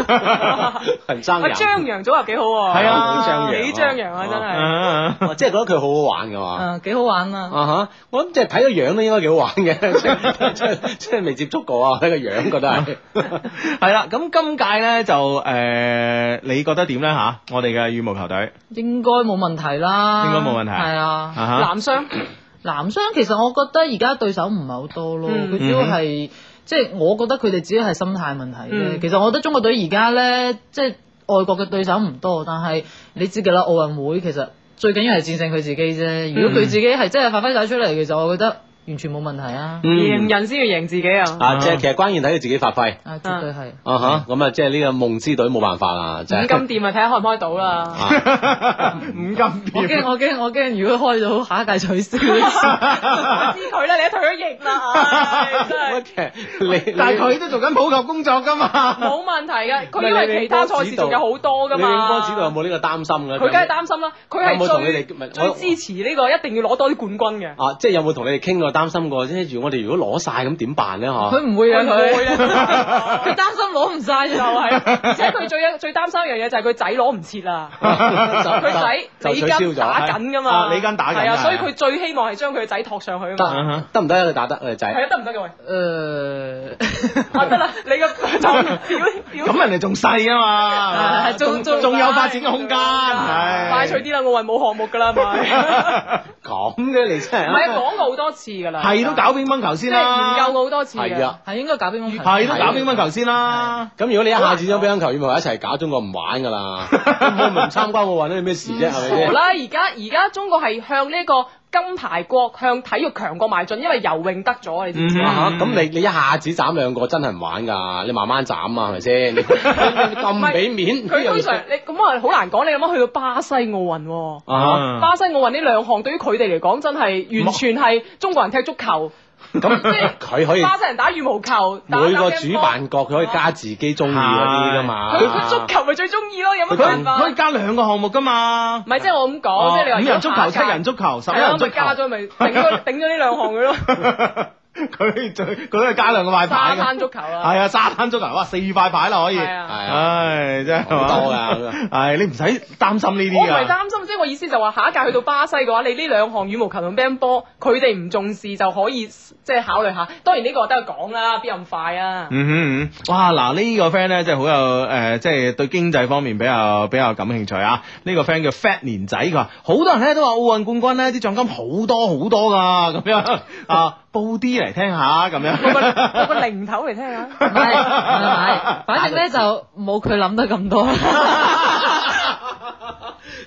[SPEAKER 6] 群爭
[SPEAKER 11] 喂，
[SPEAKER 6] 人。
[SPEAKER 11] 張揚組合幾好喎。
[SPEAKER 6] 係啊幾張揚啊
[SPEAKER 11] 幾張揚啊，真係。
[SPEAKER 5] 係，
[SPEAKER 6] 即係覺得佢好好玩㗎嘛。
[SPEAKER 12] 啊，幾好玩啊！
[SPEAKER 6] 啊哈！我諗即係睇個樣都應該幾好玩嘅，即係即係即係未接觸過啊，睇個樣覺得係。
[SPEAKER 5] [laughs] 係啦，咁今屆咧就誒、你覺得點咧吓？我哋嘅羽毛球隊
[SPEAKER 12] 應該冇問題啦，
[SPEAKER 5] 應該冇問題
[SPEAKER 12] 係
[SPEAKER 5] 啊哈
[SPEAKER 12] 啊，
[SPEAKER 5] 男
[SPEAKER 11] 雙
[SPEAKER 12] 男雙其實我覺得而家對手唔係好多咯，
[SPEAKER 24] 嗯
[SPEAKER 12] 佢主要係即係我覺得佢哋主要係心態問題啫。
[SPEAKER 24] 嗯
[SPEAKER 12] 其實我覺得中國隊而家咧，即係外國嘅對手唔多，但係你知㗎啦，奧運會其實最緊要係戰勝佢自己啫。如
[SPEAKER 11] 嗯
[SPEAKER 12] 果佢自己係真係發揮晒出嚟，其實我覺得完全冇問題啊。
[SPEAKER 6] 嗯贏
[SPEAKER 12] 人先要贏自己啊
[SPEAKER 6] 啊，即係其實關鍵睇佢自己發揮。
[SPEAKER 12] 啊，絕對係。
[SPEAKER 6] 啊哈，咁啊，即係呢個夢之隊冇辦法啦，就
[SPEAKER 11] 五
[SPEAKER 6] 係 [laughs]
[SPEAKER 11] 金店啊，睇下開唔開到啦。
[SPEAKER 6] 五金
[SPEAKER 12] 我驚我驚我驚，如果開到下一屆取消，
[SPEAKER 11] 知佢啦，你都退咗役啦，唉真係
[SPEAKER 6] 你
[SPEAKER 11] 但係佢
[SPEAKER 5] 都做緊普及工作㗎嘛
[SPEAKER 11] 冇問題嘅。佢因為其他賽事仲有好多㗎
[SPEAKER 6] 你永波指
[SPEAKER 11] 嘛，
[SPEAKER 6] 導有冇呢個擔心嘅？
[SPEAKER 11] 佢梗係擔心啦。佢
[SPEAKER 6] 有冇同你
[SPEAKER 11] 係
[SPEAKER 6] 哋
[SPEAKER 11] 最
[SPEAKER 6] 我
[SPEAKER 11] 最支持呢個，一定要攞多啲冠軍嘅。
[SPEAKER 6] 啊，即係有冇同你哋傾過擔心過？跟住我哋如果攞晒咁點辦咧？嗬，
[SPEAKER 12] 佢唔會啊
[SPEAKER 11] 佢唔會
[SPEAKER 12] 佢， [laughs]
[SPEAKER 11] 啊
[SPEAKER 12] 佢擔心攞唔晒
[SPEAKER 11] 就係，而且佢最最擔心一樣嘢就係佢仔攞唔切
[SPEAKER 5] [laughs]
[SPEAKER 11] 啊！佢仔
[SPEAKER 6] 就
[SPEAKER 11] 李
[SPEAKER 6] 取消咗
[SPEAKER 11] 根打緊㗎嘛，
[SPEAKER 6] 啊李根打緊
[SPEAKER 11] 係啊，
[SPEAKER 6] 啊
[SPEAKER 11] 所以佢最希望係將佢嘅仔托上去啊嘛。
[SPEAKER 6] 得得唔得啊？佢打得佢
[SPEAKER 11] 係
[SPEAKER 6] 仔 [laughs]
[SPEAKER 11] 啊，得唔得嘅喂？
[SPEAKER 12] 誒，
[SPEAKER 11] 啊得啦，你個
[SPEAKER 5] 咁人哋仲細啊嘛，
[SPEAKER 11] 係仲仲啊
[SPEAKER 5] 仲有發展嘅空間，
[SPEAKER 11] 快脆
[SPEAKER 5] 係
[SPEAKER 11] 啲啦！奧運冇項目㗎啦，咪。
[SPEAKER 5] [laughs]
[SPEAKER 6] 咁嘅你真係
[SPEAKER 11] 唔係講過好多次㗎啦，
[SPEAKER 5] 係都搞乒乓球
[SPEAKER 11] 即
[SPEAKER 5] 先
[SPEAKER 11] 係研究
[SPEAKER 5] 啦，
[SPEAKER 11] 過好多次
[SPEAKER 6] 係啊
[SPEAKER 12] 係應該搞乒乓球，
[SPEAKER 5] 係都搞乒乓球先啦。
[SPEAKER 6] 咁如果你一下子將
[SPEAKER 11] 啊
[SPEAKER 6] 乒乓球與咪一齊搞，中國唔玩
[SPEAKER 11] [laughs]
[SPEAKER 6] 㗎啦，我唔參加奧運都有咩事啫？係咪
[SPEAKER 11] 傻
[SPEAKER 6] 先？
[SPEAKER 11] 啊啦！而家而家中國係向呢個金牌國向體育強國邁進，因為游泳得咗，你知唔
[SPEAKER 5] 嗯
[SPEAKER 11] 知？
[SPEAKER 6] 啊咁你你一下子斬兩個真係唔玩㗎，你慢慢斬啊，係
[SPEAKER 11] [laughs]
[SPEAKER 6] 咪先？你你你咁俾面，
[SPEAKER 11] 佢通常你咁啊，好難講。你諗下去到巴西奧運喎，
[SPEAKER 6] 啊
[SPEAKER 11] 巴西奧運呢兩項對於佢哋嚟講真係完全係中國人踢足球，
[SPEAKER 6] 咁佢可以
[SPEAKER 11] 巴西人打羽毛球，打
[SPEAKER 6] 每個
[SPEAKER 11] 打乒
[SPEAKER 6] 主
[SPEAKER 11] 乓
[SPEAKER 6] 辦國佢可以加自己中意嗰啲㗎嘛。
[SPEAKER 11] 佢佢足球咪最中意咯，有乜辦
[SPEAKER 5] 佢可
[SPEAKER 11] 法
[SPEAKER 5] 以？ [laughs] 加兩個項目㗎嘛
[SPEAKER 11] 唔，係即係我咁講，
[SPEAKER 5] 哦
[SPEAKER 11] 即係你話
[SPEAKER 5] 五人足球、七人
[SPEAKER 11] 足
[SPEAKER 5] 足球、十一人足球，啊
[SPEAKER 11] 加啊咗咪頂
[SPEAKER 5] [laughs]
[SPEAKER 11] 咗頂咗呢兩項嘅咯，
[SPEAKER 5] 佢最佢都係加兩個塊
[SPEAKER 11] 沙
[SPEAKER 5] 牌㗎。
[SPEAKER 11] 灘足球
[SPEAKER 5] [laughs]
[SPEAKER 11] 啦，
[SPEAKER 5] 係啊，沙灘足球哇，四塊牌啦可以，
[SPEAKER 11] 係啊
[SPEAKER 5] 唉，真係
[SPEAKER 6] 好多
[SPEAKER 5] [laughs]
[SPEAKER 6] 㗎咁
[SPEAKER 5] 㗎，係你唔使擔心呢
[SPEAKER 11] 我唔
[SPEAKER 5] 啲
[SPEAKER 11] 係
[SPEAKER 5] 㗎。
[SPEAKER 11] 擔心，即係我意思就話下一屆去到巴西嘅話，你呢兩項羽毛球同乒乓波，佢哋唔重視就可以即係考慮下。當然呢個我都係講啦，邊有咁快啊？
[SPEAKER 5] 嗯哼嗯哼，哇！嗱呢個 friend 咧，真係好有誒，呃即係對經濟方面比較比較感興趣啊。呢個 friend 叫 Fat 年仔，佢話好多人咧都話奧運冠軍咧啲獎金好多好多㗎，咁樣啊，報啲嚟聽下咁
[SPEAKER 11] [laughs]
[SPEAKER 5] 樣。
[SPEAKER 11] 有個零頭嚟聽下，
[SPEAKER 12] 唔係唔係，反正咧就冇佢諗得咁多。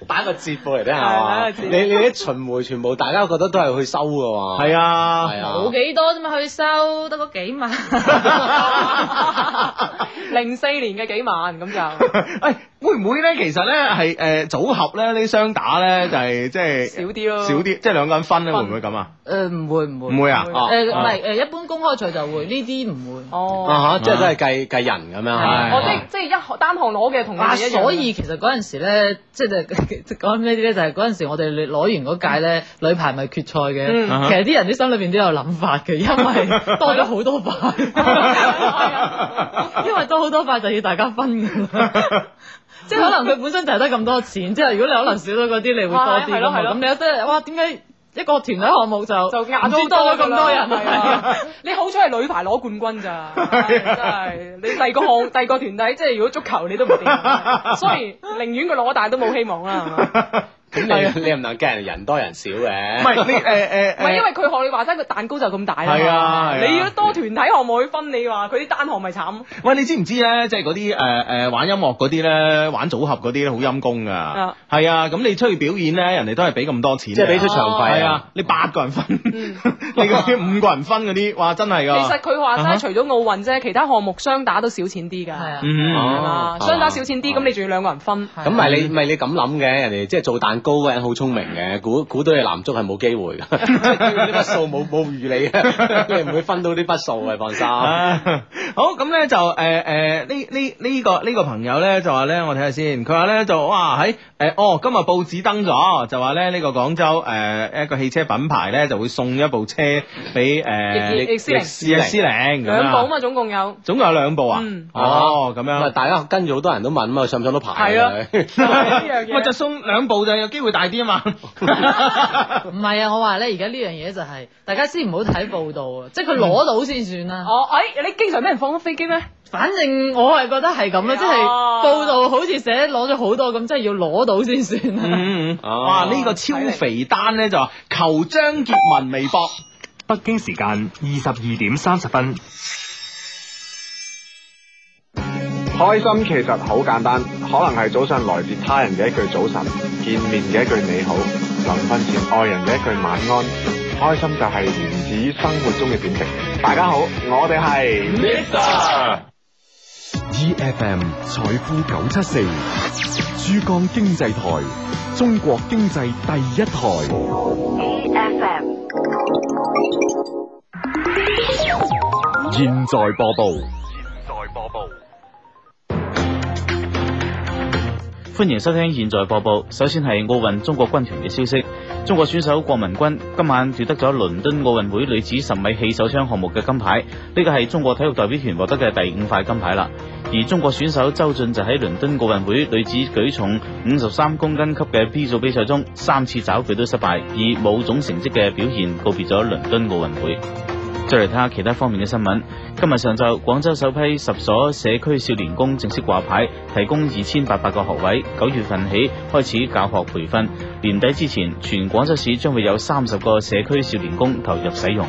[SPEAKER 6] 打個折報嚟聽
[SPEAKER 12] 係
[SPEAKER 6] 下
[SPEAKER 12] 打
[SPEAKER 6] 嘛。
[SPEAKER 12] 個
[SPEAKER 6] 啊你
[SPEAKER 12] 折
[SPEAKER 6] 你啲巡迴全部大家覺得都係去收㗎喎。
[SPEAKER 5] 係啊
[SPEAKER 6] 係
[SPEAKER 12] 冇
[SPEAKER 6] 啊。
[SPEAKER 12] 幾多啫嘛，去收得嗰幾萬。
[SPEAKER 11] [laughs] 零四年嘅幾萬咁
[SPEAKER 12] [laughs]
[SPEAKER 11] 就
[SPEAKER 5] 會唔會咧？其實咧係誒組合咧呢啲雙打咧就係即係
[SPEAKER 11] 少啲咯
[SPEAKER 5] 少啲，即係兩個人分咧會唔會咁啊？
[SPEAKER 12] 誒呃唔會唔會
[SPEAKER 5] 唔會啊？
[SPEAKER 12] 誒呃唔係誒，一般公開賽就會，呢啲唔會。
[SPEAKER 6] 啊
[SPEAKER 5] 嗯
[SPEAKER 6] 哈，
[SPEAKER 12] 哦
[SPEAKER 6] 即係都係計計人咁樣係
[SPEAKER 11] 我即即係一項單項攞嘅同你
[SPEAKER 12] 啊，
[SPEAKER 11] 哋一樣。
[SPEAKER 12] 所以其實嗰陣時咧，即係即係講呢啲咧，就係嗰陣時我哋攞完嗰屆咧，女排咪決賽嘅。
[SPEAKER 11] 嗯
[SPEAKER 6] 啊
[SPEAKER 12] 其實啲人啲心裏邊都有諗法嘅，因
[SPEAKER 6] [laughs]
[SPEAKER 12] 為多咗好多塊，因為多好多塊就要大家分㗎
[SPEAKER 6] [laughs]
[SPEAKER 12] 啦。即係可能佢本身就係得咁多錢，即係如果你可能少咗嗰啲，你會多啲
[SPEAKER 11] 係
[SPEAKER 12] 㗎
[SPEAKER 11] 咯
[SPEAKER 12] 嘛
[SPEAKER 11] 係咯
[SPEAKER 12] 咁你有得哇？點解一個團體項目就
[SPEAKER 11] 就壓
[SPEAKER 12] 唔
[SPEAKER 11] 咗
[SPEAKER 12] 知多
[SPEAKER 11] 㗎
[SPEAKER 12] 咗咁
[SPEAKER 11] 啦
[SPEAKER 12] 多人
[SPEAKER 11] 係啊！你好彩係女排攞冠軍
[SPEAKER 12] [laughs]
[SPEAKER 11] 咋，唉真係你第二個項、第二個團體，即係如果足球你都唔掂，所以寧願佢攞，但係都冇希望啦，係嘛？
[SPEAKER 6] 咁你你唔能計人人多人少嘅。
[SPEAKER 5] 唔係你誒誒
[SPEAKER 11] 唔係因為佢學你話齋，個蛋糕就咁大啦。
[SPEAKER 5] 係啊係啊
[SPEAKER 11] 你要多團體項目去分，你話佢啲單項咪慘。
[SPEAKER 5] 喂，你知唔知咧？即係嗰啲誒誒玩音樂嗰啲咧，玩組合嗰啲咧，好陰功噶。係啊，咁你出去表演咧，人哋都係俾咁多錢㗎，
[SPEAKER 6] 即係
[SPEAKER 11] 哦
[SPEAKER 6] 俾出場費啊
[SPEAKER 5] 係啊，你八個人分， [laughs] 你嗰啲五個人分嗰啲，哇，真係
[SPEAKER 11] 嗯其
[SPEAKER 5] 㗎。
[SPEAKER 11] 實佢話
[SPEAKER 5] 啊哈
[SPEAKER 11] 齋，除咗奧運啫，其他項目雙打都少錢啲㗎。係啊
[SPEAKER 5] 嗯
[SPEAKER 11] 係嘛？
[SPEAKER 6] 哦
[SPEAKER 11] 雙打少錢啲，咁你仲要兩個人分。
[SPEAKER 6] 咁咪你咪你咁諗嘅，人哋即係做蛋糕嗰人好聰明嘅，估估到你男足係冇機會嘅，即係估到呢筆數冇冇預你嘅，你唔會分到呢筆數嘅，放心。
[SPEAKER 5] 啊好咁咧就誒誒呢呢呢個呢個朋友咧就話咧，我睇下先，佢話咧就哇喺誒、哦今日報紙登咗，就話咧呢個廣州誒、一個汽車品牌咧就會送一部車俾誒
[SPEAKER 11] 易易思凌
[SPEAKER 5] 易思凌咁
[SPEAKER 11] 兩部啊
[SPEAKER 5] 啊，
[SPEAKER 11] 嘛，總共有。
[SPEAKER 5] 總共有兩部啊
[SPEAKER 11] 嗯，
[SPEAKER 5] 哦咁樣，
[SPEAKER 6] 啊大家跟住好多人都問啊嘛，上唔上到牌
[SPEAKER 11] 係啊
[SPEAKER 6] 啊？
[SPEAKER 11] 呢樣嘢
[SPEAKER 5] 咪就送兩部就有
[SPEAKER 4] 嘅機會大啲啊 [laughs] 嘛。
[SPEAKER 12] 唔係啊，我話咧，而家呢樣嘢就係、大家先唔好睇報道啊，即係佢攞到先算啦。
[SPEAKER 11] 哦，誒、你經常俾人放咗飛機咩？
[SPEAKER 12] 反正我係覺得係咁咯，啊即係
[SPEAKER 11] 哦
[SPEAKER 12] 報道好似寫攞咗好多咁，即係要攞到先
[SPEAKER 5] [laughs]
[SPEAKER 12] 算啦。
[SPEAKER 4] 嗯嗯嗯，
[SPEAKER 5] 哦
[SPEAKER 4] 哇！呢個超肥單咧就話求張傑文微博。
[SPEAKER 16] 北京時間二十二點三十分。
[SPEAKER 25] 開心其實好簡單，可能係早上來自他人嘅一句早晨，見面嘅一句你好，臨瞓前愛人嘅一句晚安。開心就係源自於生活中嘅點滴。大家好，我哋係 Mr。
[SPEAKER 1] EFM 財富九七四，珠江經濟台，中國經濟第一
[SPEAKER 11] [laughs]
[SPEAKER 1] 台。現在播報。
[SPEAKER 23] 歡迎收聽現在播報。首先係奧運中國軍團嘅消息。中國選手郭文軍今晚奪得咗倫敦奧運會女子十米氣手槍項目嘅金牌，呢個係中國體育代表團獲得嘅第五塊金牌啦。而中國選手周俊就喺倫敦奧運會女子舉重五十三公斤級嘅 B 組比賽中，三次找佢都失敗，以冇總成績嘅表現告別咗倫敦奧運會。再嚟睇下其他方面嘅新聞。今日上晝，廣州首批十所社區少年宮正式掛牌，提供二千八百個學位。九月份起開始教學培訓，年底之前，全廣州市將會有三十個社區少年宮投入使用。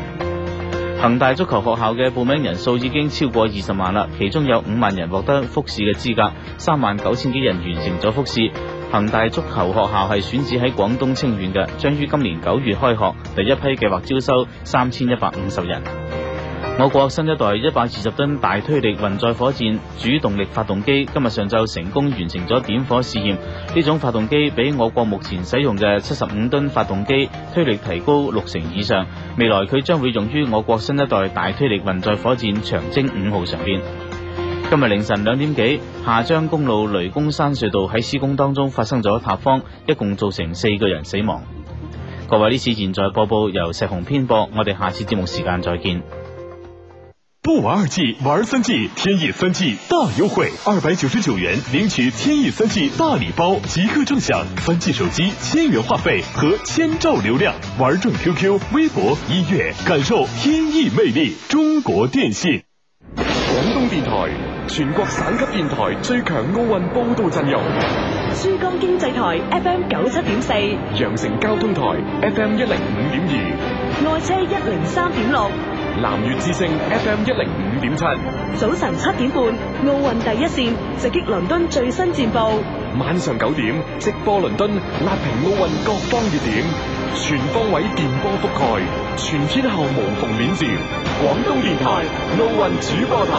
[SPEAKER 23] 恒大足球學校嘅報名人數已經超過二十萬啦，其中有五萬人獲得復試嘅資格，三萬九千幾人完成咗復試。恒大足球學校係選址喺廣東清遠嘅，將於今年九月開學，第一批計劃招收三千一百五十人。我國新一代一百二十噸大推力運載火箭主動力發動機今日上晝成功完成咗點火試驗。呢種發動機比我國目前使用嘅七十五噸發動機推力提高六成以上。未來佢將會用於我國新一代大推力運載火箭長征五號上邊。今日凌晨兩點幾，下張公路雷公山隧道喺施工當中發生咗塌方，一共造成四個人死亡。各位呢次現在播報由石紅編播，我哋下次節目時間再見。
[SPEAKER 15] 不玩二 G，玩三 G，天翼三 G 大优惠，二百九十九元领取天翼三 G 大礼包，即刻中奖三 G 手机、千元话费和千兆流量，玩转 QQ、微博、音乐，感受天翼魅力。中国电信。
[SPEAKER 1] 廣東電台全國省級電台最強奧運報道陣容，
[SPEAKER 26] 珠江經濟台 FM 九七點四，愛
[SPEAKER 1] 羊城交通台 FM 一零五點二，
[SPEAKER 26] 車一零三點六，
[SPEAKER 1] 南粵之聲 FM 一零五點七，
[SPEAKER 26] 早晨七點半，奧運第一線直擊倫敦最新戰報，
[SPEAKER 1] 晚上九點直播倫敦，辣評奧運各方熱點，全方位電波覆蓋，全天候無縫鏈接。廣東電台奧運主播台，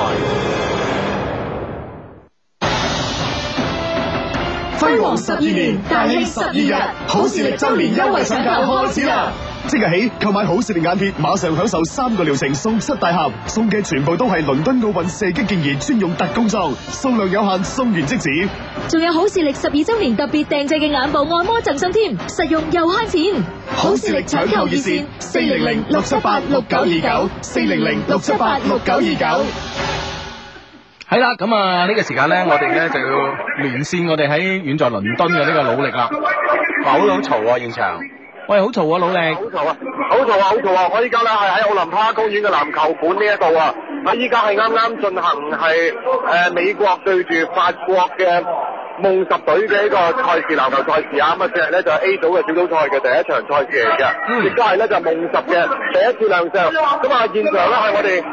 [SPEAKER 27] 輝煌十二年，大慶十二日，好視力周年優惠搶購開始啦！即日起購買好視力眼貼，馬上享受三個療程送七大盒，送嘅全部都係倫敦奧運射擊健兒專用特工裝，數量有限，送完即止。
[SPEAKER 18] 仲有好視力十二周年特別訂製嘅眼部按摩贈送添，實用又慳錢。
[SPEAKER 27] 好視力搶購熱線：四零零六七八六九二九，四零零六七八六九二九。
[SPEAKER 5] 係啦，咁啊呢個時間咧，我哋咧就要連線我哋喺遠在倫敦嘅呢個努力啦。
[SPEAKER 6] 哇，好嘈喎現場。
[SPEAKER 5] 喂，好嘈啊，努力！
[SPEAKER 9] 好嘈啊！好嘈啊！好嘈啊！我依家咧係喺奧林匹克公園嘅籃球館呢一度啊！我依家係啱啱進行係誒、呃美國對住法國嘅夢十隊嘅一個賽事籃球賽事啊！咁啊，今日咧就係 A 組嘅小組賽嘅第一場賽事嚟嘅，亦都係咧就夢十嘅第一次亮相。咁啊，現場咧係我哋。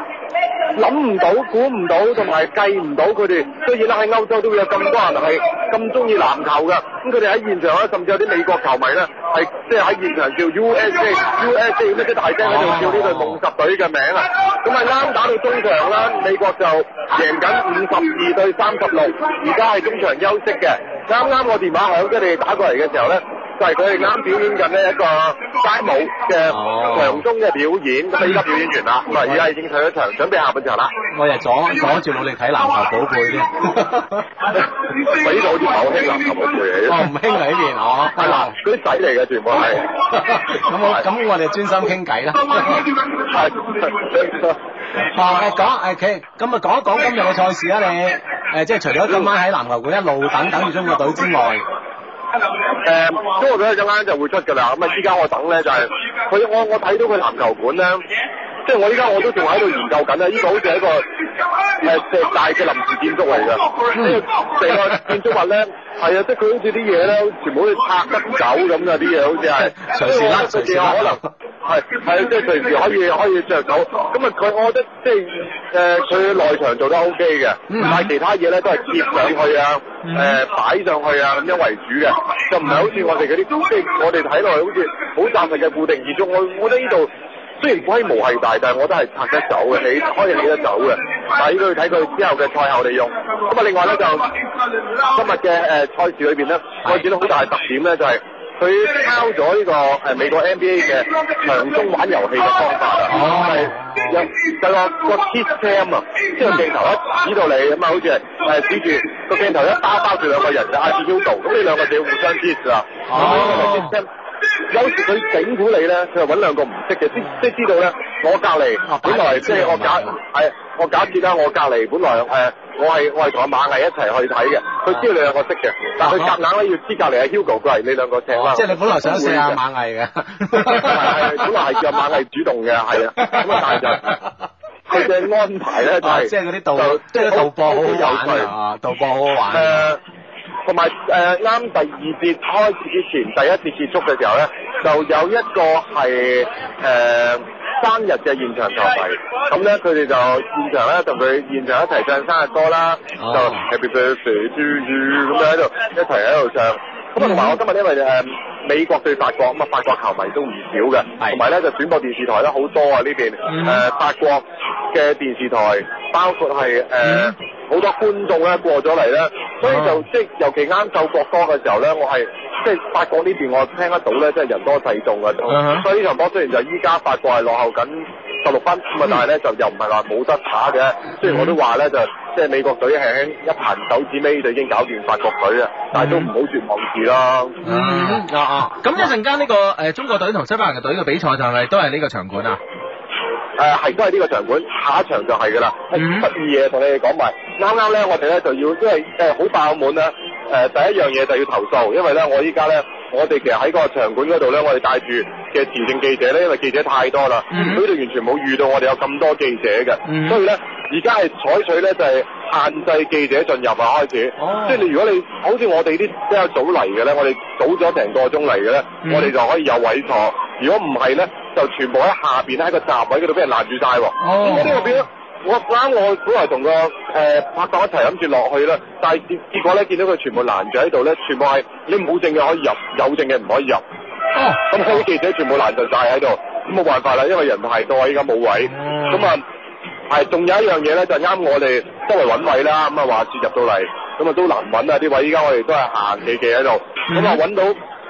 [SPEAKER 9] 諗唔 [laughs] 到、估唔到同埋計唔到佢哋，雖然咧喺歐洲都會有咁多人係咁中意籃球嘅，咁佢哋喺現場咧，甚至有啲美國球迷咧係即係喺現場叫 USA USA 咁一啲大聲喺度叫呢隊夢十隊嘅名啊！咁啊啱打到中場啦，美國就贏緊五十二對三十六，而家係中場休息嘅。啱啱我電話響，跟住打過嚟嘅時候咧。就係佢哋啱表演緊呢一個街舞嘅場中嘅表演，咁啊依家表演完啦，咁啊而家已經上咗場，準備下半場啦。
[SPEAKER 6] [laughs] 我日阻阻住努力睇籃球寶貝添。
[SPEAKER 9] 喂，呢度好似唔係好興籃球嘅嘢。
[SPEAKER 6] 哦，唔興喺呢邊哦。
[SPEAKER 9] 係啦，嗰啲仔嚟嘅全部係。
[SPEAKER 6] 咁我咁我哋專心傾偈啦。哦，誒講誒佢咁啊講一講今日嘅賽事啊你誒即係除咗今晚喺籃球館一路等等住中國隊之外，
[SPEAKER 9] 誒、誒，因為佢一陣間就會出㗎啦。咁啊，依家我等咧就係佢，我我睇到佢籃球館咧，即係我依家我都仲喺度研究緊咧。呢個好似係一個誒石大嘅臨時建築嚟㗎，即係成個建築物咧係啊，即係佢好似啲嘢咧，全部好似拆得走咁㗎，啊啲嘢好似係。
[SPEAKER 6] 隨時甩
[SPEAKER 9] 所以我覺得佢哋有可能係係啊，即係隨時可以可以着到。咁啊，佢我覺得即係誒，佢內場做得 O K 嘅，但係其他嘢咧都係貼上去啊，誒擺上去啊咁樣為主嘅，就唔係好似我哋嗰啲即係我哋睇落去好似好紮實嘅固定建築。我我覺得呢度。雖然規模係大，但係我都係拆得走嘅，你可以起得走嘅。睇佢睇佢之後嘅賽後利用。咁啊，另外咧就今日嘅誒賽事裏邊咧，我見到好大特點咧就係、佢抄咗呢個誒美國 NBA 嘅場中玩遊戲嘅方法啊，係有有個個 kiss cam 啊，即係個鏡頭一指到你咁啊，好似係誒指住個鏡頭一包包住兩個人就 I P U 度，咁呢兩個就要互相 kiss 啦。哦，kiss cam 有時佢整蠱你咧，佢就揾兩個唔識嘅，即即知道咧，我隔離本來即係我假係哎我假設啦，我隔離本來誒、呃我係我係同阿馬毅一齊去睇嘅，佢知道你兩個識嘅，但係佢夾硬咧要知隔離係 Hugo，佢係你兩個請啦。
[SPEAKER 6] 哦即係你本來想射下
[SPEAKER 9] 會嘅
[SPEAKER 6] 馬毅嘅，
[SPEAKER 9] 係本來係叫馬毅主動嘅，係啊，咁啊但係就佢嘅安排咧就
[SPEAKER 6] 啊
[SPEAKER 9] 係
[SPEAKER 6] 即係嗰啲導
[SPEAKER 9] 就
[SPEAKER 6] 即係啲導播好好玩
[SPEAKER 9] 好
[SPEAKER 6] 啊
[SPEAKER 9] 有趣
[SPEAKER 6] 啊導播好好玩
[SPEAKER 9] 誒同埋誒啱第二節開始之前，第一節結束嘅時候咧，就有一個係誒、呃生日嘅現場球迷，咁咧佢哋就現場咧同佢現場一齊唱生日歌啦，
[SPEAKER 1] 哦
[SPEAKER 9] 就 Happy Birthday to you 咁樣喺度一齊喺度唱。咁啊，同埋我今日因為誒美國對法國，咁啊法國球迷都唔少嘅，同埋咧就轉播電視台咧好多啊呢邊
[SPEAKER 1] 嗯
[SPEAKER 9] 誒法國嘅電視台，包括係
[SPEAKER 1] 嗯
[SPEAKER 9] 誒好多觀眾咧過咗嚟咧，所以
[SPEAKER 1] 哦
[SPEAKER 9] 就即係尤其啱奏國歌嘅時候咧，我係即係法國呢邊我聽得到咧，即係人多勢眾嘅，啊
[SPEAKER 1] 嗯哼
[SPEAKER 9] 所以呢場波雖然就依家法國係落後緊十六分，咁啊但係咧就又唔係話冇得打嘅，雖然我都話咧就即係美國隊輕輕一盤手指尾就已經搞掂法國隊啊，但係都唔好絕望住啦。
[SPEAKER 5] 嗯啊啊！咁一陣間呢個誒中國隊同西班牙隊嘅比賽就係咪都係呢個場館啊？
[SPEAKER 9] 誒呃係都係呢個場館，下一場就係㗎啦。
[SPEAKER 5] 嗯
[SPEAKER 9] 得意嘢同你哋講埋，啱啱咧我哋咧就要，因為誒好爆滿啦。誒、第一樣嘢就要投訴，因為咧我依家咧，我哋其實喺個場館嗰度咧，我哋帶住嘅持證記者咧，因為記者太多啦，
[SPEAKER 1] 嗯
[SPEAKER 9] 佢哋、完全冇遇到我哋有咁多記者嘅，
[SPEAKER 1] 嗯
[SPEAKER 9] 所以咧而家係採取咧就係、限制記者進入啊開始，
[SPEAKER 1] 哦
[SPEAKER 9] 即係你如果你好似我哋啲比較早嚟嘅咧，我哋早咗成個鐘嚟嘅咧，
[SPEAKER 1] 嗯
[SPEAKER 9] 我哋就可以有位坐。如果唔係咧，就全部喺下邊喺個閘位嗰度俾人攔住晒喎。
[SPEAKER 1] 哦
[SPEAKER 9] 咁呢個變咗我啱我本來同個誒拍檔一齊諗住落去啦，但係結結果咧見到佢全部攔住喺度咧，全部係你冇證嘅可以入，有證嘅唔可以入。
[SPEAKER 5] 哦，
[SPEAKER 9] 咁 [laughs] 所以啲記者全部攔就晒喺度，咁冇辦法啦，因為人太多，依家冇位。咁啊、係，仲有一樣嘢咧，就啱我哋周圍揾位啦。咁啊，話説入到嚟，咁啊都難揾啊啲位。依家我哋都係行企企喺度，咁啊揾到，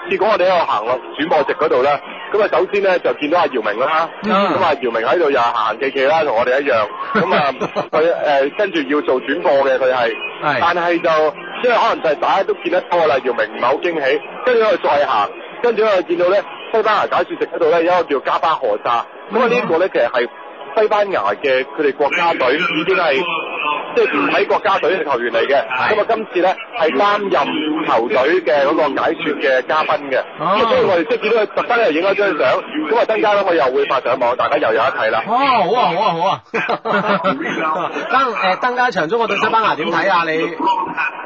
[SPEAKER 9] 結果我哋喺度行落轉播席嗰度咧。咁啊，首先咧就見到阿姚明啦，咁
[SPEAKER 1] 嗯
[SPEAKER 9] 啊姚明喺度又係行企企啦，同我哋一樣。咁啊，佢誒跟住要做轉播嘅，佢係，但係就即係可能就係大家都見得多啦，姚明唔係好驚喜，跟住喺度再行，跟住咧見到咧西班牙解説席嗰度咧有一個叫加巴河沙，咁啊呢個咧其實係。西班牙嘅佢哋國家隊已經係即係唔喺國家隊嘅球員嚟嘅，咁啊今次咧係擔任球隊嘅嗰個解説嘅嘉賓嘅，
[SPEAKER 6] 哦
[SPEAKER 9] 咁所以我哋即係見到佢特登又影咗張相，咁啊陣間咧我又會發上網，大家又有得睇啦。
[SPEAKER 6] 哦，好啊，好啊，好啊！
[SPEAKER 9] [laughs]
[SPEAKER 6] 登誒登加場中國對西班牙點睇啊？你
[SPEAKER 9] 誒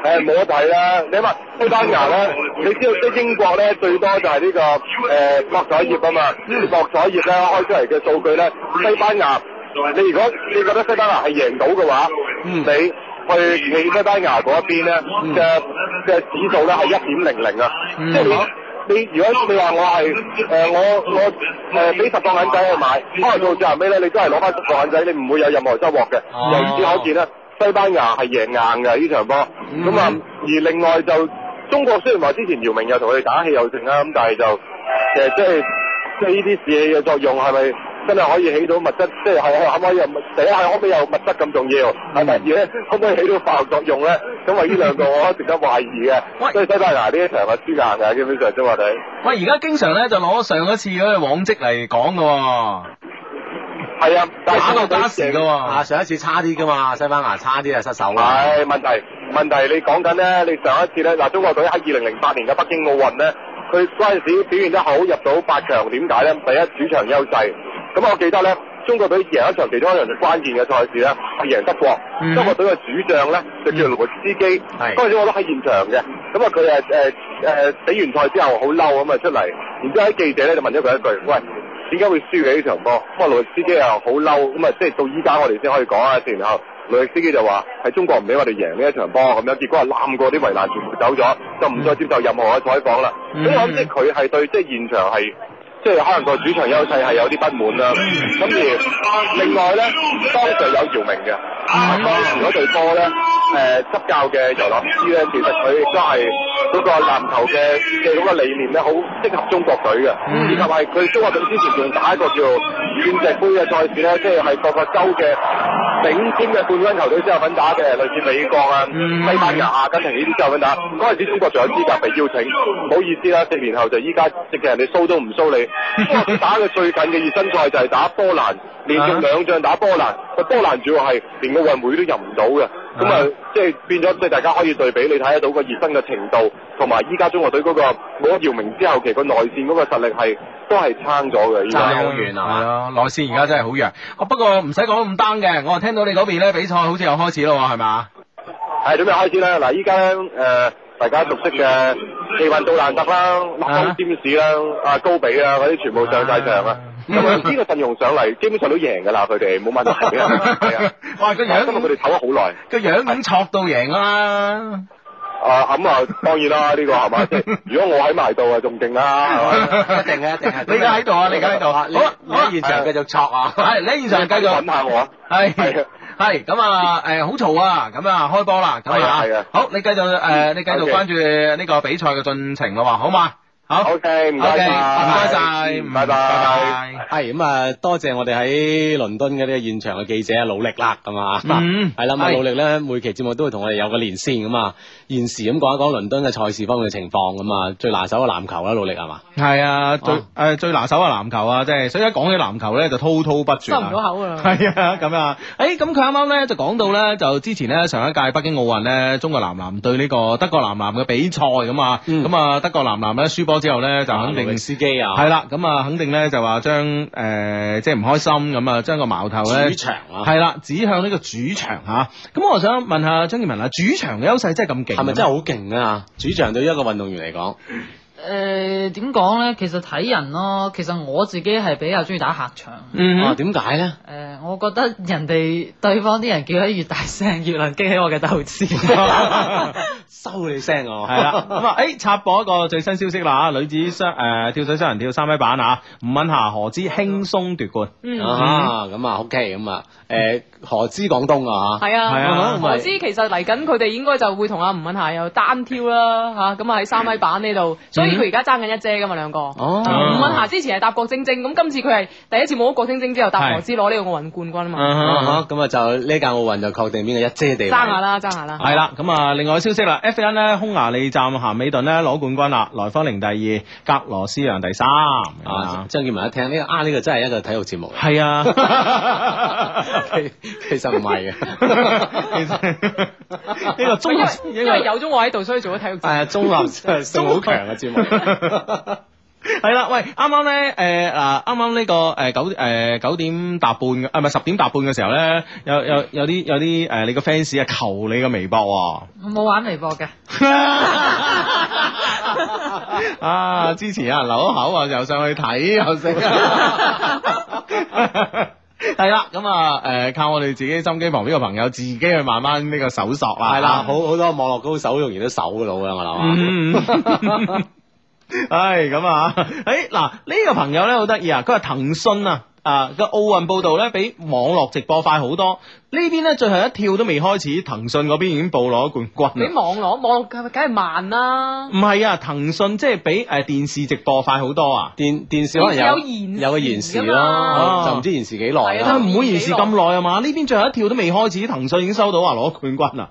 [SPEAKER 9] 哎冇得睇啦！你話西班牙咧，你知道即英國咧最多就係呢、個誒博彩業啊嘛，博彩業咧開出嚟嘅數據咧，西班牙你如果你覺得西班牙係贏到嘅話，
[SPEAKER 1] 嗯
[SPEAKER 9] 你去企西班牙嗰一邊咧嘅嘅指數咧係一點零零啊，
[SPEAKER 1] 嗯
[SPEAKER 9] 即係你。你如果你話我係誒、我我誒俾十個銀仔去買，可能到最後尾咧，你都係攞翻十個銀仔，你唔會有任何收穫嘅。
[SPEAKER 1] 哦
[SPEAKER 9] 由此可見咧，西班牙係贏硬嘅呢場波。咁啊、而另外就中國雖然話之前姚明又同佢哋打氣又剩啦，咁但係就誒即係即係呢啲士氣嘅作用係咪真係可以起到物質？即係係可唔可以有物第一係可唔可以有物質咁重要？係第二咧可唔可以起到化學作用咧？咁啊呢兩個我覺得值得懷疑嘅。所以西班牙呢一場係輸硬嘅，基本上都話你。
[SPEAKER 5] 喂，而家經常咧就攞上一次嗰個往績嚟講嘅喎。
[SPEAKER 9] 係啊，但
[SPEAKER 6] 打
[SPEAKER 5] 到加時㗎喎
[SPEAKER 6] 啊！上一次差啲㗎嘛，西班牙差啲啊，失手啦。
[SPEAKER 9] 係問題問題，你講緊咧，你上一次咧，嗱中國隊喺二零零八年嘅北京奧運咧，佢嗰陣時表現得好，入到八強，點解呢？第一主場優勢，咁我記得呢，中國隊贏一場其中一場最關鍵嘅賽事呢，係贏德國。
[SPEAKER 18] 嗯
[SPEAKER 9] 德國隊嘅主將呢，就叫羅斯基，嗰陣時我都喺現場嘅，咁啊佢誒誒誒比完賽之後好嬲咁啊出嚟，然之後喺記者呢，就問咗佢一句：喂！點解會輸嘅呢場波？咁啊，路易斯基又好嬲，咁啊，即係到依家我哋先可以講啊。然後路易斯基就話喺中國唔俾我哋贏呢一場波咁樣，結果係攬過啲圍欄，全部走咗，就唔再接受任何嘅採訪啦。咁、
[SPEAKER 2] 嗯
[SPEAKER 9] 我諗即係佢係對即係現場係。即係可能個主場優勢係有啲不滿啦，咁而另外咧，當時有姚明嘅，當時嗰隊波咧，誒、執教嘅尤納斯咧，其實佢亦都係嗰個籃球嘅嘅嗰個理念咧，好適合中國隊嘅，以及係佢中國隊之前仲打一個叫鑽石杯嘅賽事咧，即係係各個州嘅頂尖嘅冠軍球隊先有份打嘅，類似美國啊、
[SPEAKER 23] 嗯
[SPEAKER 9] 西班牙、阿根廷呢啲先有份打。嗰陣時中國仲有資格被邀請，唔好意思啦，四年後就依家直情人哋騷都唔騷你。中國隊打嘅最近嘅熱身賽就係打波蘭，連續兩仗打波蘭，個波蘭主要係連奧運會都入唔到嘅。咁啊，即係變咗，即係大家可以對比，你睇得到個熱身嘅程度，同埋依家中國隊嗰、個攞咗姚明之後，其實個內線嗰個實力係都係啊差咗嘅。依家
[SPEAKER 5] 差得好遠啊係嘛？內線而家真係好弱。哦不過唔使講咁 down 嘅，我聽到你嗰邊咧比賽好似又開始咯喎，
[SPEAKER 9] [laughs]
[SPEAKER 5] 係嘛？
[SPEAKER 9] 係準備開始啦！嗱，依家咧誒，大家熟悉嘅氣運杜蘭特啦、立方占士啦、啊高比啊嗰啲全部上晒場啊！咁啊，呢個陣容上嚟，基本上都贏㗎啦，佢哋冇問題嘅。係啊，
[SPEAKER 5] 哇！個樣
[SPEAKER 9] 今日佢哋唞咗好耐。
[SPEAKER 5] 個樣已經挫到贏啦。
[SPEAKER 9] 啊，咁
[SPEAKER 5] [laughs]
[SPEAKER 9] 啊，當然啦，呢個係嘛？即係如果我喺埋度啊，仲勁啦，係咪？一定嘅，一定 [laughs] 係
[SPEAKER 5] 你而家喺度啊！你而家喺度啊！好啊，
[SPEAKER 9] 你喺現場繼續
[SPEAKER 5] 錯啊！係你喺現場繼續
[SPEAKER 9] 揾下我啊！
[SPEAKER 5] 係係咁啊！誒好嘈啊！咁啊開波啦！咁
[SPEAKER 9] 係啊係
[SPEAKER 5] 啊
[SPEAKER 9] 啊嗯
[SPEAKER 5] 好，你繼續誒，你繼續
[SPEAKER 9] OK
[SPEAKER 5] 關注呢個比賽嘅進程啦，好嘛？好
[SPEAKER 9] ，OK，
[SPEAKER 5] 唔
[SPEAKER 6] 唔該晒
[SPEAKER 5] 該晒，唔
[SPEAKER 9] 拜拜。
[SPEAKER 6] 係咁啊，多謝我哋喺倫敦嘅呢個現場嘅記者嘅努力啦，咁啊，
[SPEAKER 5] 嗯
[SPEAKER 6] 係啦，咁啊
[SPEAKER 5] 係
[SPEAKER 6] 努力咧，每期節目都會同我哋有個連線咁啊，現時咁講一講倫敦嘅賽事方面嘅情況咁啊，最拿手嘅籃球啦，努力係嘛？
[SPEAKER 5] 係啊，最
[SPEAKER 9] 哦
[SPEAKER 5] 誒、最拿手啊籃球啊，即係所以一講起籃球咧就滔滔不絕
[SPEAKER 6] 收唔到
[SPEAKER 5] 口啊！ [laughs] 係啊，咁啊，誒咁佢啱啱咧就講到咧，就之前咧上一屆北京奧運咧，中國男籃對呢個德國男籃嘅比賽咁啊，咁啊、德國男籃咧輸波之後咧就肯
[SPEAKER 6] 路
[SPEAKER 5] 定
[SPEAKER 6] 易斯基嗯啊
[SPEAKER 5] 係啦，咁啊肯定咧就話將誒即係唔開心咁啊，將個矛頭咧
[SPEAKER 6] 主場啊
[SPEAKER 5] 係啦，指向呢個主場嚇。咁我想問下張建文啊，主場嘅優勢真係咁勁？
[SPEAKER 6] 係咪真係好勁啊？主場對於一個運動員嚟講，
[SPEAKER 12] 誒點講咧？其實睇人咯。其實我自己係比較中意打客場。
[SPEAKER 5] 嗯
[SPEAKER 6] 啊點解咧？
[SPEAKER 12] 誒、我覺得人哋對方啲人叫得越大聲，越能激起我嘅鬥志。
[SPEAKER 6] 收你聲啊！
[SPEAKER 5] 係
[SPEAKER 6] [laughs]
[SPEAKER 5] 啦，咁啊，誒插播一個最新消息啦女子雙誒、跳水雙人跳三米板啊，吳敏霞何之輕鬆奪冠。
[SPEAKER 11] 嗯
[SPEAKER 6] 啊，咁啊，OK，咁啊，誒，何之廣東啊，嚇
[SPEAKER 11] 係啊，
[SPEAKER 6] 咪
[SPEAKER 11] 我知其實嚟緊佢哋應該就會同阿吳敏霞又單挑啦嚇，咁啊喺三米板呢度，所以佢而家爭緊一姐噶嘛兩個。
[SPEAKER 6] 嗯哦
[SPEAKER 11] 吳敏霞之前係搭郭晶晶，咁今次佢係第一次冇咗郭晶晶之後搭
[SPEAKER 6] 係
[SPEAKER 11] 何之攞呢個奧運冠軍
[SPEAKER 5] 嗯
[SPEAKER 11] 啊嘛，
[SPEAKER 6] 啊哈咁啊就呢屆奧運就確定邊個一姐地
[SPEAKER 11] 爭
[SPEAKER 6] 位。
[SPEAKER 11] 下啦爭下啦。
[SPEAKER 5] 係啦，咁啊，另外消息啦，F1 咧，匈牙利站咸美頓咧攞冠軍啦，萊科寧第二，格羅斯讓第三。
[SPEAKER 6] 啊，張建文一聽呢個啊，呢個真係一個體育節目。[laughs]
[SPEAKER 5] 係啊，
[SPEAKER 6] 其實唔係嘅。
[SPEAKER 5] 呢個綜合
[SPEAKER 11] 因為有咗我喺度，所以做咗體育節目。
[SPEAKER 6] 係啊，綜合性好強嘅節目。
[SPEAKER 5] 係啦，喂，啱啱咧，誒嗱，啱啱呢個誒九誒九點搭半嘅，啊唔係十點搭半嘅時候咧，有有有啲有啲誒你個 fans 啊求你個微博喎。
[SPEAKER 12] 我冇玩微博嘅。 [laughs]
[SPEAKER 5] 啊！之前有人留咗口啊，又上去睇又食啊。 [laughs] 係啦，咁啊，誒、靠我哋自己心機旁邊嘅朋友自己去慢慢呢個搜索啦。啊
[SPEAKER 6] 係啦，好好多網絡高手用完都手嘅腦啦，我
[SPEAKER 5] 嗯
[SPEAKER 6] 諗啊。
[SPEAKER 5] 唉，咁啊， [laughs] 誒嗱，呢個朋友咧好得意啊，佢話騰訊啊。啊個奧運報導咧，比網絡直播快好多。呢邊咧最後一跳都未開始，騰訊嗰邊已經報攞冠軍
[SPEAKER 11] 俾
[SPEAKER 5] 啦。
[SPEAKER 11] 網絡網絡梗係慢啦。
[SPEAKER 5] 唔係啊，騰訊即係比誒電視直播快好多啊！
[SPEAKER 6] 電電
[SPEAKER 11] 視可能有電視有延時
[SPEAKER 6] 有個延時
[SPEAKER 11] 㗎嘛
[SPEAKER 6] 咯，就唔知延時幾耐啊啦。
[SPEAKER 5] 但係唔會延時咁耐啊嘛？呢邊最後一跳都未開始，騰訊已經收到話攞冠軍啦。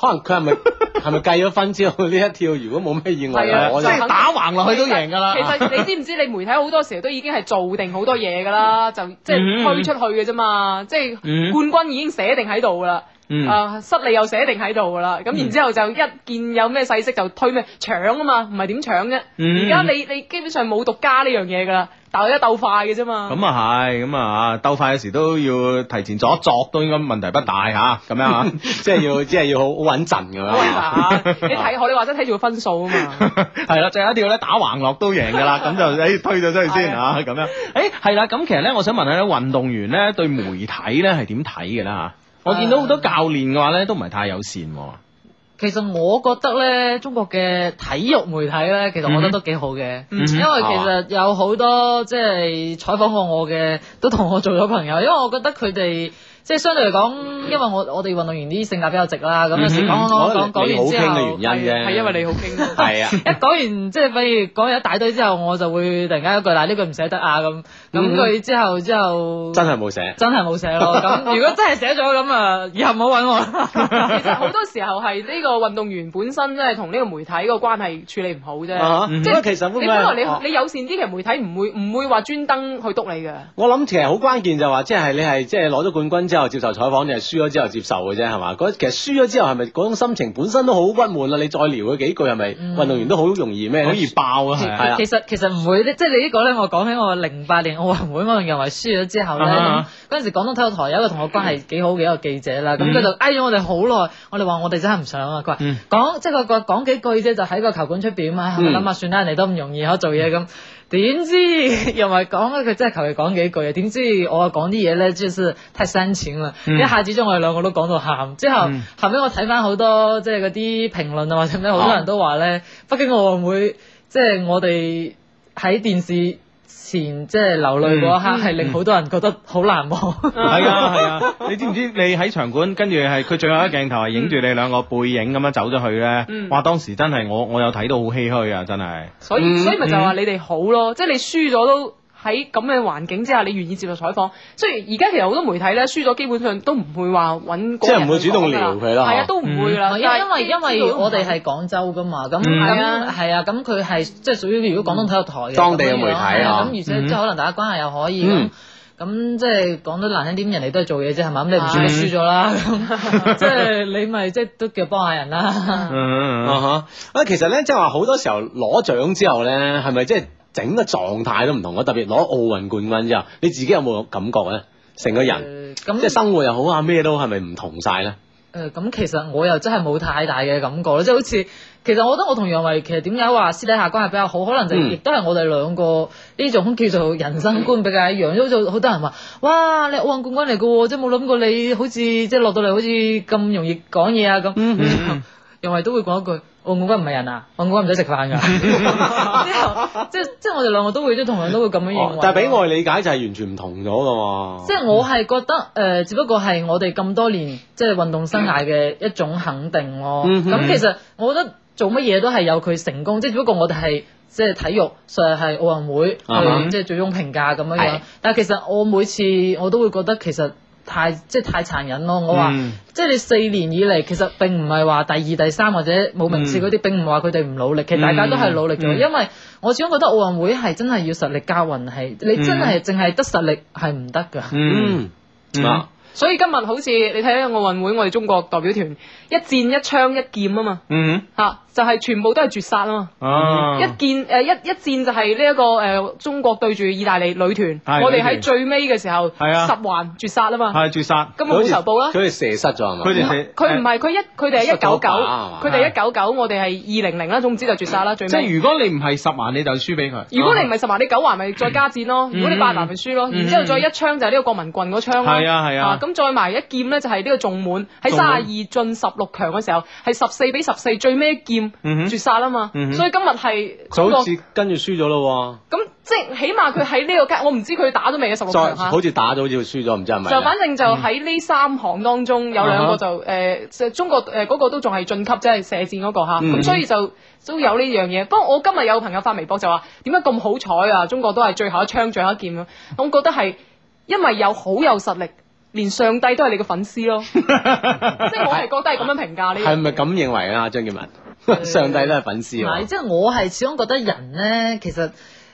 [SPEAKER 6] 可能佢係咪係咪計咗分之後呢一跳，如果冇咩意外，
[SPEAKER 11] 係啊
[SPEAKER 6] 我
[SPEAKER 11] 即係打
[SPEAKER 5] 橫
[SPEAKER 6] 落去都
[SPEAKER 5] 贏㗎
[SPEAKER 11] 其實你知唔知你媒體好多時候都已經係做定好多嘢㗎啦，就即係推出去嘅啫嘛，即係
[SPEAKER 5] 嗯
[SPEAKER 11] 冠軍已經寫定喺度㗎啦。
[SPEAKER 4] 嗯
[SPEAKER 11] 啊失利又寫定喺度噶啦，咁然之後就一見有咩細息就推咩搶啊嘛，唔係點搶啫？
[SPEAKER 4] 嗯
[SPEAKER 11] 而家你你基本上冇獨家呢樣嘢噶啦，鬥一鬥快嘅啫嘛。
[SPEAKER 4] 咁啊係，咁啊鬥快有時都要提前作一作，都應該問題不大吓，咁樣 [laughs] 啊，即係要即係要好穩陣啊咁
[SPEAKER 11] 你睇我你話齋睇住個分數啊嘛。
[SPEAKER 4] 係啦，最後一條咧打橫落都贏㗎啦，咁就誒推咗出去先
[SPEAKER 11] 係
[SPEAKER 4] 啊，咁樣。誒係啦，咁其實咧，我想問下咧，運動員咧對媒體咧係點睇嘅啦嚇？我見到好多教練嘅話咧，都唔係太友善喎。
[SPEAKER 12] 其實我覺得咧，中國嘅體育媒體咧，其實我覺得都幾好嘅，
[SPEAKER 4] 嗯哼
[SPEAKER 12] 因為其實有好多即係採訪過我嘅，都同我做咗朋友，因為我覺得佢哋。即係相對嚟講，因為我我哋運動員啲性格比較直啦，咁有啊時講講講講講完之後，
[SPEAKER 11] 係因為你好傾咯。
[SPEAKER 12] 係啊， [laughs] 一講完即係譬如講完一大堆之後，我就會突然間一句嗱呢句唔寫得啊咁，咁
[SPEAKER 6] 嗯
[SPEAKER 12] 佢之後之後
[SPEAKER 6] 真係冇寫。
[SPEAKER 12] 真係冇寫咯。哦
[SPEAKER 11] [laughs]
[SPEAKER 12] 咁如果真係寫咗咁啊，以後唔好揾我啦。
[SPEAKER 11] 其實好多時候係呢個運動員本身真係同呢個媒體個關係處理唔好啫，
[SPEAKER 6] 啊嗯
[SPEAKER 11] 即
[SPEAKER 6] 咁其實會唔會
[SPEAKER 11] 你本來
[SPEAKER 6] 哦
[SPEAKER 11] 你你友善啲，其實媒體唔會唔會話專登去督你嘅。
[SPEAKER 6] 我諗其實好關鍵就話，即係你係即係攞咗冠軍之後接受採訪，定係輸咗之後接受嘅啫，係嘛？嗰其實輸咗之後係咪嗰種心情本身都好鬱悶啦？你再聊佢幾句係咪
[SPEAKER 12] 嗯
[SPEAKER 6] 運動員都好容易咩？
[SPEAKER 12] 好易
[SPEAKER 4] 爆
[SPEAKER 12] 其
[SPEAKER 6] [laughs] 係啊
[SPEAKER 12] 其。實其實唔會咧，即係你呢個咧，我講起我零八年奧運會嗰陣又話輸咗之後咧，咁
[SPEAKER 6] 啊
[SPEAKER 12] 嗰陣時廣東體育台有一個同我關係幾好嘅一個記者啦，咁佢
[SPEAKER 6] 嗯
[SPEAKER 12] 就嗌咗我哋好耐，我哋話我哋真係唔想啊，佢話
[SPEAKER 6] 嗯
[SPEAKER 12] 講即係佢佢講幾句啫，就喺個球館出邊啊嘛，我
[SPEAKER 6] 嗯
[SPEAKER 12] 諗下算啦，人哋都唔容易可做嘢咁。點知 [laughs] 又咪講咧？佢真係求其講幾句啊！點知我講啲嘢咧，就是太煽情啦，
[SPEAKER 10] 嗯
[SPEAKER 12] 一下子將我哋兩個都講到喊。之後、
[SPEAKER 10] 嗯
[SPEAKER 12] 後尾我睇翻好多即係嗰啲評論啊，或者咩，好多
[SPEAKER 10] 啊
[SPEAKER 12] 人都話咧，北京奧運會即係我哋喺電視前即係流淚嗰一
[SPEAKER 4] 嗯
[SPEAKER 12] 刻，係令好多人覺得好難忘。
[SPEAKER 4] 係 [laughs] 啊係啊，你知唔知你喺場館跟住係佢最後一鏡頭係影住你兩個背影咁樣走咗去咧
[SPEAKER 11] 嗯？
[SPEAKER 4] 哇！當時真係我我有睇到好唏噓啊，真係。
[SPEAKER 11] 所
[SPEAKER 6] 嗯
[SPEAKER 11] 以所以咪就話你哋好咯，即係你輸咗都喺咁嘅環境之下，你願意接受採訪。雖然而家其實好多媒體咧輸咗，基本上都唔會話揾
[SPEAKER 6] 即係唔會主動撩佢啦
[SPEAKER 11] 係啊
[SPEAKER 6] 嗬，
[SPEAKER 11] 都唔會啦。
[SPEAKER 12] 因
[SPEAKER 11] 但係
[SPEAKER 12] 嗯因 [laughs] 為因
[SPEAKER 11] 知道
[SPEAKER 12] 為
[SPEAKER 11] 都唔
[SPEAKER 12] 我哋係廣州噶嘛，咁
[SPEAKER 6] 嗯
[SPEAKER 12] 咁
[SPEAKER 6] 係
[SPEAKER 11] 啊
[SPEAKER 12] 係啊，咁佢係即係屬於如果廣東體育台嘅
[SPEAKER 6] 當地嘅
[SPEAKER 12] 咁樣
[SPEAKER 6] 媒體啊
[SPEAKER 12] 咁而且即係
[SPEAKER 6] 嗯
[SPEAKER 12] 可能大家關係又可以咁
[SPEAKER 6] 嗯。
[SPEAKER 12] 咁即係講得難聽啲，人哋都係做嘢啫，係嘛？咁你唔
[SPEAKER 6] 係
[SPEAKER 12] 輸都輸咗啦，咁即係你咪即係都叫幫下人啦。
[SPEAKER 4] 嗯
[SPEAKER 6] 啊哈！啊，其實咧，即係話好多時候攞獎之後咧，係咪即係整個狀態都唔同咯？特別攞奧運冠軍之後，你自己有冇感覺咧？成個人
[SPEAKER 12] 咁
[SPEAKER 6] 即係生活又好啊，咩都係咪唔同晒咧？
[SPEAKER 12] 誒呃咁、其實我又真係冇太大嘅感覺咯，即係好似其實我覺得我同楊維其實點解話私底下關係比較好，可能就
[SPEAKER 6] 嗯
[SPEAKER 12] 亦都係我哋兩個呢種叫做人生觀比較一樣，好似好多人話哇你奧運冠軍嚟嘅喎，即係冇諗過你好似即係落到嚟好似咁容易講嘢啊咁，
[SPEAKER 6] 嗯
[SPEAKER 12] 楊維都會講一句奧冠軍唔係人啊，奧冠軍唔使食飯㗎，之
[SPEAKER 6] [laughs]
[SPEAKER 12] 後即係即係我哋兩個都會都同樣都會咁樣認為
[SPEAKER 6] 哦。但係俾我理解就係完全唔同咗噶喎。
[SPEAKER 10] 哦
[SPEAKER 12] 即係我係覺得誒、
[SPEAKER 10] 嗯
[SPEAKER 12] 呃只不過係我哋咁多年即係運動生涯嘅一種肯定咯。
[SPEAKER 10] 嗯
[SPEAKER 12] 咁、
[SPEAKER 10] 哼
[SPEAKER 12] 其實我覺得做乜嘢都係有佢成功，即係只不過我哋係即係體育上係奧運會去、
[SPEAKER 10] 啊哈
[SPEAKER 12] 即係最終評價咁樣
[SPEAKER 10] 係
[SPEAKER 12] 樣。但係其實我每次我都會覺得其實太即係太殘忍咯。我話、
[SPEAKER 10] 嗯
[SPEAKER 12] 即係你四年以嚟其實並唔係話第二、第三或者冇名次嗰啲，並唔係話佢哋唔努力，其實大家都係努力咗，
[SPEAKER 10] 嗯嗯
[SPEAKER 12] 因為。我始終覺得奧運會係真係要實力加運氣，你真係淨係得實力係唔得㗎。
[SPEAKER 6] 嗯啊
[SPEAKER 11] 所以今日好似你睇下奧運會，我哋中國代表團一箭一槍一劍啊嘛，
[SPEAKER 4] 嗯
[SPEAKER 11] 嚇、就係、全部都係絕殺啊嘛。
[SPEAKER 4] 啊
[SPEAKER 11] 一箭誒、一一箭就係呢一個誒、中國對住意大利女團，
[SPEAKER 4] 係
[SPEAKER 11] 我哋
[SPEAKER 4] 女團
[SPEAKER 11] 喺最尾嘅時候
[SPEAKER 4] 係啊
[SPEAKER 11] 十環絕殺啊嘛。
[SPEAKER 4] 係絕殺，
[SPEAKER 11] 咁咪好仇報啦佢
[SPEAKER 6] 哋射失咗係嘛
[SPEAKER 4] 佢哋射
[SPEAKER 11] 佢唔係佢一佢哋係一九
[SPEAKER 4] 1999
[SPEAKER 11] 九，
[SPEAKER 4] 係嘛
[SPEAKER 11] 佢哋一九九，我哋係二零零啦，總之就絕殺啦，最尾。
[SPEAKER 4] 即係如果你唔係十環，你就輸俾佢。啊
[SPEAKER 11] 如果你唔係十環，你九環咪再加戰咯；
[SPEAKER 4] 嗯
[SPEAKER 11] 如果你八環咪輸咯，
[SPEAKER 4] 嗯
[SPEAKER 11] 然之後再一槍就係呢個國民棍嗰槍啦。
[SPEAKER 4] 係啊係啊
[SPEAKER 11] 咁再埋一劍咧，就係呢個仲滿喺
[SPEAKER 4] 仲
[SPEAKER 11] 三
[SPEAKER 4] 滿
[SPEAKER 11] 十二進十六強嘅時候，係十四比十四最尾一劍
[SPEAKER 6] 嗯哼
[SPEAKER 11] 絕殺啊嘛。
[SPEAKER 6] 嗯哼
[SPEAKER 11] 所以今日係
[SPEAKER 6] 就
[SPEAKER 11] 中
[SPEAKER 6] 好
[SPEAKER 11] 國
[SPEAKER 6] 似跟住輸咗咯
[SPEAKER 11] 咁，即係起碼佢喺呢個 [laughs] 階，我唔知佢打咗未嘅十六
[SPEAKER 6] 喎，再
[SPEAKER 11] 強啊
[SPEAKER 6] 好。似打咗好似輸咗，唔知係咪啊？
[SPEAKER 11] 就反正就喺呢三行當中有兩個就
[SPEAKER 6] 嗯
[SPEAKER 11] 誒，就中國誒嗰個都仲係晉級，即係射箭嗰個嚇，
[SPEAKER 10] 嗯
[SPEAKER 11] 咁所以就都有呢樣嘢。不過我今日有個朋友發微博就話，點解咁好彩啊？中國都係最後一槍最後一劍咯。啊我覺得係因為有好有實力，連上帝都係你嘅粉
[SPEAKER 6] [laughs]
[SPEAKER 11] 絲咯。即係我係覺得係咁樣評價呢
[SPEAKER 6] 嗯係
[SPEAKER 11] 樣。
[SPEAKER 6] 咪咁認為 [laughs] 啊？張建文，上帝都係粉絲
[SPEAKER 12] 唔係，
[SPEAKER 6] 喎。
[SPEAKER 12] 即係我係始終覺得人咧，其實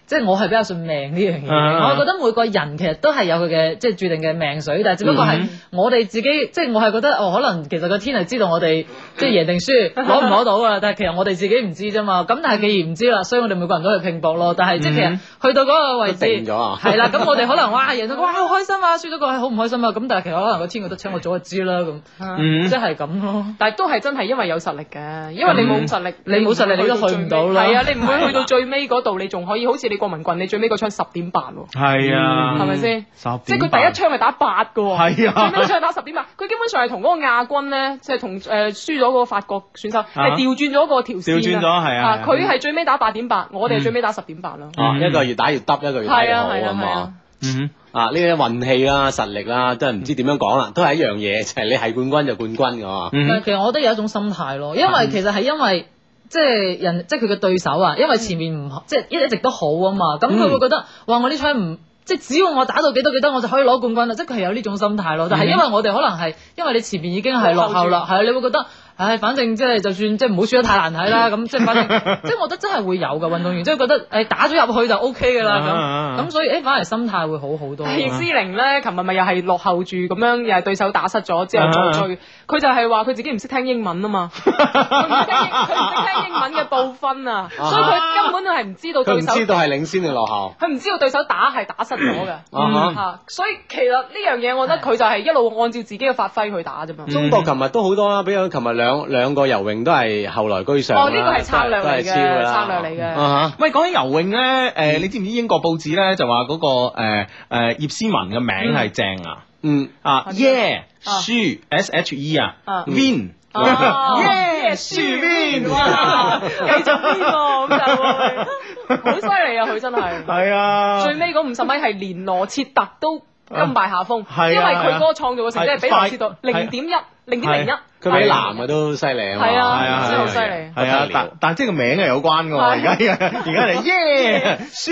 [SPEAKER 12] 即係我係比較信命呢樣嘢。
[SPEAKER 10] 啊
[SPEAKER 12] 我覺得每個人其實都係有佢嘅即係注定嘅命水，但係只不過係
[SPEAKER 10] 嗯
[SPEAKER 12] 我哋自己，即係我係覺得哦，可能其實個天係知道我哋即係贏
[SPEAKER 11] [laughs]
[SPEAKER 12] 定輸，攞唔攞到啊。但係其實我哋自己唔知啫嘛。咁但係既然唔知啦，所以我哋每個人都去拼搏咯。但係即係其實
[SPEAKER 6] 嗯
[SPEAKER 12] 去到嗰個位置，
[SPEAKER 6] 都定咗啊
[SPEAKER 12] [laughs] 係啦。咁我哋可能哇贏到哇好開心啊，輸咗個係好唔開心啊。咁但係其實可能個天覺得請我早就知啦
[SPEAKER 11] 嗯
[SPEAKER 12] 咁，即係咁咯。
[SPEAKER 11] 但係都係真係因為有實力嘅，因為你冇實力，
[SPEAKER 12] 嗯你冇實力你都去唔到啦
[SPEAKER 11] 係啊，
[SPEAKER 12] [laughs]
[SPEAKER 11] 你唔會去到最尾嗰度，你仲可以好似你郭文棍，你最尾嗰槍十點八喎。
[SPEAKER 4] 係
[SPEAKER 23] 嗯
[SPEAKER 4] 啊，
[SPEAKER 11] 係咪先？
[SPEAKER 4] 十
[SPEAKER 11] 即係佢第
[SPEAKER 4] 點
[SPEAKER 11] 一
[SPEAKER 4] 八
[SPEAKER 11] 槍係打八嘅
[SPEAKER 6] [laughs]
[SPEAKER 11] 喎，
[SPEAKER 4] 係啊
[SPEAKER 11] 最尾一槍係打十點八，佢基本上係同嗰個亞軍咧，即係同誒呃輸咗個法國選手，係調轉咗個條線啊
[SPEAKER 6] 啊調轉咗係啊係啊
[SPEAKER 11] 佢係最尾打八點八，我哋係最尾打十點八咯。
[SPEAKER 6] 啊，一個越打越耷，一個越打
[SPEAKER 11] 係
[SPEAKER 6] 越好
[SPEAKER 11] 啊係啊
[SPEAKER 6] 咁
[SPEAKER 11] 係
[SPEAKER 6] 嘛
[SPEAKER 11] 啊。
[SPEAKER 4] 嗯。
[SPEAKER 6] 啊！呢啲運氣啦、實力啦，都係唔知點樣講啦，都係一樣嘢，就係你係冠軍就冠軍㗎嘛。
[SPEAKER 4] 嗯
[SPEAKER 12] 但係其實我覺得有一種心態咯，因
[SPEAKER 6] 嗯
[SPEAKER 12] 為其實係因為即係人，即係佢嘅對手啊，因為前面唔即係一一直都好啊嘛，咁佢
[SPEAKER 6] 嗯
[SPEAKER 12] 會覺得哇，我呢場唔。即係只要我打到幾多幾多，我就可以攞冠軍啦！即係佢係有呢種心態咯。但
[SPEAKER 6] 嗯
[SPEAKER 12] 係因為我哋可能係因為你前面已經係落後啦，係啊你會覺得，唉，反正即係就算即係唔好輸得太難睇
[SPEAKER 6] [laughs]
[SPEAKER 12] 啦，咁即係反正即係我覺得真係會有嘅運動員，即係覺得誒打咗入去就 O K 嘅
[SPEAKER 11] 啊啊
[SPEAKER 12] 啦
[SPEAKER 11] 啊
[SPEAKER 12] 咁，咁所以誒反而心態會好好多。
[SPEAKER 11] 易思玲咧，琴日咪又係落後住咁樣，又係對手打失咗之後
[SPEAKER 12] 啊
[SPEAKER 11] 再追，佢就係話佢自己唔識聽英文啊
[SPEAKER 6] [laughs]
[SPEAKER 11] 嘛，佢唔識聽英佢唔識聽英文嘅報分啊，所以佢根本係唔知道
[SPEAKER 6] 佢
[SPEAKER 11] 對
[SPEAKER 6] 唔
[SPEAKER 11] 手。
[SPEAKER 6] 知道係領先定落後。
[SPEAKER 11] 佢唔知道對手打係打失咗嘅，
[SPEAKER 6] 嗯
[SPEAKER 11] 啊所以其實呢樣嘢，我覺得佢就係一路按照自己嘅發揮去打啫嘛。嗯
[SPEAKER 6] 中國琴日都好多啦，比如琴日兩兩個游泳都係後來居上啦。
[SPEAKER 11] 哦，呢個係策略
[SPEAKER 6] 都
[SPEAKER 11] 嚟
[SPEAKER 6] 係
[SPEAKER 11] 嘅，
[SPEAKER 6] 超㗎啦。
[SPEAKER 11] 策略嚟嘅。
[SPEAKER 4] 啊哈喂，講起游泳咧，誒、
[SPEAKER 11] 嗯
[SPEAKER 4] 你知唔知英國報紙咧就話嗰、個誒誒、葉詩文嘅名係正啊？
[SPEAKER 6] 嗯
[SPEAKER 4] 啊，Yeah，舒 S H E
[SPEAKER 11] 啊
[SPEAKER 4] 啊，Win。
[SPEAKER 23] 嗯
[SPEAKER 4] [laughs]
[SPEAKER 11] 哦
[SPEAKER 4] Yeah，
[SPEAKER 11] 舒面哇， [laughs] 繼續呢個咁就會好犀利啊！佢真係
[SPEAKER 4] 係啊
[SPEAKER 11] 最尾嗰五十米係連羅切特都甘拜下風，
[SPEAKER 6] 啊係啊
[SPEAKER 11] 因為佢嗰個創造嘅成績係比羅切特
[SPEAKER 6] 係快
[SPEAKER 11] 零點一、零點零一，
[SPEAKER 6] 啊佢比男嘅都犀利啊嘛。
[SPEAKER 11] 啊係啊
[SPEAKER 4] 係啊
[SPEAKER 11] 真係好犀
[SPEAKER 4] 係
[SPEAKER 11] 利啊
[SPEAKER 4] 係啊，但但即係個名係有關㗎喎，而家而家嚟
[SPEAKER 11] [laughs]
[SPEAKER 4] Yeah，舒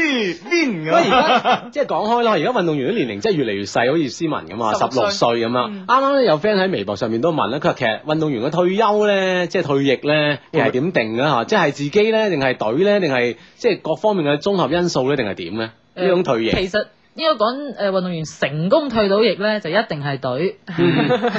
[SPEAKER 4] Win
[SPEAKER 6] 不過而
[SPEAKER 4] 咁。
[SPEAKER 6] 家即係講開啦，而家運動員啲年齡真係越嚟越細，好似斯文咁啊，
[SPEAKER 4] 16
[SPEAKER 6] 十六歲咁啊。啱啱咧有 friend 喺微博上面都問啦，佢話其實運動員嘅退休咧，即係退役咧，其實點定啊？嚇，即係自己咧，定係隊咧，定係即係各方面嘅綜合因素咧，定係點咧？呢種退役
[SPEAKER 12] 呃其實應該講誒呃運動員成功退到役咧，就一定係隊。
[SPEAKER 6] 嗯
[SPEAKER 12] [laughs]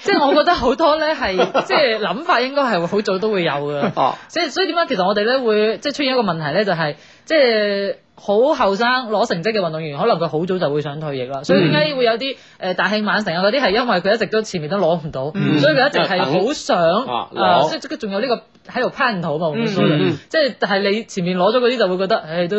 [SPEAKER 12] 即係我覺得好多咧係即係諗法應該係好早都會有嘅。
[SPEAKER 6] 哦，
[SPEAKER 12] 即係所以點解其實我哋咧會即係出現一個問題咧，就係、即係。好後生攞成績嘅運動員，可能佢好早就會想退役啦，所以點解會有啲誒、呃大器晚成啊嗰啲係因為佢一直都前面都攞唔到，
[SPEAKER 10] 嗯
[SPEAKER 12] 所以佢一直係
[SPEAKER 10] 等
[SPEAKER 12] 好想
[SPEAKER 10] 啊
[SPEAKER 6] 嗯
[SPEAKER 10] 攞
[SPEAKER 12] 啊，所以即係仲有呢個喺度攀討嘛，我哋所謂
[SPEAKER 10] 嗯嗯
[SPEAKER 12] 即係但係你前面攞咗嗰啲就會覺得，唉都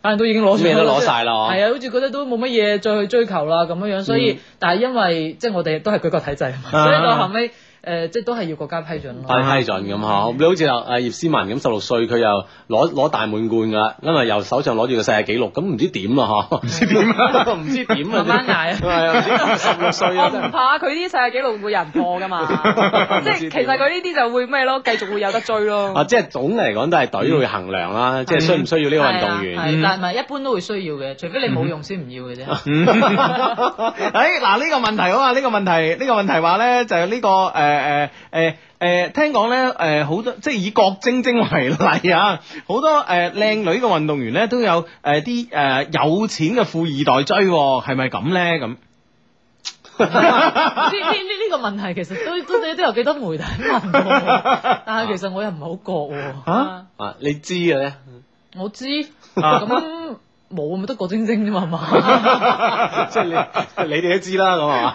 [SPEAKER 12] 反正都已經攞咗
[SPEAKER 6] 咩都攞晒啦
[SPEAKER 12] 係啊，好似覺得都冇乜嘢再去追求啦咁樣樣，所以、
[SPEAKER 6] 嗯
[SPEAKER 12] 但係因為即係我哋都係舉國體制啊嘛，
[SPEAKER 6] 啊
[SPEAKER 12] 所以到後尾誒、呃即係都係要國家批准咯。
[SPEAKER 6] 批批准咁嗬，你好似阿葉詩文咁十六歲，佢又攞攞大滿貫噶，因為啊又手上攞住個世界紀錄，咁唔知點啊嗬，唔知點啊，唔知點啊，慢慢
[SPEAKER 12] 捱啊，
[SPEAKER 6] 係啊，十六
[SPEAKER 11] [laughs]
[SPEAKER 6] 歲
[SPEAKER 11] 我
[SPEAKER 6] 啊，
[SPEAKER 11] 唔怕佢啲世界紀錄會有人破㗎
[SPEAKER 6] [laughs]
[SPEAKER 11] 嘛，即係其實佢呢啲就會咩咯，繼續會有得追
[SPEAKER 6] [laughs]
[SPEAKER 11] 咯。
[SPEAKER 12] 哦
[SPEAKER 6] 啊，即係總嚟講都係隊會衡量啦，即係需唔需要呢個運動
[SPEAKER 12] 嗯係啊係
[SPEAKER 6] 員？嗯
[SPEAKER 12] 但係咪一般都會需要嘅，除非你冇用先唔要嘅啫。
[SPEAKER 4] [laughs]
[SPEAKER 12] [laughs]
[SPEAKER 6] 嗯
[SPEAKER 4] 诶，哎嗱呢個問題好啊，呢個問題呢個問題話咧就係呢個呃诶诶诶诶，聽講咧诶呃好多即係以郭晶晶為例啊，好多诶靚女嘅運動員咧都有诶啲诶有錢嘅富二代追喎，係咪咁咧咁？
[SPEAKER 12] 呢呢呢呢個問題其實都都都有幾多媒體問我，但係其實我又唔係好覺喎。
[SPEAKER 6] 啊啊，你知嘅咧？ [laughs]
[SPEAKER 12] 我知
[SPEAKER 6] 啊
[SPEAKER 12] 咁冇咪得郭晶晶啫嘛係
[SPEAKER 6] [laughs]
[SPEAKER 12] 嘛，
[SPEAKER 6] 即係你你哋都知啦，咁
[SPEAKER 12] [laughs]
[SPEAKER 6] 啊，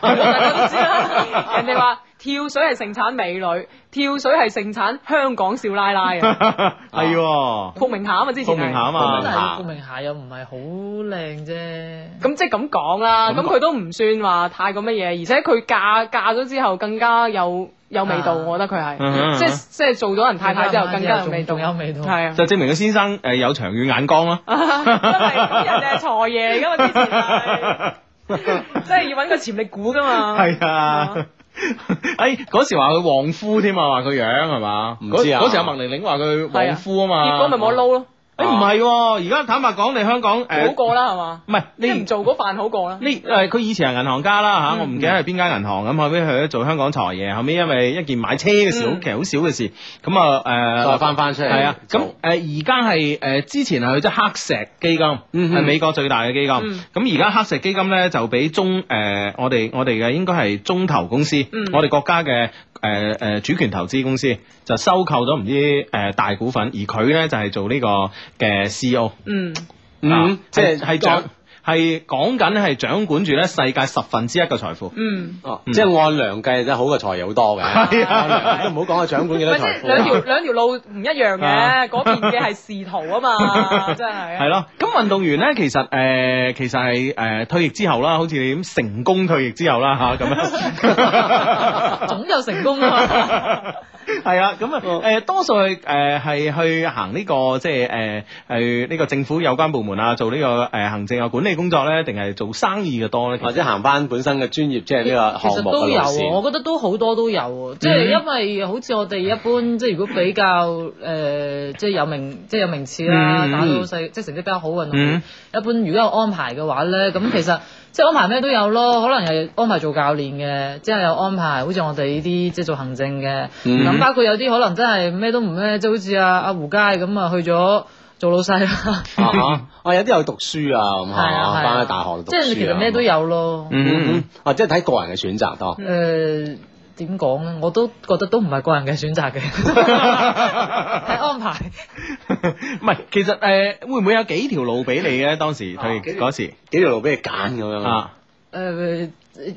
[SPEAKER 11] 人哋話跳水係盛產美女，跳水係盛產香港少奶奶
[SPEAKER 6] [laughs]
[SPEAKER 11] 啊！
[SPEAKER 4] 係喎，
[SPEAKER 11] 伏明霞啊嘛，之前係
[SPEAKER 4] 伏明霞啊嘛
[SPEAKER 12] 但係顧明霞又唔係好靚啫。
[SPEAKER 11] 咁即係咁講啦，咁佢都唔算話太過乜嘢，而且佢嫁嫁咗之後更加有有味道，
[SPEAKER 12] 啊
[SPEAKER 11] 我覺得佢係
[SPEAKER 4] 嗯哼
[SPEAKER 11] 即係即係做咗人太太之後更加有味道，
[SPEAKER 12] 仲有味道。 [laughs]
[SPEAKER 11] 係啊，
[SPEAKER 4] 就證明個先生诶有長遠眼光啦。
[SPEAKER 11] 啊咁人哋係財爺嚟噶嘛，之前係即係要揾個潛力股噶嘛，
[SPEAKER 4] 係啊。哎，嗰時話佢旺夫添啊，話佢樣係嘛？
[SPEAKER 6] 唔知啊
[SPEAKER 4] 嗰嗰時阿麥玲玲話佢旺夫啊嘛，哎
[SPEAKER 11] 結果咪冇得撈咯。
[SPEAKER 5] 誒唔係喎，而家坦白講，你香港誒
[SPEAKER 4] 呃
[SPEAKER 11] 好過啦，係嘛？
[SPEAKER 5] 唔係
[SPEAKER 11] 你唔做嗰飯好過啦。
[SPEAKER 5] 呢誒佢以前係銀行家
[SPEAKER 6] 嗯
[SPEAKER 5] 啦嚇，我唔記得係邊間銀行咁，後尾去咗做香港財爺，後尾因為一件買車嘅事，好
[SPEAKER 6] 嗯
[SPEAKER 5] 其實好少嘅事，咁啊誒
[SPEAKER 6] 再返返出嚟
[SPEAKER 5] 係啊，咁誒而家係誒之前係去咗黑石基
[SPEAKER 6] 嗯
[SPEAKER 5] 金，係美國最大嘅基金，咁而家黑石基金咧就俾中誒我哋我哋嘅應該係中投公司
[SPEAKER 28] 嗯，
[SPEAKER 5] 我哋國家嘅。誒誒主權投資公司就收購咗唔知誒大股份，而佢咧就係做呢個嘅 CEO。
[SPEAKER 11] 嗯，
[SPEAKER 5] 啊
[SPEAKER 6] 嗯，即
[SPEAKER 5] 即係
[SPEAKER 6] 係
[SPEAKER 5] 係掌係講緊係掌管住咧世界十分之一嘅財富。
[SPEAKER 11] 嗯，
[SPEAKER 6] 哦，即係按量計真係好過財爺好
[SPEAKER 5] [laughs]
[SPEAKER 6] 多嘅，係啊，唔好講佢掌管幾
[SPEAKER 11] 唔
[SPEAKER 6] 多
[SPEAKER 11] 係即係
[SPEAKER 6] 財富，
[SPEAKER 11] 兩條兩條路唔一樣
[SPEAKER 5] 啊
[SPEAKER 11] 嘅，嗰邊嘅係仕途啊嘛，真係。
[SPEAKER 5] 係咯， [laughs] 咁運動員咧，其實誒、呃其實係誒、呃退役之後啦，好似你咁成功退役之後啦嚇咁 [laughs] 樣，
[SPEAKER 12] 總有成功啊！
[SPEAKER 5] 係啊，咁啊誒多數係誒係去行呢、個即係誒誒呢個政府有關部門啊，做呢、個誒、呃行政啊管理工作咧，定係做生意嘅多咧？
[SPEAKER 6] 或者行翻本身嘅專業，即係呢
[SPEAKER 12] 其
[SPEAKER 6] 個
[SPEAKER 12] 實
[SPEAKER 6] 項目嘅
[SPEAKER 12] 都
[SPEAKER 6] 路
[SPEAKER 12] 有啊，
[SPEAKER 6] 線。
[SPEAKER 12] 我覺得都好多都有啊，
[SPEAKER 6] 嗯
[SPEAKER 12] 即係因為好似我哋一般，即係如果比較誒、呃即係有名，即係有名次啦，
[SPEAKER 23] 嗯
[SPEAKER 12] 打到細，即係成績比較好運動
[SPEAKER 23] 嗯
[SPEAKER 12] 員，一般如果有安排嘅話咧，咁其實即係安排咩都有咯，可能係安排做教練嘅，之後有安排好似我哋呢啲即係做行政嘅，咁、
[SPEAKER 29] 嗯
[SPEAKER 12] 包括有啲可能真係咩都唔咩，即係好似阿阿胡佳咁啊去咗做老細啦，
[SPEAKER 6] 啊哈啊有啲有讀書啊咁
[SPEAKER 12] 係啊係
[SPEAKER 6] 嚇，
[SPEAKER 12] 啊
[SPEAKER 6] 翻去大學讀
[SPEAKER 12] [laughs] 即
[SPEAKER 6] 書啊
[SPEAKER 12] 係其實咩都有咯。呃
[SPEAKER 6] 嗯，啊，即係睇個人嘅選擇多。
[SPEAKER 12] 誒點講咧？我都覺得都唔係個人嘅選擇嘅， [laughs] 睇安排。
[SPEAKER 5] 唔係，其實誒、呃、會唔會有幾條路俾你咧？當時退役嗰時
[SPEAKER 6] 啊幾條路俾你揀咁樣
[SPEAKER 5] 啊？
[SPEAKER 12] 誒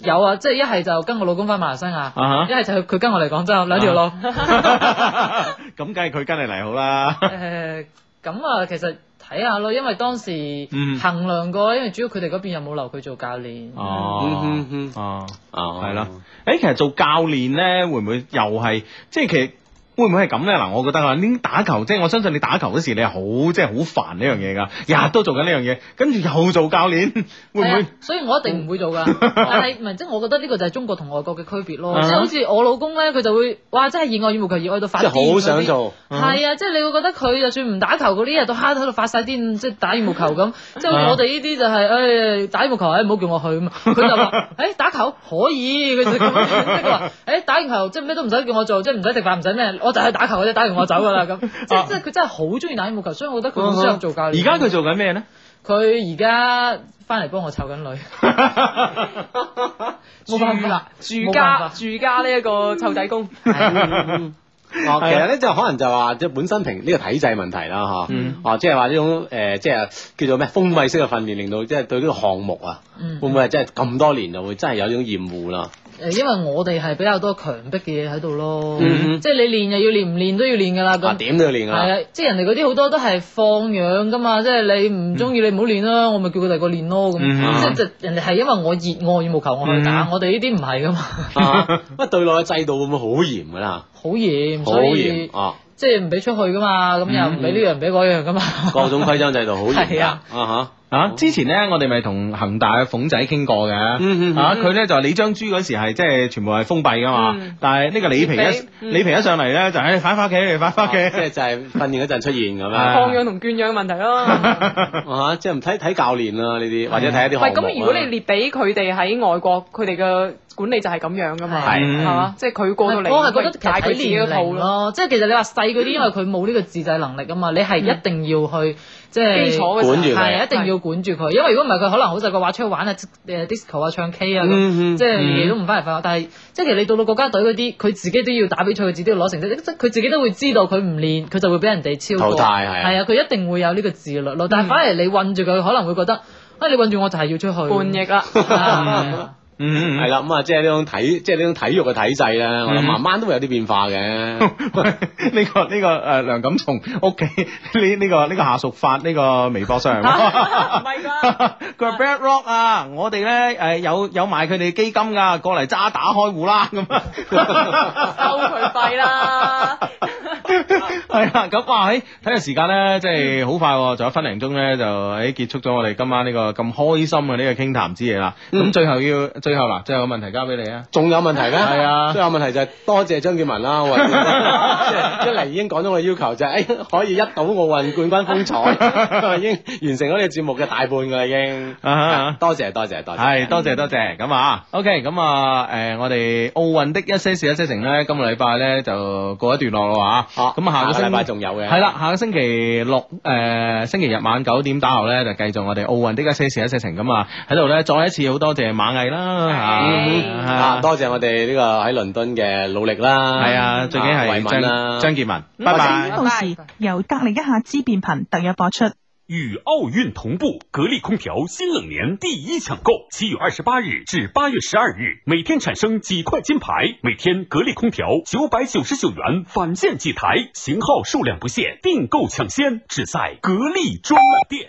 [SPEAKER 12] 有啊，即係一係就跟我老公翻馬來西
[SPEAKER 6] 啊
[SPEAKER 12] 亞
[SPEAKER 5] 哈，
[SPEAKER 12] 一係就佢跟我嚟廣
[SPEAKER 5] 啊
[SPEAKER 12] 州，兩
[SPEAKER 6] [laughs]
[SPEAKER 12] 條路。
[SPEAKER 5] 咁梗係佢跟你嚟好啦。
[SPEAKER 12] 誒咁啊，其實睇下咯，因為當時
[SPEAKER 5] 嗯
[SPEAKER 12] 衡量過，因為主要佢哋嗰邊有冇留佢做教
[SPEAKER 6] 嗯
[SPEAKER 12] 練。
[SPEAKER 5] 哦，哦，哦，係啦。誒，其實做教練咧，會唔會又係即係其實會唔會係咁咧？嗱，我覺得啊，呢打球即係我相信你打球嗰時，你係好即係好煩呢樣嘢
[SPEAKER 6] 嗯
[SPEAKER 5] 㗎，日日都做緊呢樣嘢，跟住又做教練，會唔
[SPEAKER 12] 係
[SPEAKER 5] 會
[SPEAKER 12] 啊？所以我一定唔會做
[SPEAKER 6] [laughs]
[SPEAKER 12] 㗎。但係唔係即係我覺得呢個就係中國同外國嘅區別咯。
[SPEAKER 6] 嗯
[SPEAKER 12] 即係好似我老公咧，佢就會哇，真係熱愛羽毛球，熱愛到發
[SPEAKER 6] 即
[SPEAKER 12] 癲
[SPEAKER 6] 係好想做嗯
[SPEAKER 12] 嗰啲係啊，即係你會覺得佢就算唔打球嗰啲，日到黑喺度發晒癲，即係打羽毛球
[SPEAKER 6] [laughs]
[SPEAKER 12] 咁。即係好似我哋呢啲就係誒打羽毛球，誒唔好叫我去咁啊。佢就
[SPEAKER 6] [laughs]
[SPEAKER 12] 話誒打球可以，佢就 [laughs] 咁樣即係佢 [laughs] 話誒打完球即係咩都唔使叫我做，即係唔使食飯，唔使咩，我就去打球嘅啫，打完我走㗎啦
[SPEAKER 5] [laughs]
[SPEAKER 12] 咁。即係即係佢真係好中意打羽毛球，所以我覺得佢好適合做教練。
[SPEAKER 5] 哦而家佢做緊咩咧？
[SPEAKER 12] 佢而家翻嚟幫我湊緊
[SPEAKER 5] [laughs]
[SPEAKER 12] 女，冇辦法，
[SPEAKER 11] 住家住家呢一個湊仔工，
[SPEAKER 6] [laughs]
[SPEAKER 5] 啊
[SPEAKER 6] 哦，其實咧就可能就話即係本身平呢個體制問題啦嚇，
[SPEAKER 5] 嗯
[SPEAKER 6] 哦，即係話呢種誒即係叫做咩封閉式嘅訓練，令到即係對呢個項目啊，
[SPEAKER 12] 嗯
[SPEAKER 6] 會唔會係真係咁多年就會真係有種厭惡
[SPEAKER 5] [laughs]
[SPEAKER 6] 啦？
[SPEAKER 12] 誒，因為我哋係比較多強迫嘅嘢喺度咯，
[SPEAKER 6] 嗯
[SPEAKER 12] 即係你練又要練，唔練都要練㗎啦。
[SPEAKER 6] 啊，
[SPEAKER 12] 咁
[SPEAKER 6] 點都要練㗎
[SPEAKER 12] 係
[SPEAKER 6] 啦，
[SPEAKER 12] 啊，即係人哋嗰啲好多都係放養㗎嘛，即係你唔中意你唔好練啦，我咪叫佢第二個練咯咁。
[SPEAKER 6] 嗯
[SPEAKER 12] 即係就人哋係因為我熱愛羽毛球我去打，
[SPEAKER 6] 嗯
[SPEAKER 12] 我哋呢啲唔係㗎嘛，
[SPEAKER 6] 啊，乜對內嘅制度會唔會好嚴㗎啦？
[SPEAKER 12] [laughs] 好
[SPEAKER 5] 嗯
[SPEAKER 12] 嚴，
[SPEAKER 6] 好
[SPEAKER 12] 所以
[SPEAKER 6] 嚴啊！
[SPEAKER 12] 即係唔俾出去㗎嘛，咁又
[SPEAKER 6] 嗯
[SPEAKER 12] 唔俾呢樣唔俾嗰樣㗎嘛。
[SPEAKER 6] 各種規章制度好嚴㗎
[SPEAKER 12] [laughs] 係啊
[SPEAKER 6] 啊
[SPEAKER 5] 啊！之前咧，我哋咪同恒大嘅馮仔傾過嘅，
[SPEAKER 6] 嗯嗯
[SPEAKER 5] 啊
[SPEAKER 6] 嗯
[SPEAKER 5] 佢咧就話李章洙嗰時係即係全部係封閉噶嘛，
[SPEAKER 6] 嗯
[SPEAKER 5] 但係呢個李皮
[SPEAKER 6] 李皮
[SPEAKER 5] 一
[SPEAKER 6] 嗯
[SPEAKER 5] 李皮一上嚟咧就唉快翻屋企，你快翻屋企，
[SPEAKER 6] 哦
[SPEAKER 5] 啊
[SPEAKER 6] 即係就係訓練嗰陣出現咁
[SPEAKER 11] [laughs] 放
[SPEAKER 6] 樣
[SPEAKER 11] 養同圈養問題咯。
[SPEAKER 6] 啊，即係唔睇睇教練啦呢啲，或者睇一
[SPEAKER 11] 喂，
[SPEAKER 6] 啲項目啊
[SPEAKER 11] 咁如果你
[SPEAKER 6] 啦
[SPEAKER 11] 列俾佢哋喺外國，佢哋嘅管理就係咁樣噶嘛，
[SPEAKER 6] 係
[SPEAKER 11] 係嘛？即係佢過到嚟，
[SPEAKER 12] 我係覺得其實
[SPEAKER 11] 佢自
[SPEAKER 12] 睇
[SPEAKER 11] 己
[SPEAKER 12] 年
[SPEAKER 11] 嘅套
[SPEAKER 12] 齡
[SPEAKER 11] 咯。
[SPEAKER 12] 咯，即係其實你話細嗰啲，因為佢冇呢個自制能力啊嘛，你係一定要去即係
[SPEAKER 11] 基礎嘅時候管住佢
[SPEAKER 12] 係一定要管住佢，因為如果唔係佢可能好細個話出去玩啊，誒 disco 啊、唱 K 啊，
[SPEAKER 6] 嗯嗯
[SPEAKER 12] 咁即係
[SPEAKER 6] 嗯
[SPEAKER 12] 夜都唔翻嚟瞓覺。但係即係其實你到到國家隊嗰啲，佢自己都要打比賽，佢自己都要攞成績，即係佢自己都會知道佢唔練，佢就會俾人哋超過
[SPEAKER 6] 淘汰係啊嗯
[SPEAKER 12] 係啊，佢一定會有呢個自律咯。但係反而你韞住佢，可能會覺得。啊！你韞住我就係要出去
[SPEAKER 11] 叛逆啦，
[SPEAKER 12] [laughs] 啊
[SPEAKER 6] [laughs]
[SPEAKER 5] 嗯，
[SPEAKER 6] 係啦，咁啊，即係呢種體，即係呢種體育嘅體制咧，我諗
[SPEAKER 5] 嗯
[SPEAKER 6] 慢慢都會有啲變化
[SPEAKER 5] [laughs]
[SPEAKER 6] 嘅。
[SPEAKER 5] [laughs] 呢個呢個誒梁錦松屋企呢呢個呢個下屬發呢個微博上，
[SPEAKER 6] [laughs]
[SPEAKER 5] 佢話 Bad Rock 啊，我哋咧誒有有買佢哋基金
[SPEAKER 6] [laughs]
[SPEAKER 5] 㗎，過嚟渣打開戶啦咁啊， [laughs]
[SPEAKER 11] 收佢費啦，
[SPEAKER 6] [laughs]
[SPEAKER 5] 系啦，哎咁哇，喺睇下時間咧，即係好快喎，仲有分零鐘咧，就喺結束咗我哋今晚呢個咁開心嘅呢個傾談之夜啦。咁最後要最後嗱，最後個問題交俾你啊。
[SPEAKER 6] 嗯仲有問題咩？
[SPEAKER 5] 係啊
[SPEAKER 6] 最後問題就係多謝張建文啦， [laughs] 我話即係一嚟已經講咗我嘅要求，就係誒可以一睹奧運冠軍風
[SPEAKER 5] [laughs]
[SPEAKER 6] 采，已經完成咗呢個節目嘅大半㗎啦，已經
[SPEAKER 5] 啊哈。
[SPEAKER 6] 多謝多謝多謝，
[SPEAKER 5] 係多謝多謝咁啊，OK，咁啊，誒、我哋奧運的一些事一些情咧，今個禮拜咧就過一段落啦嚇，咁啊下個
[SPEAKER 6] 下個
[SPEAKER 5] 星
[SPEAKER 6] 禮拜仲有嘅
[SPEAKER 5] 係啦，下個星期六誒、星期日晚九點打後咧就繼續我哋奧運的一些事一些情咁啊，喺度咧再一次好多謝馬毅啦
[SPEAKER 6] 嗯
[SPEAKER 5] 嚇，
[SPEAKER 6] 啊，多謝我哋呢個喺倫敦嘅努力啦，
[SPEAKER 5] 係啊，最緊
[SPEAKER 6] 維
[SPEAKER 5] 係
[SPEAKER 6] 文
[SPEAKER 5] 張
[SPEAKER 6] 啦，
[SPEAKER 5] 張建文，
[SPEAKER 6] 拜拜
[SPEAKER 2] 到時由格力一下之變頻特約播出。
[SPEAKER 15] 与奥运同步，格力空调新冷年第一抢购，七月二十八日至八月十二日，每天产生几块金牌，每天格力空调九百九十九元返现几台，型号数量不限，订购抢先，只在格力专卖店。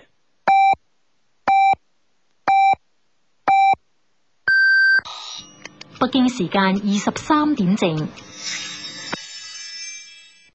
[SPEAKER 18] 北京時間二十三點正。